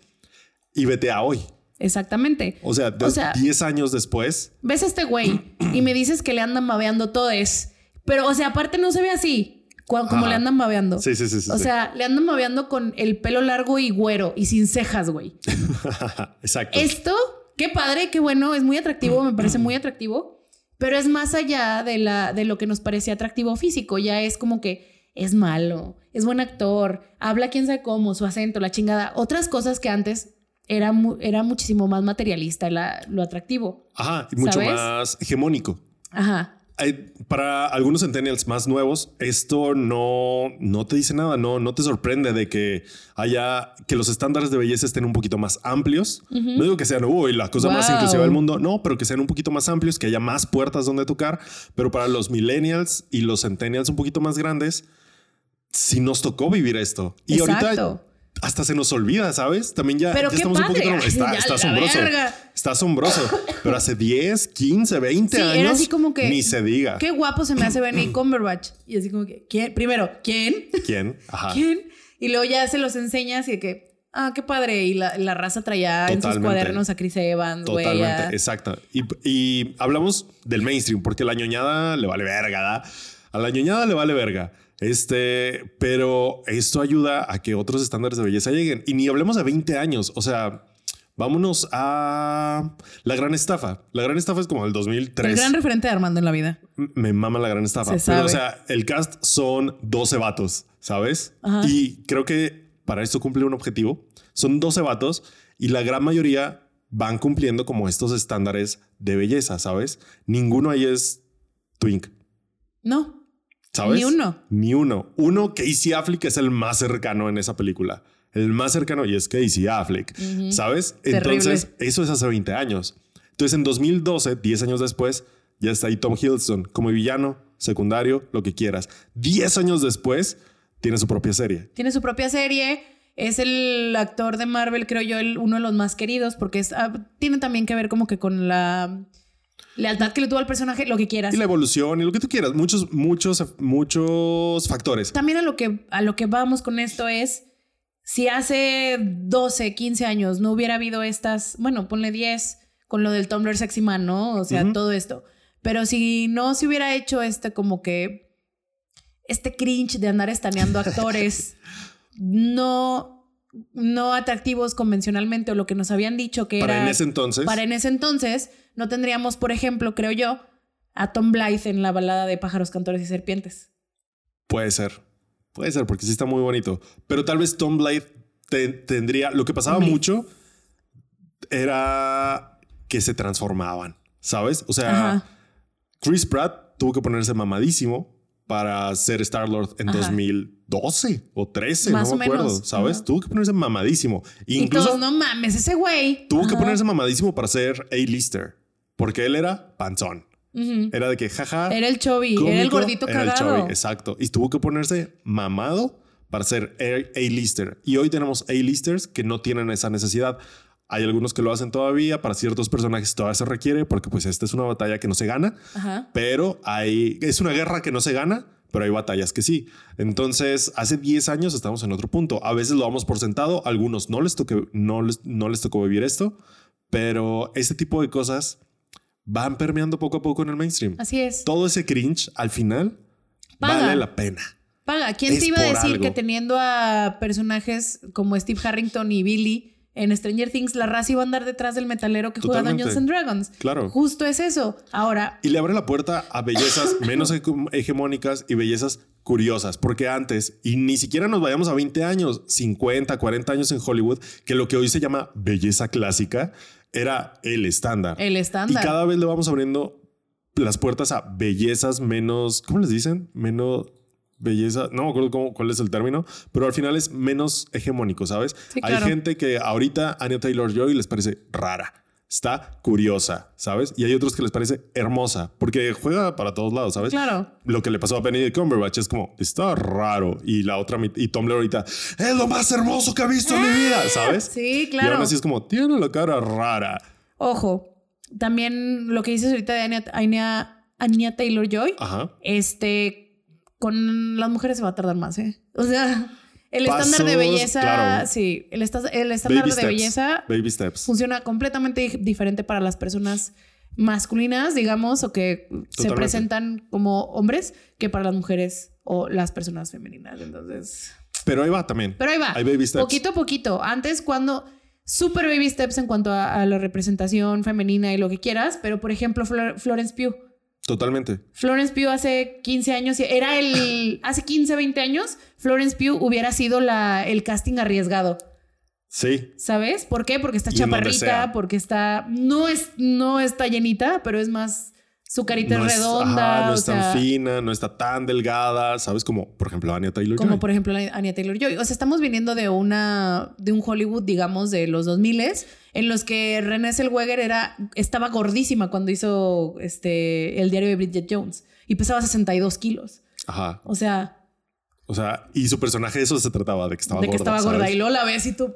Speaker 1: Y vete a hoy.
Speaker 2: Exactamente.
Speaker 1: O sea, de-
Speaker 2: O sea-
Speaker 1: 10 años después,
Speaker 2: ves a este
Speaker 1: [clears throat]
Speaker 2: güey y me dices que le andan babeando todes. Pero, o sea, aparte no se ve así, cua- como
Speaker 1: Ajá.
Speaker 2: le andan babeando.
Speaker 1: Sí, sí, sí, sí,
Speaker 2: O
Speaker 1: sí.
Speaker 2: sea, le andan babeando con el pelo largo y güero y sin cejas, güey.
Speaker 1: exacto.
Speaker 2: Esto, qué padre, qué bueno, es muy atractivo, me parece muy atractivo, pero es más allá de, la, de lo que nos parecía atractivo físico, ya es como que es malo, es buen actor, habla quién sabe cómo, su acento, la chingada. Otras cosas que antes era, mu- era muchísimo más materialista la- lo atractivo.
Speaker 1: Ajá, y mucho
Speaker 2: ¿Sabes?
Speaker 1: más hegemónico.
Speaker 2: Ajá.
Speaker 1: Eh, Para algunos centennials más nuevos, esto no, no te dice nada, no, no te sorprende de que haya que los estándares de belleza estén un poquito más amplios. No digo que sean uy, la cosa más
Speaker 2: Wow.
Speaker 1: inclusiva del mundo, no, pero que sean un poquito más amplios, que haya más puertas donde tocar. Pero para los millennials y los centennials un poquito más grandes, sí nos tocó vivir esto. Y ahorita
Speaker 2: Exacto.
Speaker 1: hasta se nos olvida, ¿sabes? También ya,
Speaker 2: Pero
Speaker 1: ya
Speaker 2: qué
Speaker 1: estamos un
Speaker 2: padre.
Speaker 1: poquito.
Speaker 2: [laughs]
Speaker 1: Está,
Speaker 2: Ya
Speaker 1: está
Speaker 2: la
Speaker 1: asombroso.
Speaker 2: verga.
Speaker 1: Está asombroso. Pero hace 10, 15, 20
Speaker 2: Sí, era
Speaker 1: años.
Speaker 2: así como que-
Speaker 1: Ni se diga.
Speaker 2: Qué guapo se me hace Benny Cumberbatch. Y así como que, ¿quién? Primero, ¿quién?
Speaker 1: ¿Quién? Ajá.
Speaker 2: ¿Quién? Y luego ya se los enseñas y de que, ah, qué padre. Y la, la raza traía en sus
Speaker 1: Totalmente.
Speaker 2: cuadernos a Chris Evans, güey.
Speaker 1: Totalmente,
Speaker 2: a-
Speaker 1: exacto. Y, y hablamos del mainstream, porque la ñoñada le vale verga, ¿da? A la ñoñada le vale verga. Este, pero esto ayuda a que otros estándares de belleza lleguen. Y ni hablemos de 20 años, o sea, vámonos a la gran estafa. La gran estafa es como el 2003.
Speaker 2: El gran referente de Armando en la vida.
Speaker 1: M- Me mama la gran estafa.
Speaker 2: Se
Speaker 1: Pero, o
Speaker 2: sabe.
Speaker 1: sea, el cast son 12 vatos, ¿sabes?
Speaker 2: Ajá.
Speaker 1: Y creo que para esto cumple un objetivo. Son 12 vatos y la gran mayoría van cumpliendo como estos estándares de belleza, ¿sabes? Ninguno ahí es twink,
Speaker 2: No.
Speaker 1: ¿sabes?
Speaker 2: Ni uno.
Speaker 1: Ni uno. Uno, Casey Affleck es el más cercano en esa película. El más cercano y es Casey Affleck,
Speaker 2: Ujú.
Speaker 1: ¿sabes?
Speaker 2: Terrible.
Speaker 1: Entonces, eso es hace 20 años. Entonces, en 2012, 10 años después, ya está ahí Tom Hiddleston como villano, secundario, lo que quieras. 10 años después, tiene su propia serie.
Speaker 2: Tiene su propia serie. Es el actor de Marvel, creo yo, el- uno de los más queridos, porque es, ah, tiene también que ver como que con la mm, lealtad que le tuvo al personaje, lo que quieras.
Speaker 1: Y la evolución y lo que tú quieras. Muchos, muchos, muchos factores.
Speaker 2: También a lo, que, a lo que vamos con esto es, si hace 12, 15 años no hubiera habido estas, bueno, ponle 10 con lo del Tumblr Sexy Man, ¿no? O sea,
Speaker 1: Ujú.
Speaker 2: todo esto. Pero si no se hubiera hecho este como que, este cringe de andar
Speaker 1: [laughs]
Speaker 2: estaneando actores no, no atractivos convencionalmente o lo que nos habían dicho que
Speaker 1: Para
Speaker 2: era...
Speaker 1: en ese entonces.
Speaker 2: Para en ese entonces, no tendríamos, por ejemplo, creo yo, a Tom Blythe en la balada de pájaros, cantores y serpientes.
Speaker 1: Puede ser. Puede ser, porque sí está muy bonito. Pero tal vez Tom Blythe te- tendría. Lo que pasaba
Speaker 2: Tom Blythe.
Speaker 1: mucho era que se transformaban, ¿sabes? O sea,
Speaker 2: Ajá.
Speaker 1: Chris Pratt tuvo que ponerse mamadísimo para ser Star-Lord en
Speaker 2: Ajá.
Speaker 1: 2012 o 13,
Speaker 2: Más
Speaker 1: no
Speaker 2: o
Speaker 1: me acuerdo,
Speaker 2: menos.
Speaker 1: ¿sabes?
Speaker 2: Ajá.
Speaker 1: Tuvo que ponerse mamadísimo.
Speaker 2: y
Speaker 1: Incluso
Speaker 2: todos, no mames, ese güey.
Speaker 1: tuvo que
Speaker 2: Ajá.
Speaker 1: ponerse mamadísimo para ser A-lister, porque él era panzón.
Speaker 2: Ujú.
Speaker 1: Era de que jaja,
Speaker 2: Era el chubby,
Speaker 1: cómico,
Speaker 2: era el gordito
Speaker 1: era el
Speaker 2: cagado.
Speaker 1: chubby, exacto. Y tuvo que ponerse mamado para ser A- A-lister. Y hoy tenemos A-listers que no tienen esa necesidad. Hay algunos que lo hacen todavía, para ciertos personajes todavía se requiere, porque pues esta es una batalla que no se gana
Speaker 2: Ajá.
Speaker 1: pero hay, es una guerra que no se gana, pero hay batallas que sí. Entonces, hace 10 años estamos en otro punto. A veces lo damos por sentado, a algunos no les, toque, no, les, no les tocó vivir esto, pero este tipo de cosas van permeando poco a poco en el mainstream.
Speaker 2: Así es.
Speaker 1: Todo ese cringe al final
Speaker 2: Paga.
Speaker 1: vale la pena.
Speaker 2: Paga, ¿quién
Speaker 1: es
Speaker 2: te iba a
Speaker 1: por
Speaker 2: decir
Speaker 1: algo.
Speaker 2: que teniendo a personajes como Steve Harrington y Billy en Stranger Things, la raza iba a andar detrás del metalero que juega
Speaker 1: Totalmente.
Speaker 2: Dungeons and Dragons?
Speaker 1: Claro.
Speaker 2: Justo es eso. Ahora,
Speaker 1: Y le abre la puerta a
Speaker 2: [laughs]
Speaker 1: bellezas menos hege- hegemónicas y bellezas curiosas, porque antes, y ni siquiera nos vayamos a 20 años, 50, 40 años en Hollywood, que lo que hoy se llama belleza clásica era el estándar.
Speaker 2: el
Speaker 1: y
Speaker 2: estándar.
Speaker 1: cada vez le vamos abriendo las puertas a bellezas menos, ¿cómo les dicen? Menos belleza, no me acuerdo cómo, cuál es el término, pero al final es menos hegemónico, ¿sabes?
Speaker 2: Sí,
Speaker 1: Hay
Speaker 2: claro.
Speaker 1: gente que ahorita Anya Taylor Joy les parece rara, está curiosa, ¿sabes? Y hay otros que les parece hermosa, porque juega para todos lados, ¿sabes?
Speaker 2: Claro.
Speaker 1: Lo que le pasó a Benny Cumberbatch es como, está raro. Y la otra, mit- y Tumblr ahorita, es lo más hermoso que he visto en mi vida, ¿sabes?
Speaker 2: Ah, Sí,
Speaker 1: Y
Speaker 2: claro.
Speaker 1: aún así es como, tiene la cara rara.
Speaker 2: Ojo, también lo que dices ahorita de Anya, Anya- Anya Taylor-Joy,
Speaker 1: Ajá.
Speaker 2: este, con las mujeres se va a tardar más, ¿eh? O sea, el
Speaker 1: Pasos,
Speaker 2: estándar de belleza,
Speaker 1: claro.
Speaker 2: sí, el, esta- el
Speaker 1: Baby
Speaker 2: estándar de
Speaker 1: steps.
Speaker 2: belleza
Speaker 1: Baby steps.
Speaker 2: funciona completamente di- diferente para las personas masculinas, digamos, o que se
Speaker 1: Totalmente.
Speaker 2: presentan como hombres, que para las mujeres o las personas femeninas. Entonces...
Speaker 1: Pero ahí va también.
Speaker 2: Pero ahí va.
Speaker 1: Hay baby steps.
Speaker 2: Poquito a poquito. Antes, cuando. Super baby steps en cuanto a, a la representación femenina y lo que quieras, pero por ejemplo, Flor- Florence Pugh.
Speaker 1: Totalmente.
Speaker 2: Florence Pugh hace 15 años, era el. Hace 15, 20 años, Florence Pugh hubiera sido la, el casting arriesgado.
Speaker 1: Sí.
Speaker 2: ¿Sabes? ¿Por qué? Porque está
Speaker 1: Y en donde
Speaker 2: chaparrita,
Speaker 1: sea.
Speaker 2: porque está. No, es, no está llenita, pero es más. Su carita
Speaker 1: no
Speaker 2: es
Speaker 1: es-
Speaker 2: redonda.
Speaker 1: ajá, no
Speaker 2: o
Speaker 1: es tan
Speaker 2: sea,
Speaker 1: fina, no está tan delgada, ¿sabes? Como, por ejemplo, Anya Taylor.
Speaker 2: Como por ejemplo la Anya Taylor Joy. O sea, estamos viniendo de una. de un Hollywood, digamos, de los 2000 en los que Renée Zellweger era. estaba gordísima cuando hizo este. el diario de Bridget Jones. Y pesaba 62 kilos.
Speaker 1: Ajá.
Speaker 2: O sea,
Speaker 1: O sea, y su personaje de eso se trataba, de que estaba
Speaker 2: de
Speaker 1: gorda.
Speaker 2: que estaba gorda.
Speaker 1: ¿sabes?
Speaker 2: Y luego la ves y tú.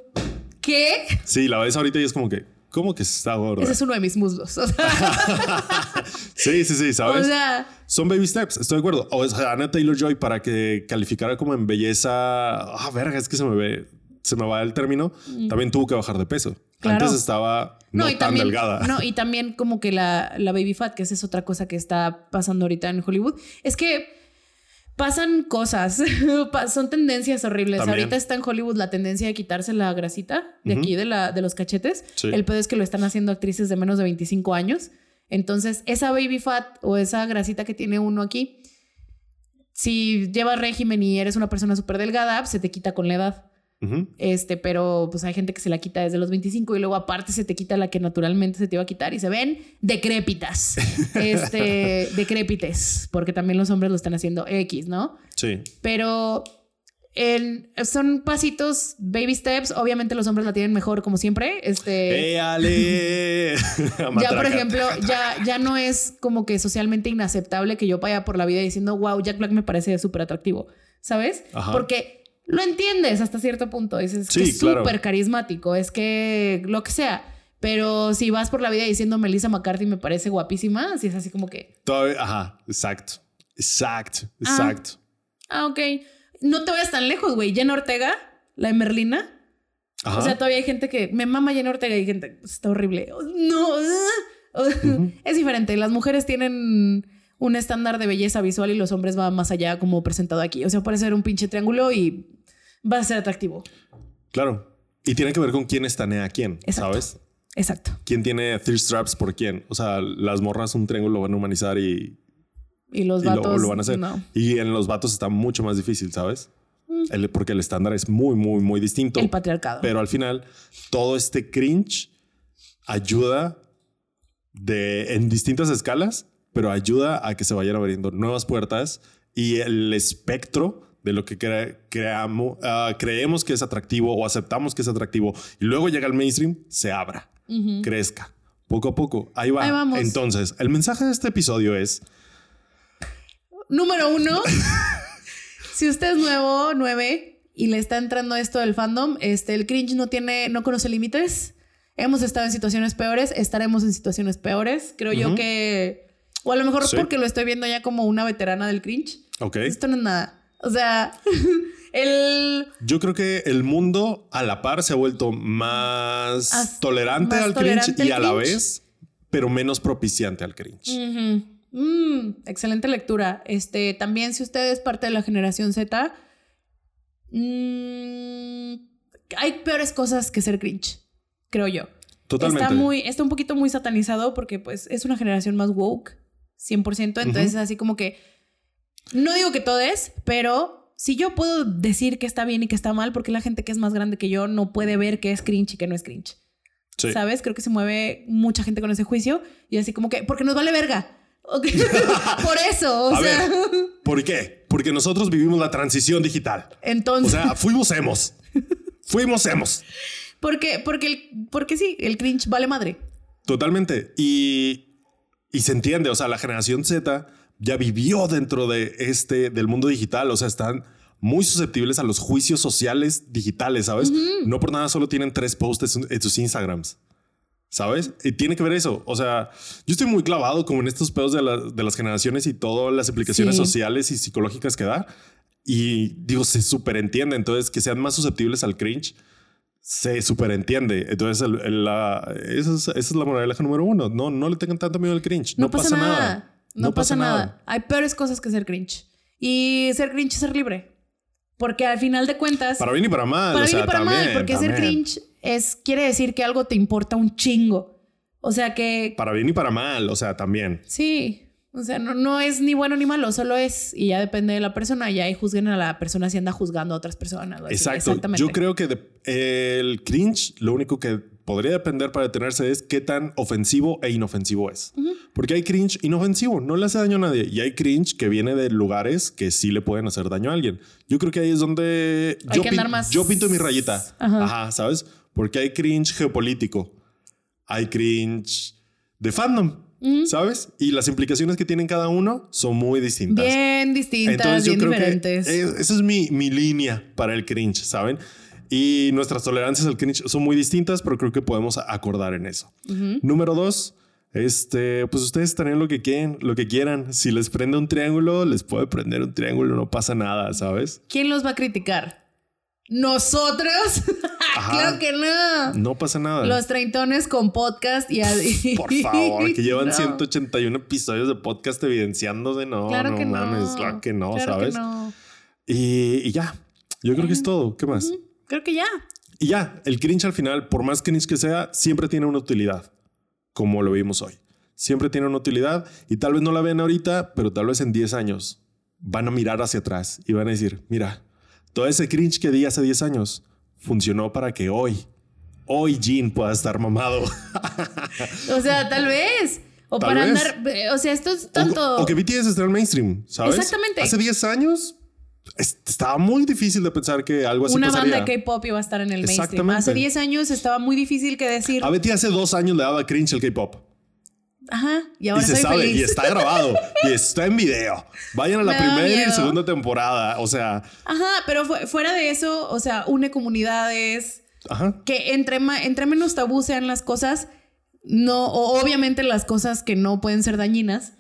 Speaker 2: ¿Qué?
Speaker 1: Sí, la ves ahorita y es como que, ¿cómo que está gorda?
Speaker 2: Ese es uno de mis muslos. [laughs]
Speaker 1: [laughs]
Speaker 2: O sea,
Speaker 1: Sí, sí, sí,
Speaker 2: o
Speaker 1: ¿sabes?
Speaker 2: sea
Speaker 1: Son baby steps, estoy de acuerdo. O sea, Anna Taylor Joy para que calificara como en belleza. Ah, verga, es que se me ve, se me va el término. También tuvo que bajar de peso.
Speaker 2: Mm. Claro.
Speaker 1: Antes estaba no, tan delgada.
Speaker 2: No, y también como que la, la baby fat, que esa es otra cosa que está pasando ahorita en Hollywood, es que pasan cosas, [laughs] pa- son tendencias horribles.
Speaker 1: También.
Speaker 2: Ahorita está en Hollywood la tendencia de quitarse la grasita de
Speaker 1: Ujú.
Speaker 2: aquí, de, la, de los cachetes.
Speaker 1: Sí.
Speaker 2: El pedo es que lo están haciendo actrices de menos de 25 años. Entonces, esa baby fat o esa grasita que tiene uno aquí, si llevas régimen y eres una persona súper delgada, se te quita con la edad.
Speaker 1: Ujú.
Speaker 2: Este, pero pues hay gente que se la quita desde los 25 y luego aparte se te quita la que naturalmente se te iba a quitar y se ven decrépitas. Este, decrépites, porque también los hombres lo están haciendo X, ¿no?
Speaker 1: Sí,
Speaker 2: Pero en- son pasitos, baby steps. Obviamente los hombres la tienen mejor, como siempre. Este.
Speaker 1: ¡Eh,
Speaker 2: [laughs]
Speaker 1: Ale!
Speaker 2: Ya, por
Speaker 1: Matraca.
Speaker 2: ejemplo,
Speaker 1: [laughs]
Speaker 2: ya, ya no es como que socialmente inaceptable que yo vaya por la vida diciendo, wow, Jack Black me parece súper atractivo, ¿sabes?
Speaker 1: Ajá.
Speaker 2: Porque lo entiendes hasta cierto punto. Dices,
Speaker 1: Sí,
Speaker 2: que es
Speaker 1: claro.
Speaker 2: súper carismático, es que lo que sea. Pero si vas por la vida diciendo Melissa McCarthy me parece guapísima, si es así como que,
Speaker 1: Todavía- ajá, exacto. Exacto,
Speaker 2: Ah.
Speaker 1: exacto.
Speaker 2: ah, ok. No te vayas tan lejos, güey. Jenna Ortega, la de Merlina.
Speaker 1: Ajá.
Speaker 2: O sea, todavía hay gente que me mama Jenna Ortega y hay gente, "Pues, está horrible. Oh, No, ah.
Speaker 1: Ujú.
Speaker 2: es diferente. Las mujeres tienen un estándar de belleza visual y los hombres van más allá como presentado aquí. O sea, puede ser un pinche triángulo y va a ser atractivo.
Speaker 1: Claro. Y tiene que ver con quién estanea a quién,
Speaker 2: Exacto.
Speaker 1: ¿sabes?
Speaker 2: Exacto.
Speaker 1: ¿Quién tiene thirst traps por quién? O sea, las morras un triángulo lo van a humanizar y,
Speaker 2: Y los
Speaker 1: y lo-
Speaker 2: vatos
Speaker 1: lo, van a hacer.
Speaker 2: no.
Speaker 1: Y en los vatos está mucho más difícil, ¿sabes?
Speaker 2: Mm.
Speaker 1: El- porque el estándar es muy, muy, muy distinto.
Speaker 2: El patriarcado.
Speaker 1: Pero al final, todo este cringe ayuda de, en distintas escalas, pero ayuda a que se vayan abriendo nuevas puertas y el espectro de lo que cre- creamo- ah, creemos que es atractivo o aceptamos que es atractivo y luego llega al mainstream, se abra,
Speaker 2: Ujú.
Speaker 1: crezca. Poco a poco, ahí va.
Speaker 2: Ahí vamos.
Speaker 1: Entonces, el mensaje de este episodio es,
Speaker 2: Número uno. [laughs] si usted es nuevo, nueve, y le está entrando esto del fandom, este, el cringe no tiene, no conoce límites. Hemos estado en situaciones peores, estaremos en situaciones peores. Creo yo
Speaker 1: Ujú.
Speaker 2: que. O a lo mejor
Speaker 1: Sí.
Speaker 2: porque lo estoy viendo ya como una veterana del cringe.
Speaker 1: ok,
Speaker 2: Esto no es nada. O sea, [laughs] el
Speaker 1: Yo creo que el mundo a la par se ha vuelto más
Speaker 2: As-
Speaker 1: tolerante
Speaker 2: más
Speaker 1: al
Speaker 2: tolerante
Speaker 1: cringe y
Speaker 2: al
Speaker 1: a la
Speaker 2: cringe.
Speaker 1: vez, pero menos propiciante al cringe.
Speaker 2: Ujú. Mm, excelente lectura. Este, también si usted es parte de la generación Z, mm, hay peores cosas que ser cringe, creo yo.
Speaker 1: Totalmente.
Speaker 2: Está muy, está un poquito muy satanizado porque pues es una generación más woke, 100%, entonces así como que no digo que todo es, pero si yo puedo decir que está bien y que está mal, porque la gente que es más grande que yo no puede ver que es cringe y que no es cringe.
Speaker 1: Sí.
Speaker 2: ¿Sabes? Creo que se mueve mucha gente con ese juicio y así como que, porque nos vale verga. Ok. [laughs] Por eso, o
Speaker 1: A
Speaker 2: sea.
Speaker 1: ver. ¿Por qué? Porque nosotros vivimos la transición digital. O
Speaker 2: [laughs] Entonces, [laughs]
Speaker 1: sea, fuimos hemos. Fuimos hemos.
Speaker 2: porque, porque, el, porque sí, el cringe vale madre.
Speaker 1: Totalmente. Y, y se entiende, o sea, la generación Z ya vivió dentro de este, del mundo digital, o sea, están muy susceptibles a los juicios sociales digitales, ¿sabes? No por nada solo tienen tres posts en- en sus Instagrams. ¿Sabes? Y tiene que ver eso. O sea, yo estoy muy clavado como en estos pedos de, la- de las generaciones y todas las implicaciones
Speaker 2: Sí.
Speaker 1: sociales y psicológicas que da. Y digo, se superentiende. Entonces, que sean más susceptibles al cringe, se superentiende. Entonces, el- el- la, esa, es, esa es la moraleja número uno. No, no le tengan tanto miedo al cringe.
Speaker 2: No, pasa, nada. No, pasa, nada. Hay peores cosas que ser cringe. Y ser cringe es ser libre. Porque al final de cuentas,
Speaker 1: Para bien y para mal.
Speaker 2: para
Speaker 1: o
Speaker 2: bien
Speaker 1: sea,
Speaker 2: y para mal,
Speaker 1: también,
Speaker 2: porque ser
Speaker 1: también.
Speaker 2: cringe es, quiere decir que algo te importa un chingo. O sea que,
Speaker 1: Para bien y para mal. O sea, también.
Speaker 2: sí, O sea, no, no es ni bueno ni malo, solo es. Y ya depende de la persona. Ya ahí juzguen a la persona si anda juzgando a otras personas. o así.
Speaker 1: Exacto.
Speaker 2: Exactamente.
Speaker 1: Yo creo que de- el cringe, lo único que podría depender para detenerse es qué tan ofensivo e inofensivo es.
Speaker 2: Ujú.
Speaker 1: Porque hay cringe inofensivo, no le hace daño a nadie. Y hay cringe que viene de lugares que sí le pueden hacer daño a alguien. Yo creo que ahí es donde
Speaker 2: Hay
Speaker 1: yo,
Speaker 2: que
Speaker 1: pin-
Speaker 2: andar más-
Speaker 1: yo pinto mi rayita.
Speaker 2: Ajá.
Speaker 1: Ajá. ¿sabes? Porque hay cringe geopolítico. Hay cringe de fandom,
Speaker 2: Ujú.
Speaker 1: ¿sabes? Y las implicaciones que tienen cada uno son muy distintas.
Speaker 2: Bien distintas, bien diferentes.
Speaker 1: Que es- esa es mi, mi línea para el cringe, ¿saben? Y nuestras tolerancias al cringe son muy distintas, pero creo que podemos acordar en eso.
Speaker 2: Ujú.
Speaker 1: Número dos, este, pues ustedes estarán lo que quieran, lo que quieran. Si les prende un triángulo, les puede prender un triángulo, no pasa nada, ¿sabes?
Speaker 2: ¿Quién los va a criticar? ¿Nosotros? [laughs]
Speaker 1: Ajá.
Speaker 2: claro que no.
Speaker 1: No pasa nada.
Speaker 2: Los treintones con podcast y
Speaker 1: [laughs]
Speaker 2: así.
Speaker 1: Por favor, que llevan
Speaker 2: [laughs] No.
Speaker 1: 181 episodios de podcast evidenciándose, no,
Speaker 2: Claro
Speaker 1: no
Speaker 2: que no.
Speaker 1: mames, claro que no,
Speaker 2: Claro que
Speaker 1: ¿sabes?
Speaker 2: no.
Speaker 1: Y, y ya, yo creo que es todo, ¿qué más?
Speaker 2: Creo que ya.
Speaker 1: Y ya, el cringe al final, por más cringe que sea, siempre tiene una utilidad, como lo vimos hoy. Siempre tiene una utilidad y tal vez no la vean ahorita, pero tal vez en 10 años van a mirar hacia atrás y van a decir, mira, todo ese cringe que di hace 10 años funcionó para que hoy, hoy Jean pueda estar mamado.
Speaker 2: O sea, tal vez. O
Speaker 1: Tal
Speaker 2: para
Speaker 1: vez.
Speaker 2: andar. eh, O sea, esto es tanto.
Speaker 1: O, o que BTS esté en mainstream, ¿sabes?
Speaker 2: Exactamente.
Speaker 1: Hace 10 años es- estaba muy difícil de pensar que algo así
Speaker 2: una
Speaker 1: pasaría.
Speaker 2: banda de K-pop iba a estar en el mainstream.
Speaker 1: Exactamente.
Speaker 2: Hace 10 años estaba muy difícil que decir.
Speaker 1: A Betty hace dos años le daba cringe el K-pop.
Speaker 2: Ajá. Y ahora
Speaker 1: y se
Speaker 2: soy
Speaker 1: sabe,
Speaker 2: feliz.
Speaker 1: y está grabado, y está en video. Vayan a la
Speaker 2: Me da
Speaker 1: primera y
Speaker 2: miedo.
Speaker 1: segunda temporada. O sea,
Speaker 2: Ajá, pero fu- fuera de eso, o sea, une comunidades.
Speaker 1: ajá.
Speaker 2: que entre, ma- entre menos tabú sean las cosas, no, o obviamente las cosas que no pueden ser dañinas.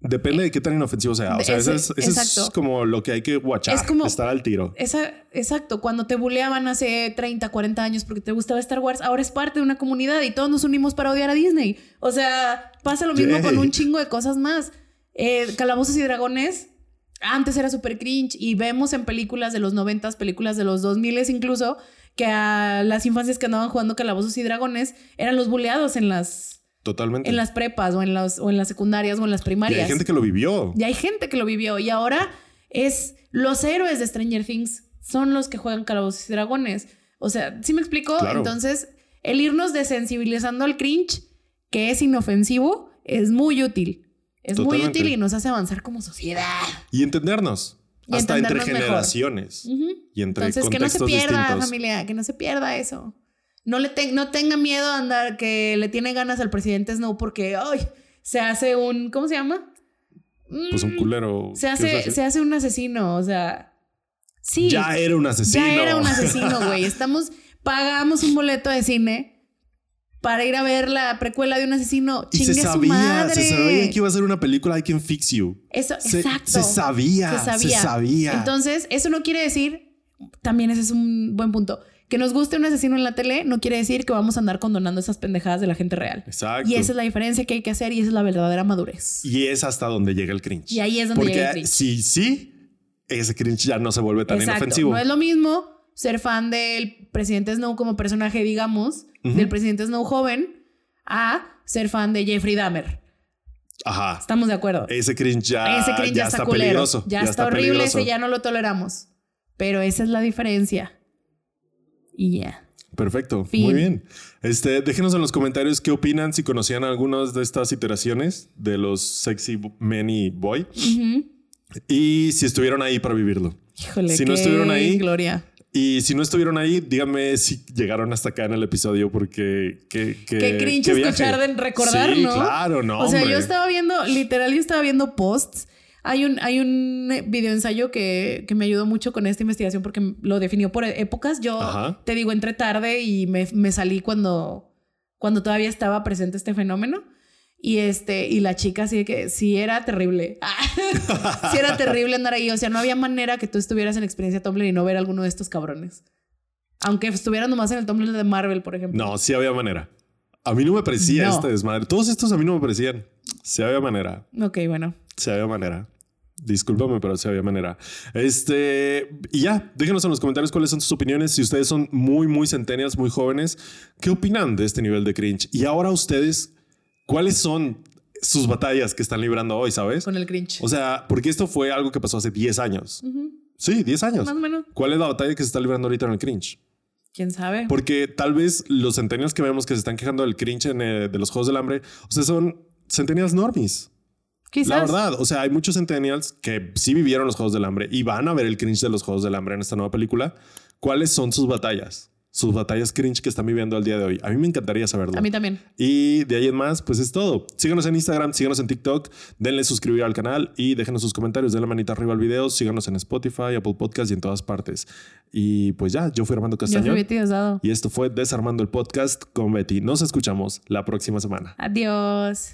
Speaker 1: Depende de qué tan inofensivo sea. O sea,
Speaker 2: Ese-
Speaker 1: eso es, eso es
Speaker 2: exacto.
Speaker 1: como lo que hay que watchar,
Speaker 2: Es como-
Speaker 1: estar al tiro.
Speaker 2: Esa, exacto, cuando te buleaban hace 30, 40 años porque te gustaba Star Wars, ahora es parte de una comunidad y todos nos unimos para odiar a Disney. O sea, pasa lo mismo
Speaker 1: Yay.
Speaker 2: con un chingo de cosas más. Eh, Calabozos y Dragones, antes era súper cringe y vemos en películas de los 90, películas de los 2000 incluso, que a las infancias que andaban jugando Calabozos y Dragones eran los buleados en las,
Speaker 1: Totalmente.
Speaker 2: en las prepas o en, las, o en las secundarias o en las
Speaker 1: y
Speaker 2: primarias.
Speaker 1: hay gente que lo vivió.
Speaker 2: que lo vivió y ahora es los héroes de Stranger Things son los que juegan calabozos y dragones. O sea, ¿sí me explico?
Speaker 1: Claro.
Speaker 2: Entonces, el irnos desensibilizando al cringe, que es inofensivo, es muy útil. Es muy
Speaker 1: Totalmente.
Speaker 2: útil y nos hace avanzar como sociedad.
Speaker 1: Y entendernos.
Speaker 2: Y
Speaker 1: hasta
Speaker 2: entendernos
Speaker 1: entre
Speaker 2: mejor.
Speaker 1: generaciones.
Speaker 2: Ujú.
Speaker 1: Y entre
Speaker 2: Entonces, que no se
Speaker 1: contextos
Speaker 2: pierda,
Speaker 1: distintos.
Speaker 2: familia, que no se pierda eso. No, le ten- no tenga miedo a andar, que le tiene ganas al presidente Snow porque ay, se hace un, ¿cómo se llama? Mm,
Speaker 1: Pues un culero.
Speaker 2: se,
Speaker 1: ¿qué vas a
Speaker 2: hace,
Speaker 1: hacer?
Speaker 2: se hace un asesino, o sea. Sí,
Speaker 1: Ya era un asesino.
Speaker 2: ya era un asesino,
Speaker 1: [laughs]
Speaker 2: güey. Estamos, pagamos un boleto de cine para ir a ver la precuela de un asesino.
Speaker 1: y
Speaker 2: Chingue
Speaker 1: se
Speaker 2: su
Speaker 1: sabía,
Speaker 2: madre.
Speaker 1: se sabía que iba a ser una película I Can Fix You.
Speaker 2: Eso,
Speaker 1: Se,
Speaker 2: exacto.
Speaker 1: se sabía,
Speaker 2: Se sabía.
Speaker 1: Se sabía.
Speaker 2: Entonces, eso no quiere decir, también ese es un buen punto, que nos guste un asesino en la tele no quiere decir que vamos a andar condonando esas pendejadas de la gente real.
Speaker 1: Exacto.
Speaker 2: Y esa es la diferencia que hay que hacer y esa es la verdadera madurez.
Speaker 1: Y es hasta donde llega el cringe.
Speaker 2: Y ahí es donde
Speaker 1: Porque
Speaker 2: llega el cringe.
Speaker 1: si sí, ese cringe ya no se vuelve tan inofensivo.
Speaker 2: No es lo mismo ser fan del presidente Snow como personaje, digamos,
Speaker 1: Ujú.
Speaker 2: del presidente Snow joven, a ser fan de Jeffrey Dahmer.
Speaker 1: Ajá.
Speaker 2: Estamos de acuerdo.
Speaker 1: Ese cringe ya,
Speaker 2: Ese
Speaker 1: Eh, ah,
Speaker 2: cringe
Speaker 1: ya
Speaker 2: ya está, culero.
Speaker 1: peligroso.
Speaker 2: Ya, está, horrible,
Speaker 1: peligroso.
Speaker 2: ese ya no lo toleramos. Pero esa es la diferencia. Y ya.
Speaker 1: Perfecto.
Speaker 2: Fin.
Speaker 1: Muy bien. Este, déjenos en los comentarios qué opinan, si conocían algunas de estas iteraciones de los sexy men y boy
Speaker 2: Ujú.
Speaker 1: y si estuvieron ahí para vivirlo.
Speaker 2: Híjole,
Speaker 1: Si no
Speaker 2: qué
Speaker 1: estuvieron ahí-
Speaker 2: Gloria.
Speaker 1: Y si no estuvieron ahí, díganme si llegaron hasta acá en el episodio porque qué qué
Speaker 2: Qué cringe
Speaker 1: qué viaje.
Speaker 2: escuchar de recordar,
Speaker 1: Sí,
Speaker 2: ¿no?
Speaker 1: claro, no.
Speaker 2: O sea,
Speaker 1: hombre.
Speaker 2: yo estaba viendo, literal, yo estaba viendo posts. Hay un, hay un eh, video ensayo que, que me ayudó mucho con esta investigación porque lo definió por épocas. Yo
Speaker 1: Ajá.
Speaker 2: te digo, entré tarde y me, me salí cuando, cuando todavía estaba presente este fenómeno. Y este, y la chica así de que sí era terrible. [laughs] sí era terrible andar ahí. O sea, no había manera que tú estuvieras en experiencia Tumblr y no ver alguno de estos cabrones. Aunque estuvieran nomás en el Tumblr de Marvel, por ejemplo.
Speaker 1: No, sí había manera. A mí no me parecía
Speaker 2: No.
Speaker 1: este desmadre. Todos estos a mí no me parecían. Sí había manera.
Speaker 2: Ok, bueno.
Speaker 1: Sí había manera. Discúlpame, pero sí había manera. Este, y ya, déjenos en los comentarios cuáles son sus opiniones. Si ustedes son muy, muy centenias, muy jóvenes, ¿qué opinan de este nivel de cringe? Y ahora ustedes, ¿cuáles son sus batallas que están librando hoy, ¿sabes?
Speaker 2: Con el cringe.
Speaker 1: O sea, porque esto fue algo que pasó hace 10 años.
Speaker 2: Ujú.
Speaker 1: Sí, 10 años.
Speaker 2: Más o menos.
Speaker 1: ¿Cuál es la batalla que se está librando ahorita en el cringe?
Speaker 2: ¿Quién sabe?
Speaker 1: Porque tal vez los centenios que vemos que se están quejando del cringe en, eh, de los Juegos del Hambre, o sea, son centenials normies.
Speaker 2: Quizás.
Speaker 1: La verdad, o sea, hay muchos centennials que sí vivieron los Juegos del Hambre y van a ver el cringe de los Juegos del Hambre en esta nueva película. ¿Cuáles son sus batallas? Sus batallas cringe que están viviendo al día de hoy. A mí me encantaría saberlo.
Speaker 2: A mí también.
Speaker 1: Y de ahí en más, pues es todo. Síganos en Instagram, síganos en TikTok, denle suscribir al canal y déjenos sus comentarios, denle manita arriba al video, síganos en Spotify, Apple Podcast y en todas partes. Y pues ya, yo fui Armando
Speaker 2: Yo fui
Speaker 1: Castañón
Speaker 2: Betty Diosdado.
Speaker 1: y esto fue Desarmando el Podcast con Betty. Nos escuchamos la próxima semana.
Speaker 2: Adiós.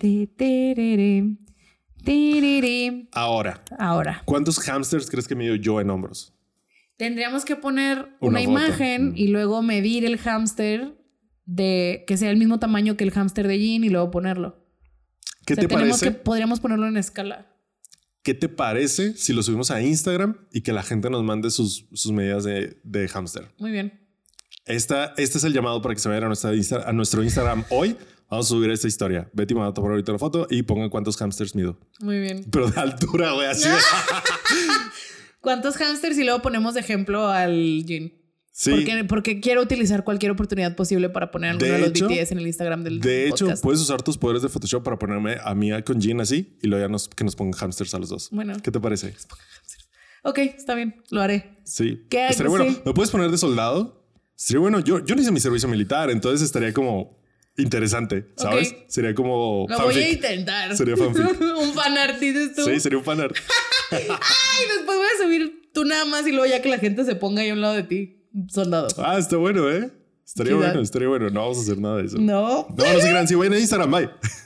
Speaker 2: Te, tererem, tererem.
Speaker 1: Ahora,
Speaker 2: Ahora,
Speaker 1: ¿cuántos hamsters crees que mido yo en hombros?
Speaker 2: tendríamos que poner
Speaker 1: Una
Speaker 2: una,
Speaker 1: foto.
Speaker 2: imagen
Speaker 1: Mm.
Speaker 2: y luego medir el hámster de que sea el mismo tamaño que el hámster de Jean y luego ponerlo.
Speaker 1: ¿Qué
Speaker 2: O sea,
Speaker 1: te
Speaker 2: tenemos
Speaker 1: parece?
Speaker 2: que podríamos ponerlo en escala.
Speaker 1: ¿Qué te parece si lo subimos a Instagram y que la gente nos mande sus, sus medidas de, de hamster?
Speaker 2: Muy bien.
Speaker 1: Esta, este es el llamado para que se vayan a, nuestra Insta- a nuestro Instagram [laughs] hoy. Vamos a subir esta historia. Betty me va a tomar ahorita la foto y pongan cuántos hamsters mido.
Speaker 2: Muy bien.
Speaker 1: Pero de altura, güey,
Speaker 2: [laughs]
Speaker 1: así.
Speaker 2: ¿Cuántos hámsters y luego ponemos de ejemplo al Jean?
Speaker 1: Sí.
Speaker 2: Porque, porque quiero utilizar cualquier oportunidad posible para poner alguno
Speaker 1: De
Speaker 2: de,
Speaker 1: hecho-
Speaker 2: los BTS en el Instagram del
Speaker 1: De hecho,
Speaker 2: podcast.
Speaker 1: puedes usar tus poderes de Photoshop para ponerme a mí con Jean así y luego ya nos, que nos pongan hamsters a los dos.
Speaker 2: Bueno.
Speaker 1: ¿Qué te parece?
Speaker 2: Ok, está bien, lo haré.
Speaker 1: Sí.
Speaker 2: ¿Qué?
Speaker 1: Estaría bueno.
Speaker 2: Sí.
Speaker 1: ¿Me puedes poner de soldado? Sería bueno. Yo, yo no hice mi servicio militar, entonces estaría como interesante, ¿sabes?
Speaker 2: Ok.
Speaker 1: Sería como.
Speaker 2: Lo voy
Speaker 1: fanfic.
Speaker 2: a intentar.
Speaker 1: Sería fanfic.
Speaker 2: [laughs] Un fanart, dices tú.
Speaker 1: Sí, sería un fanart.
Speaker 2: Y después voy a subir tú nada más y luego ya que la gente se ponga ahí a un lado de ti, soldado.
Speaker 1: Ah, está bueno, ¿eh? Estaría
Speaker 2: Chida.
Speaker 1: bueno, estaría bueno. No vamos a hacer nada de eso.
Speaker 2: No.
Speaker 1: No, no se crean. Si vayan a Instagram, bye.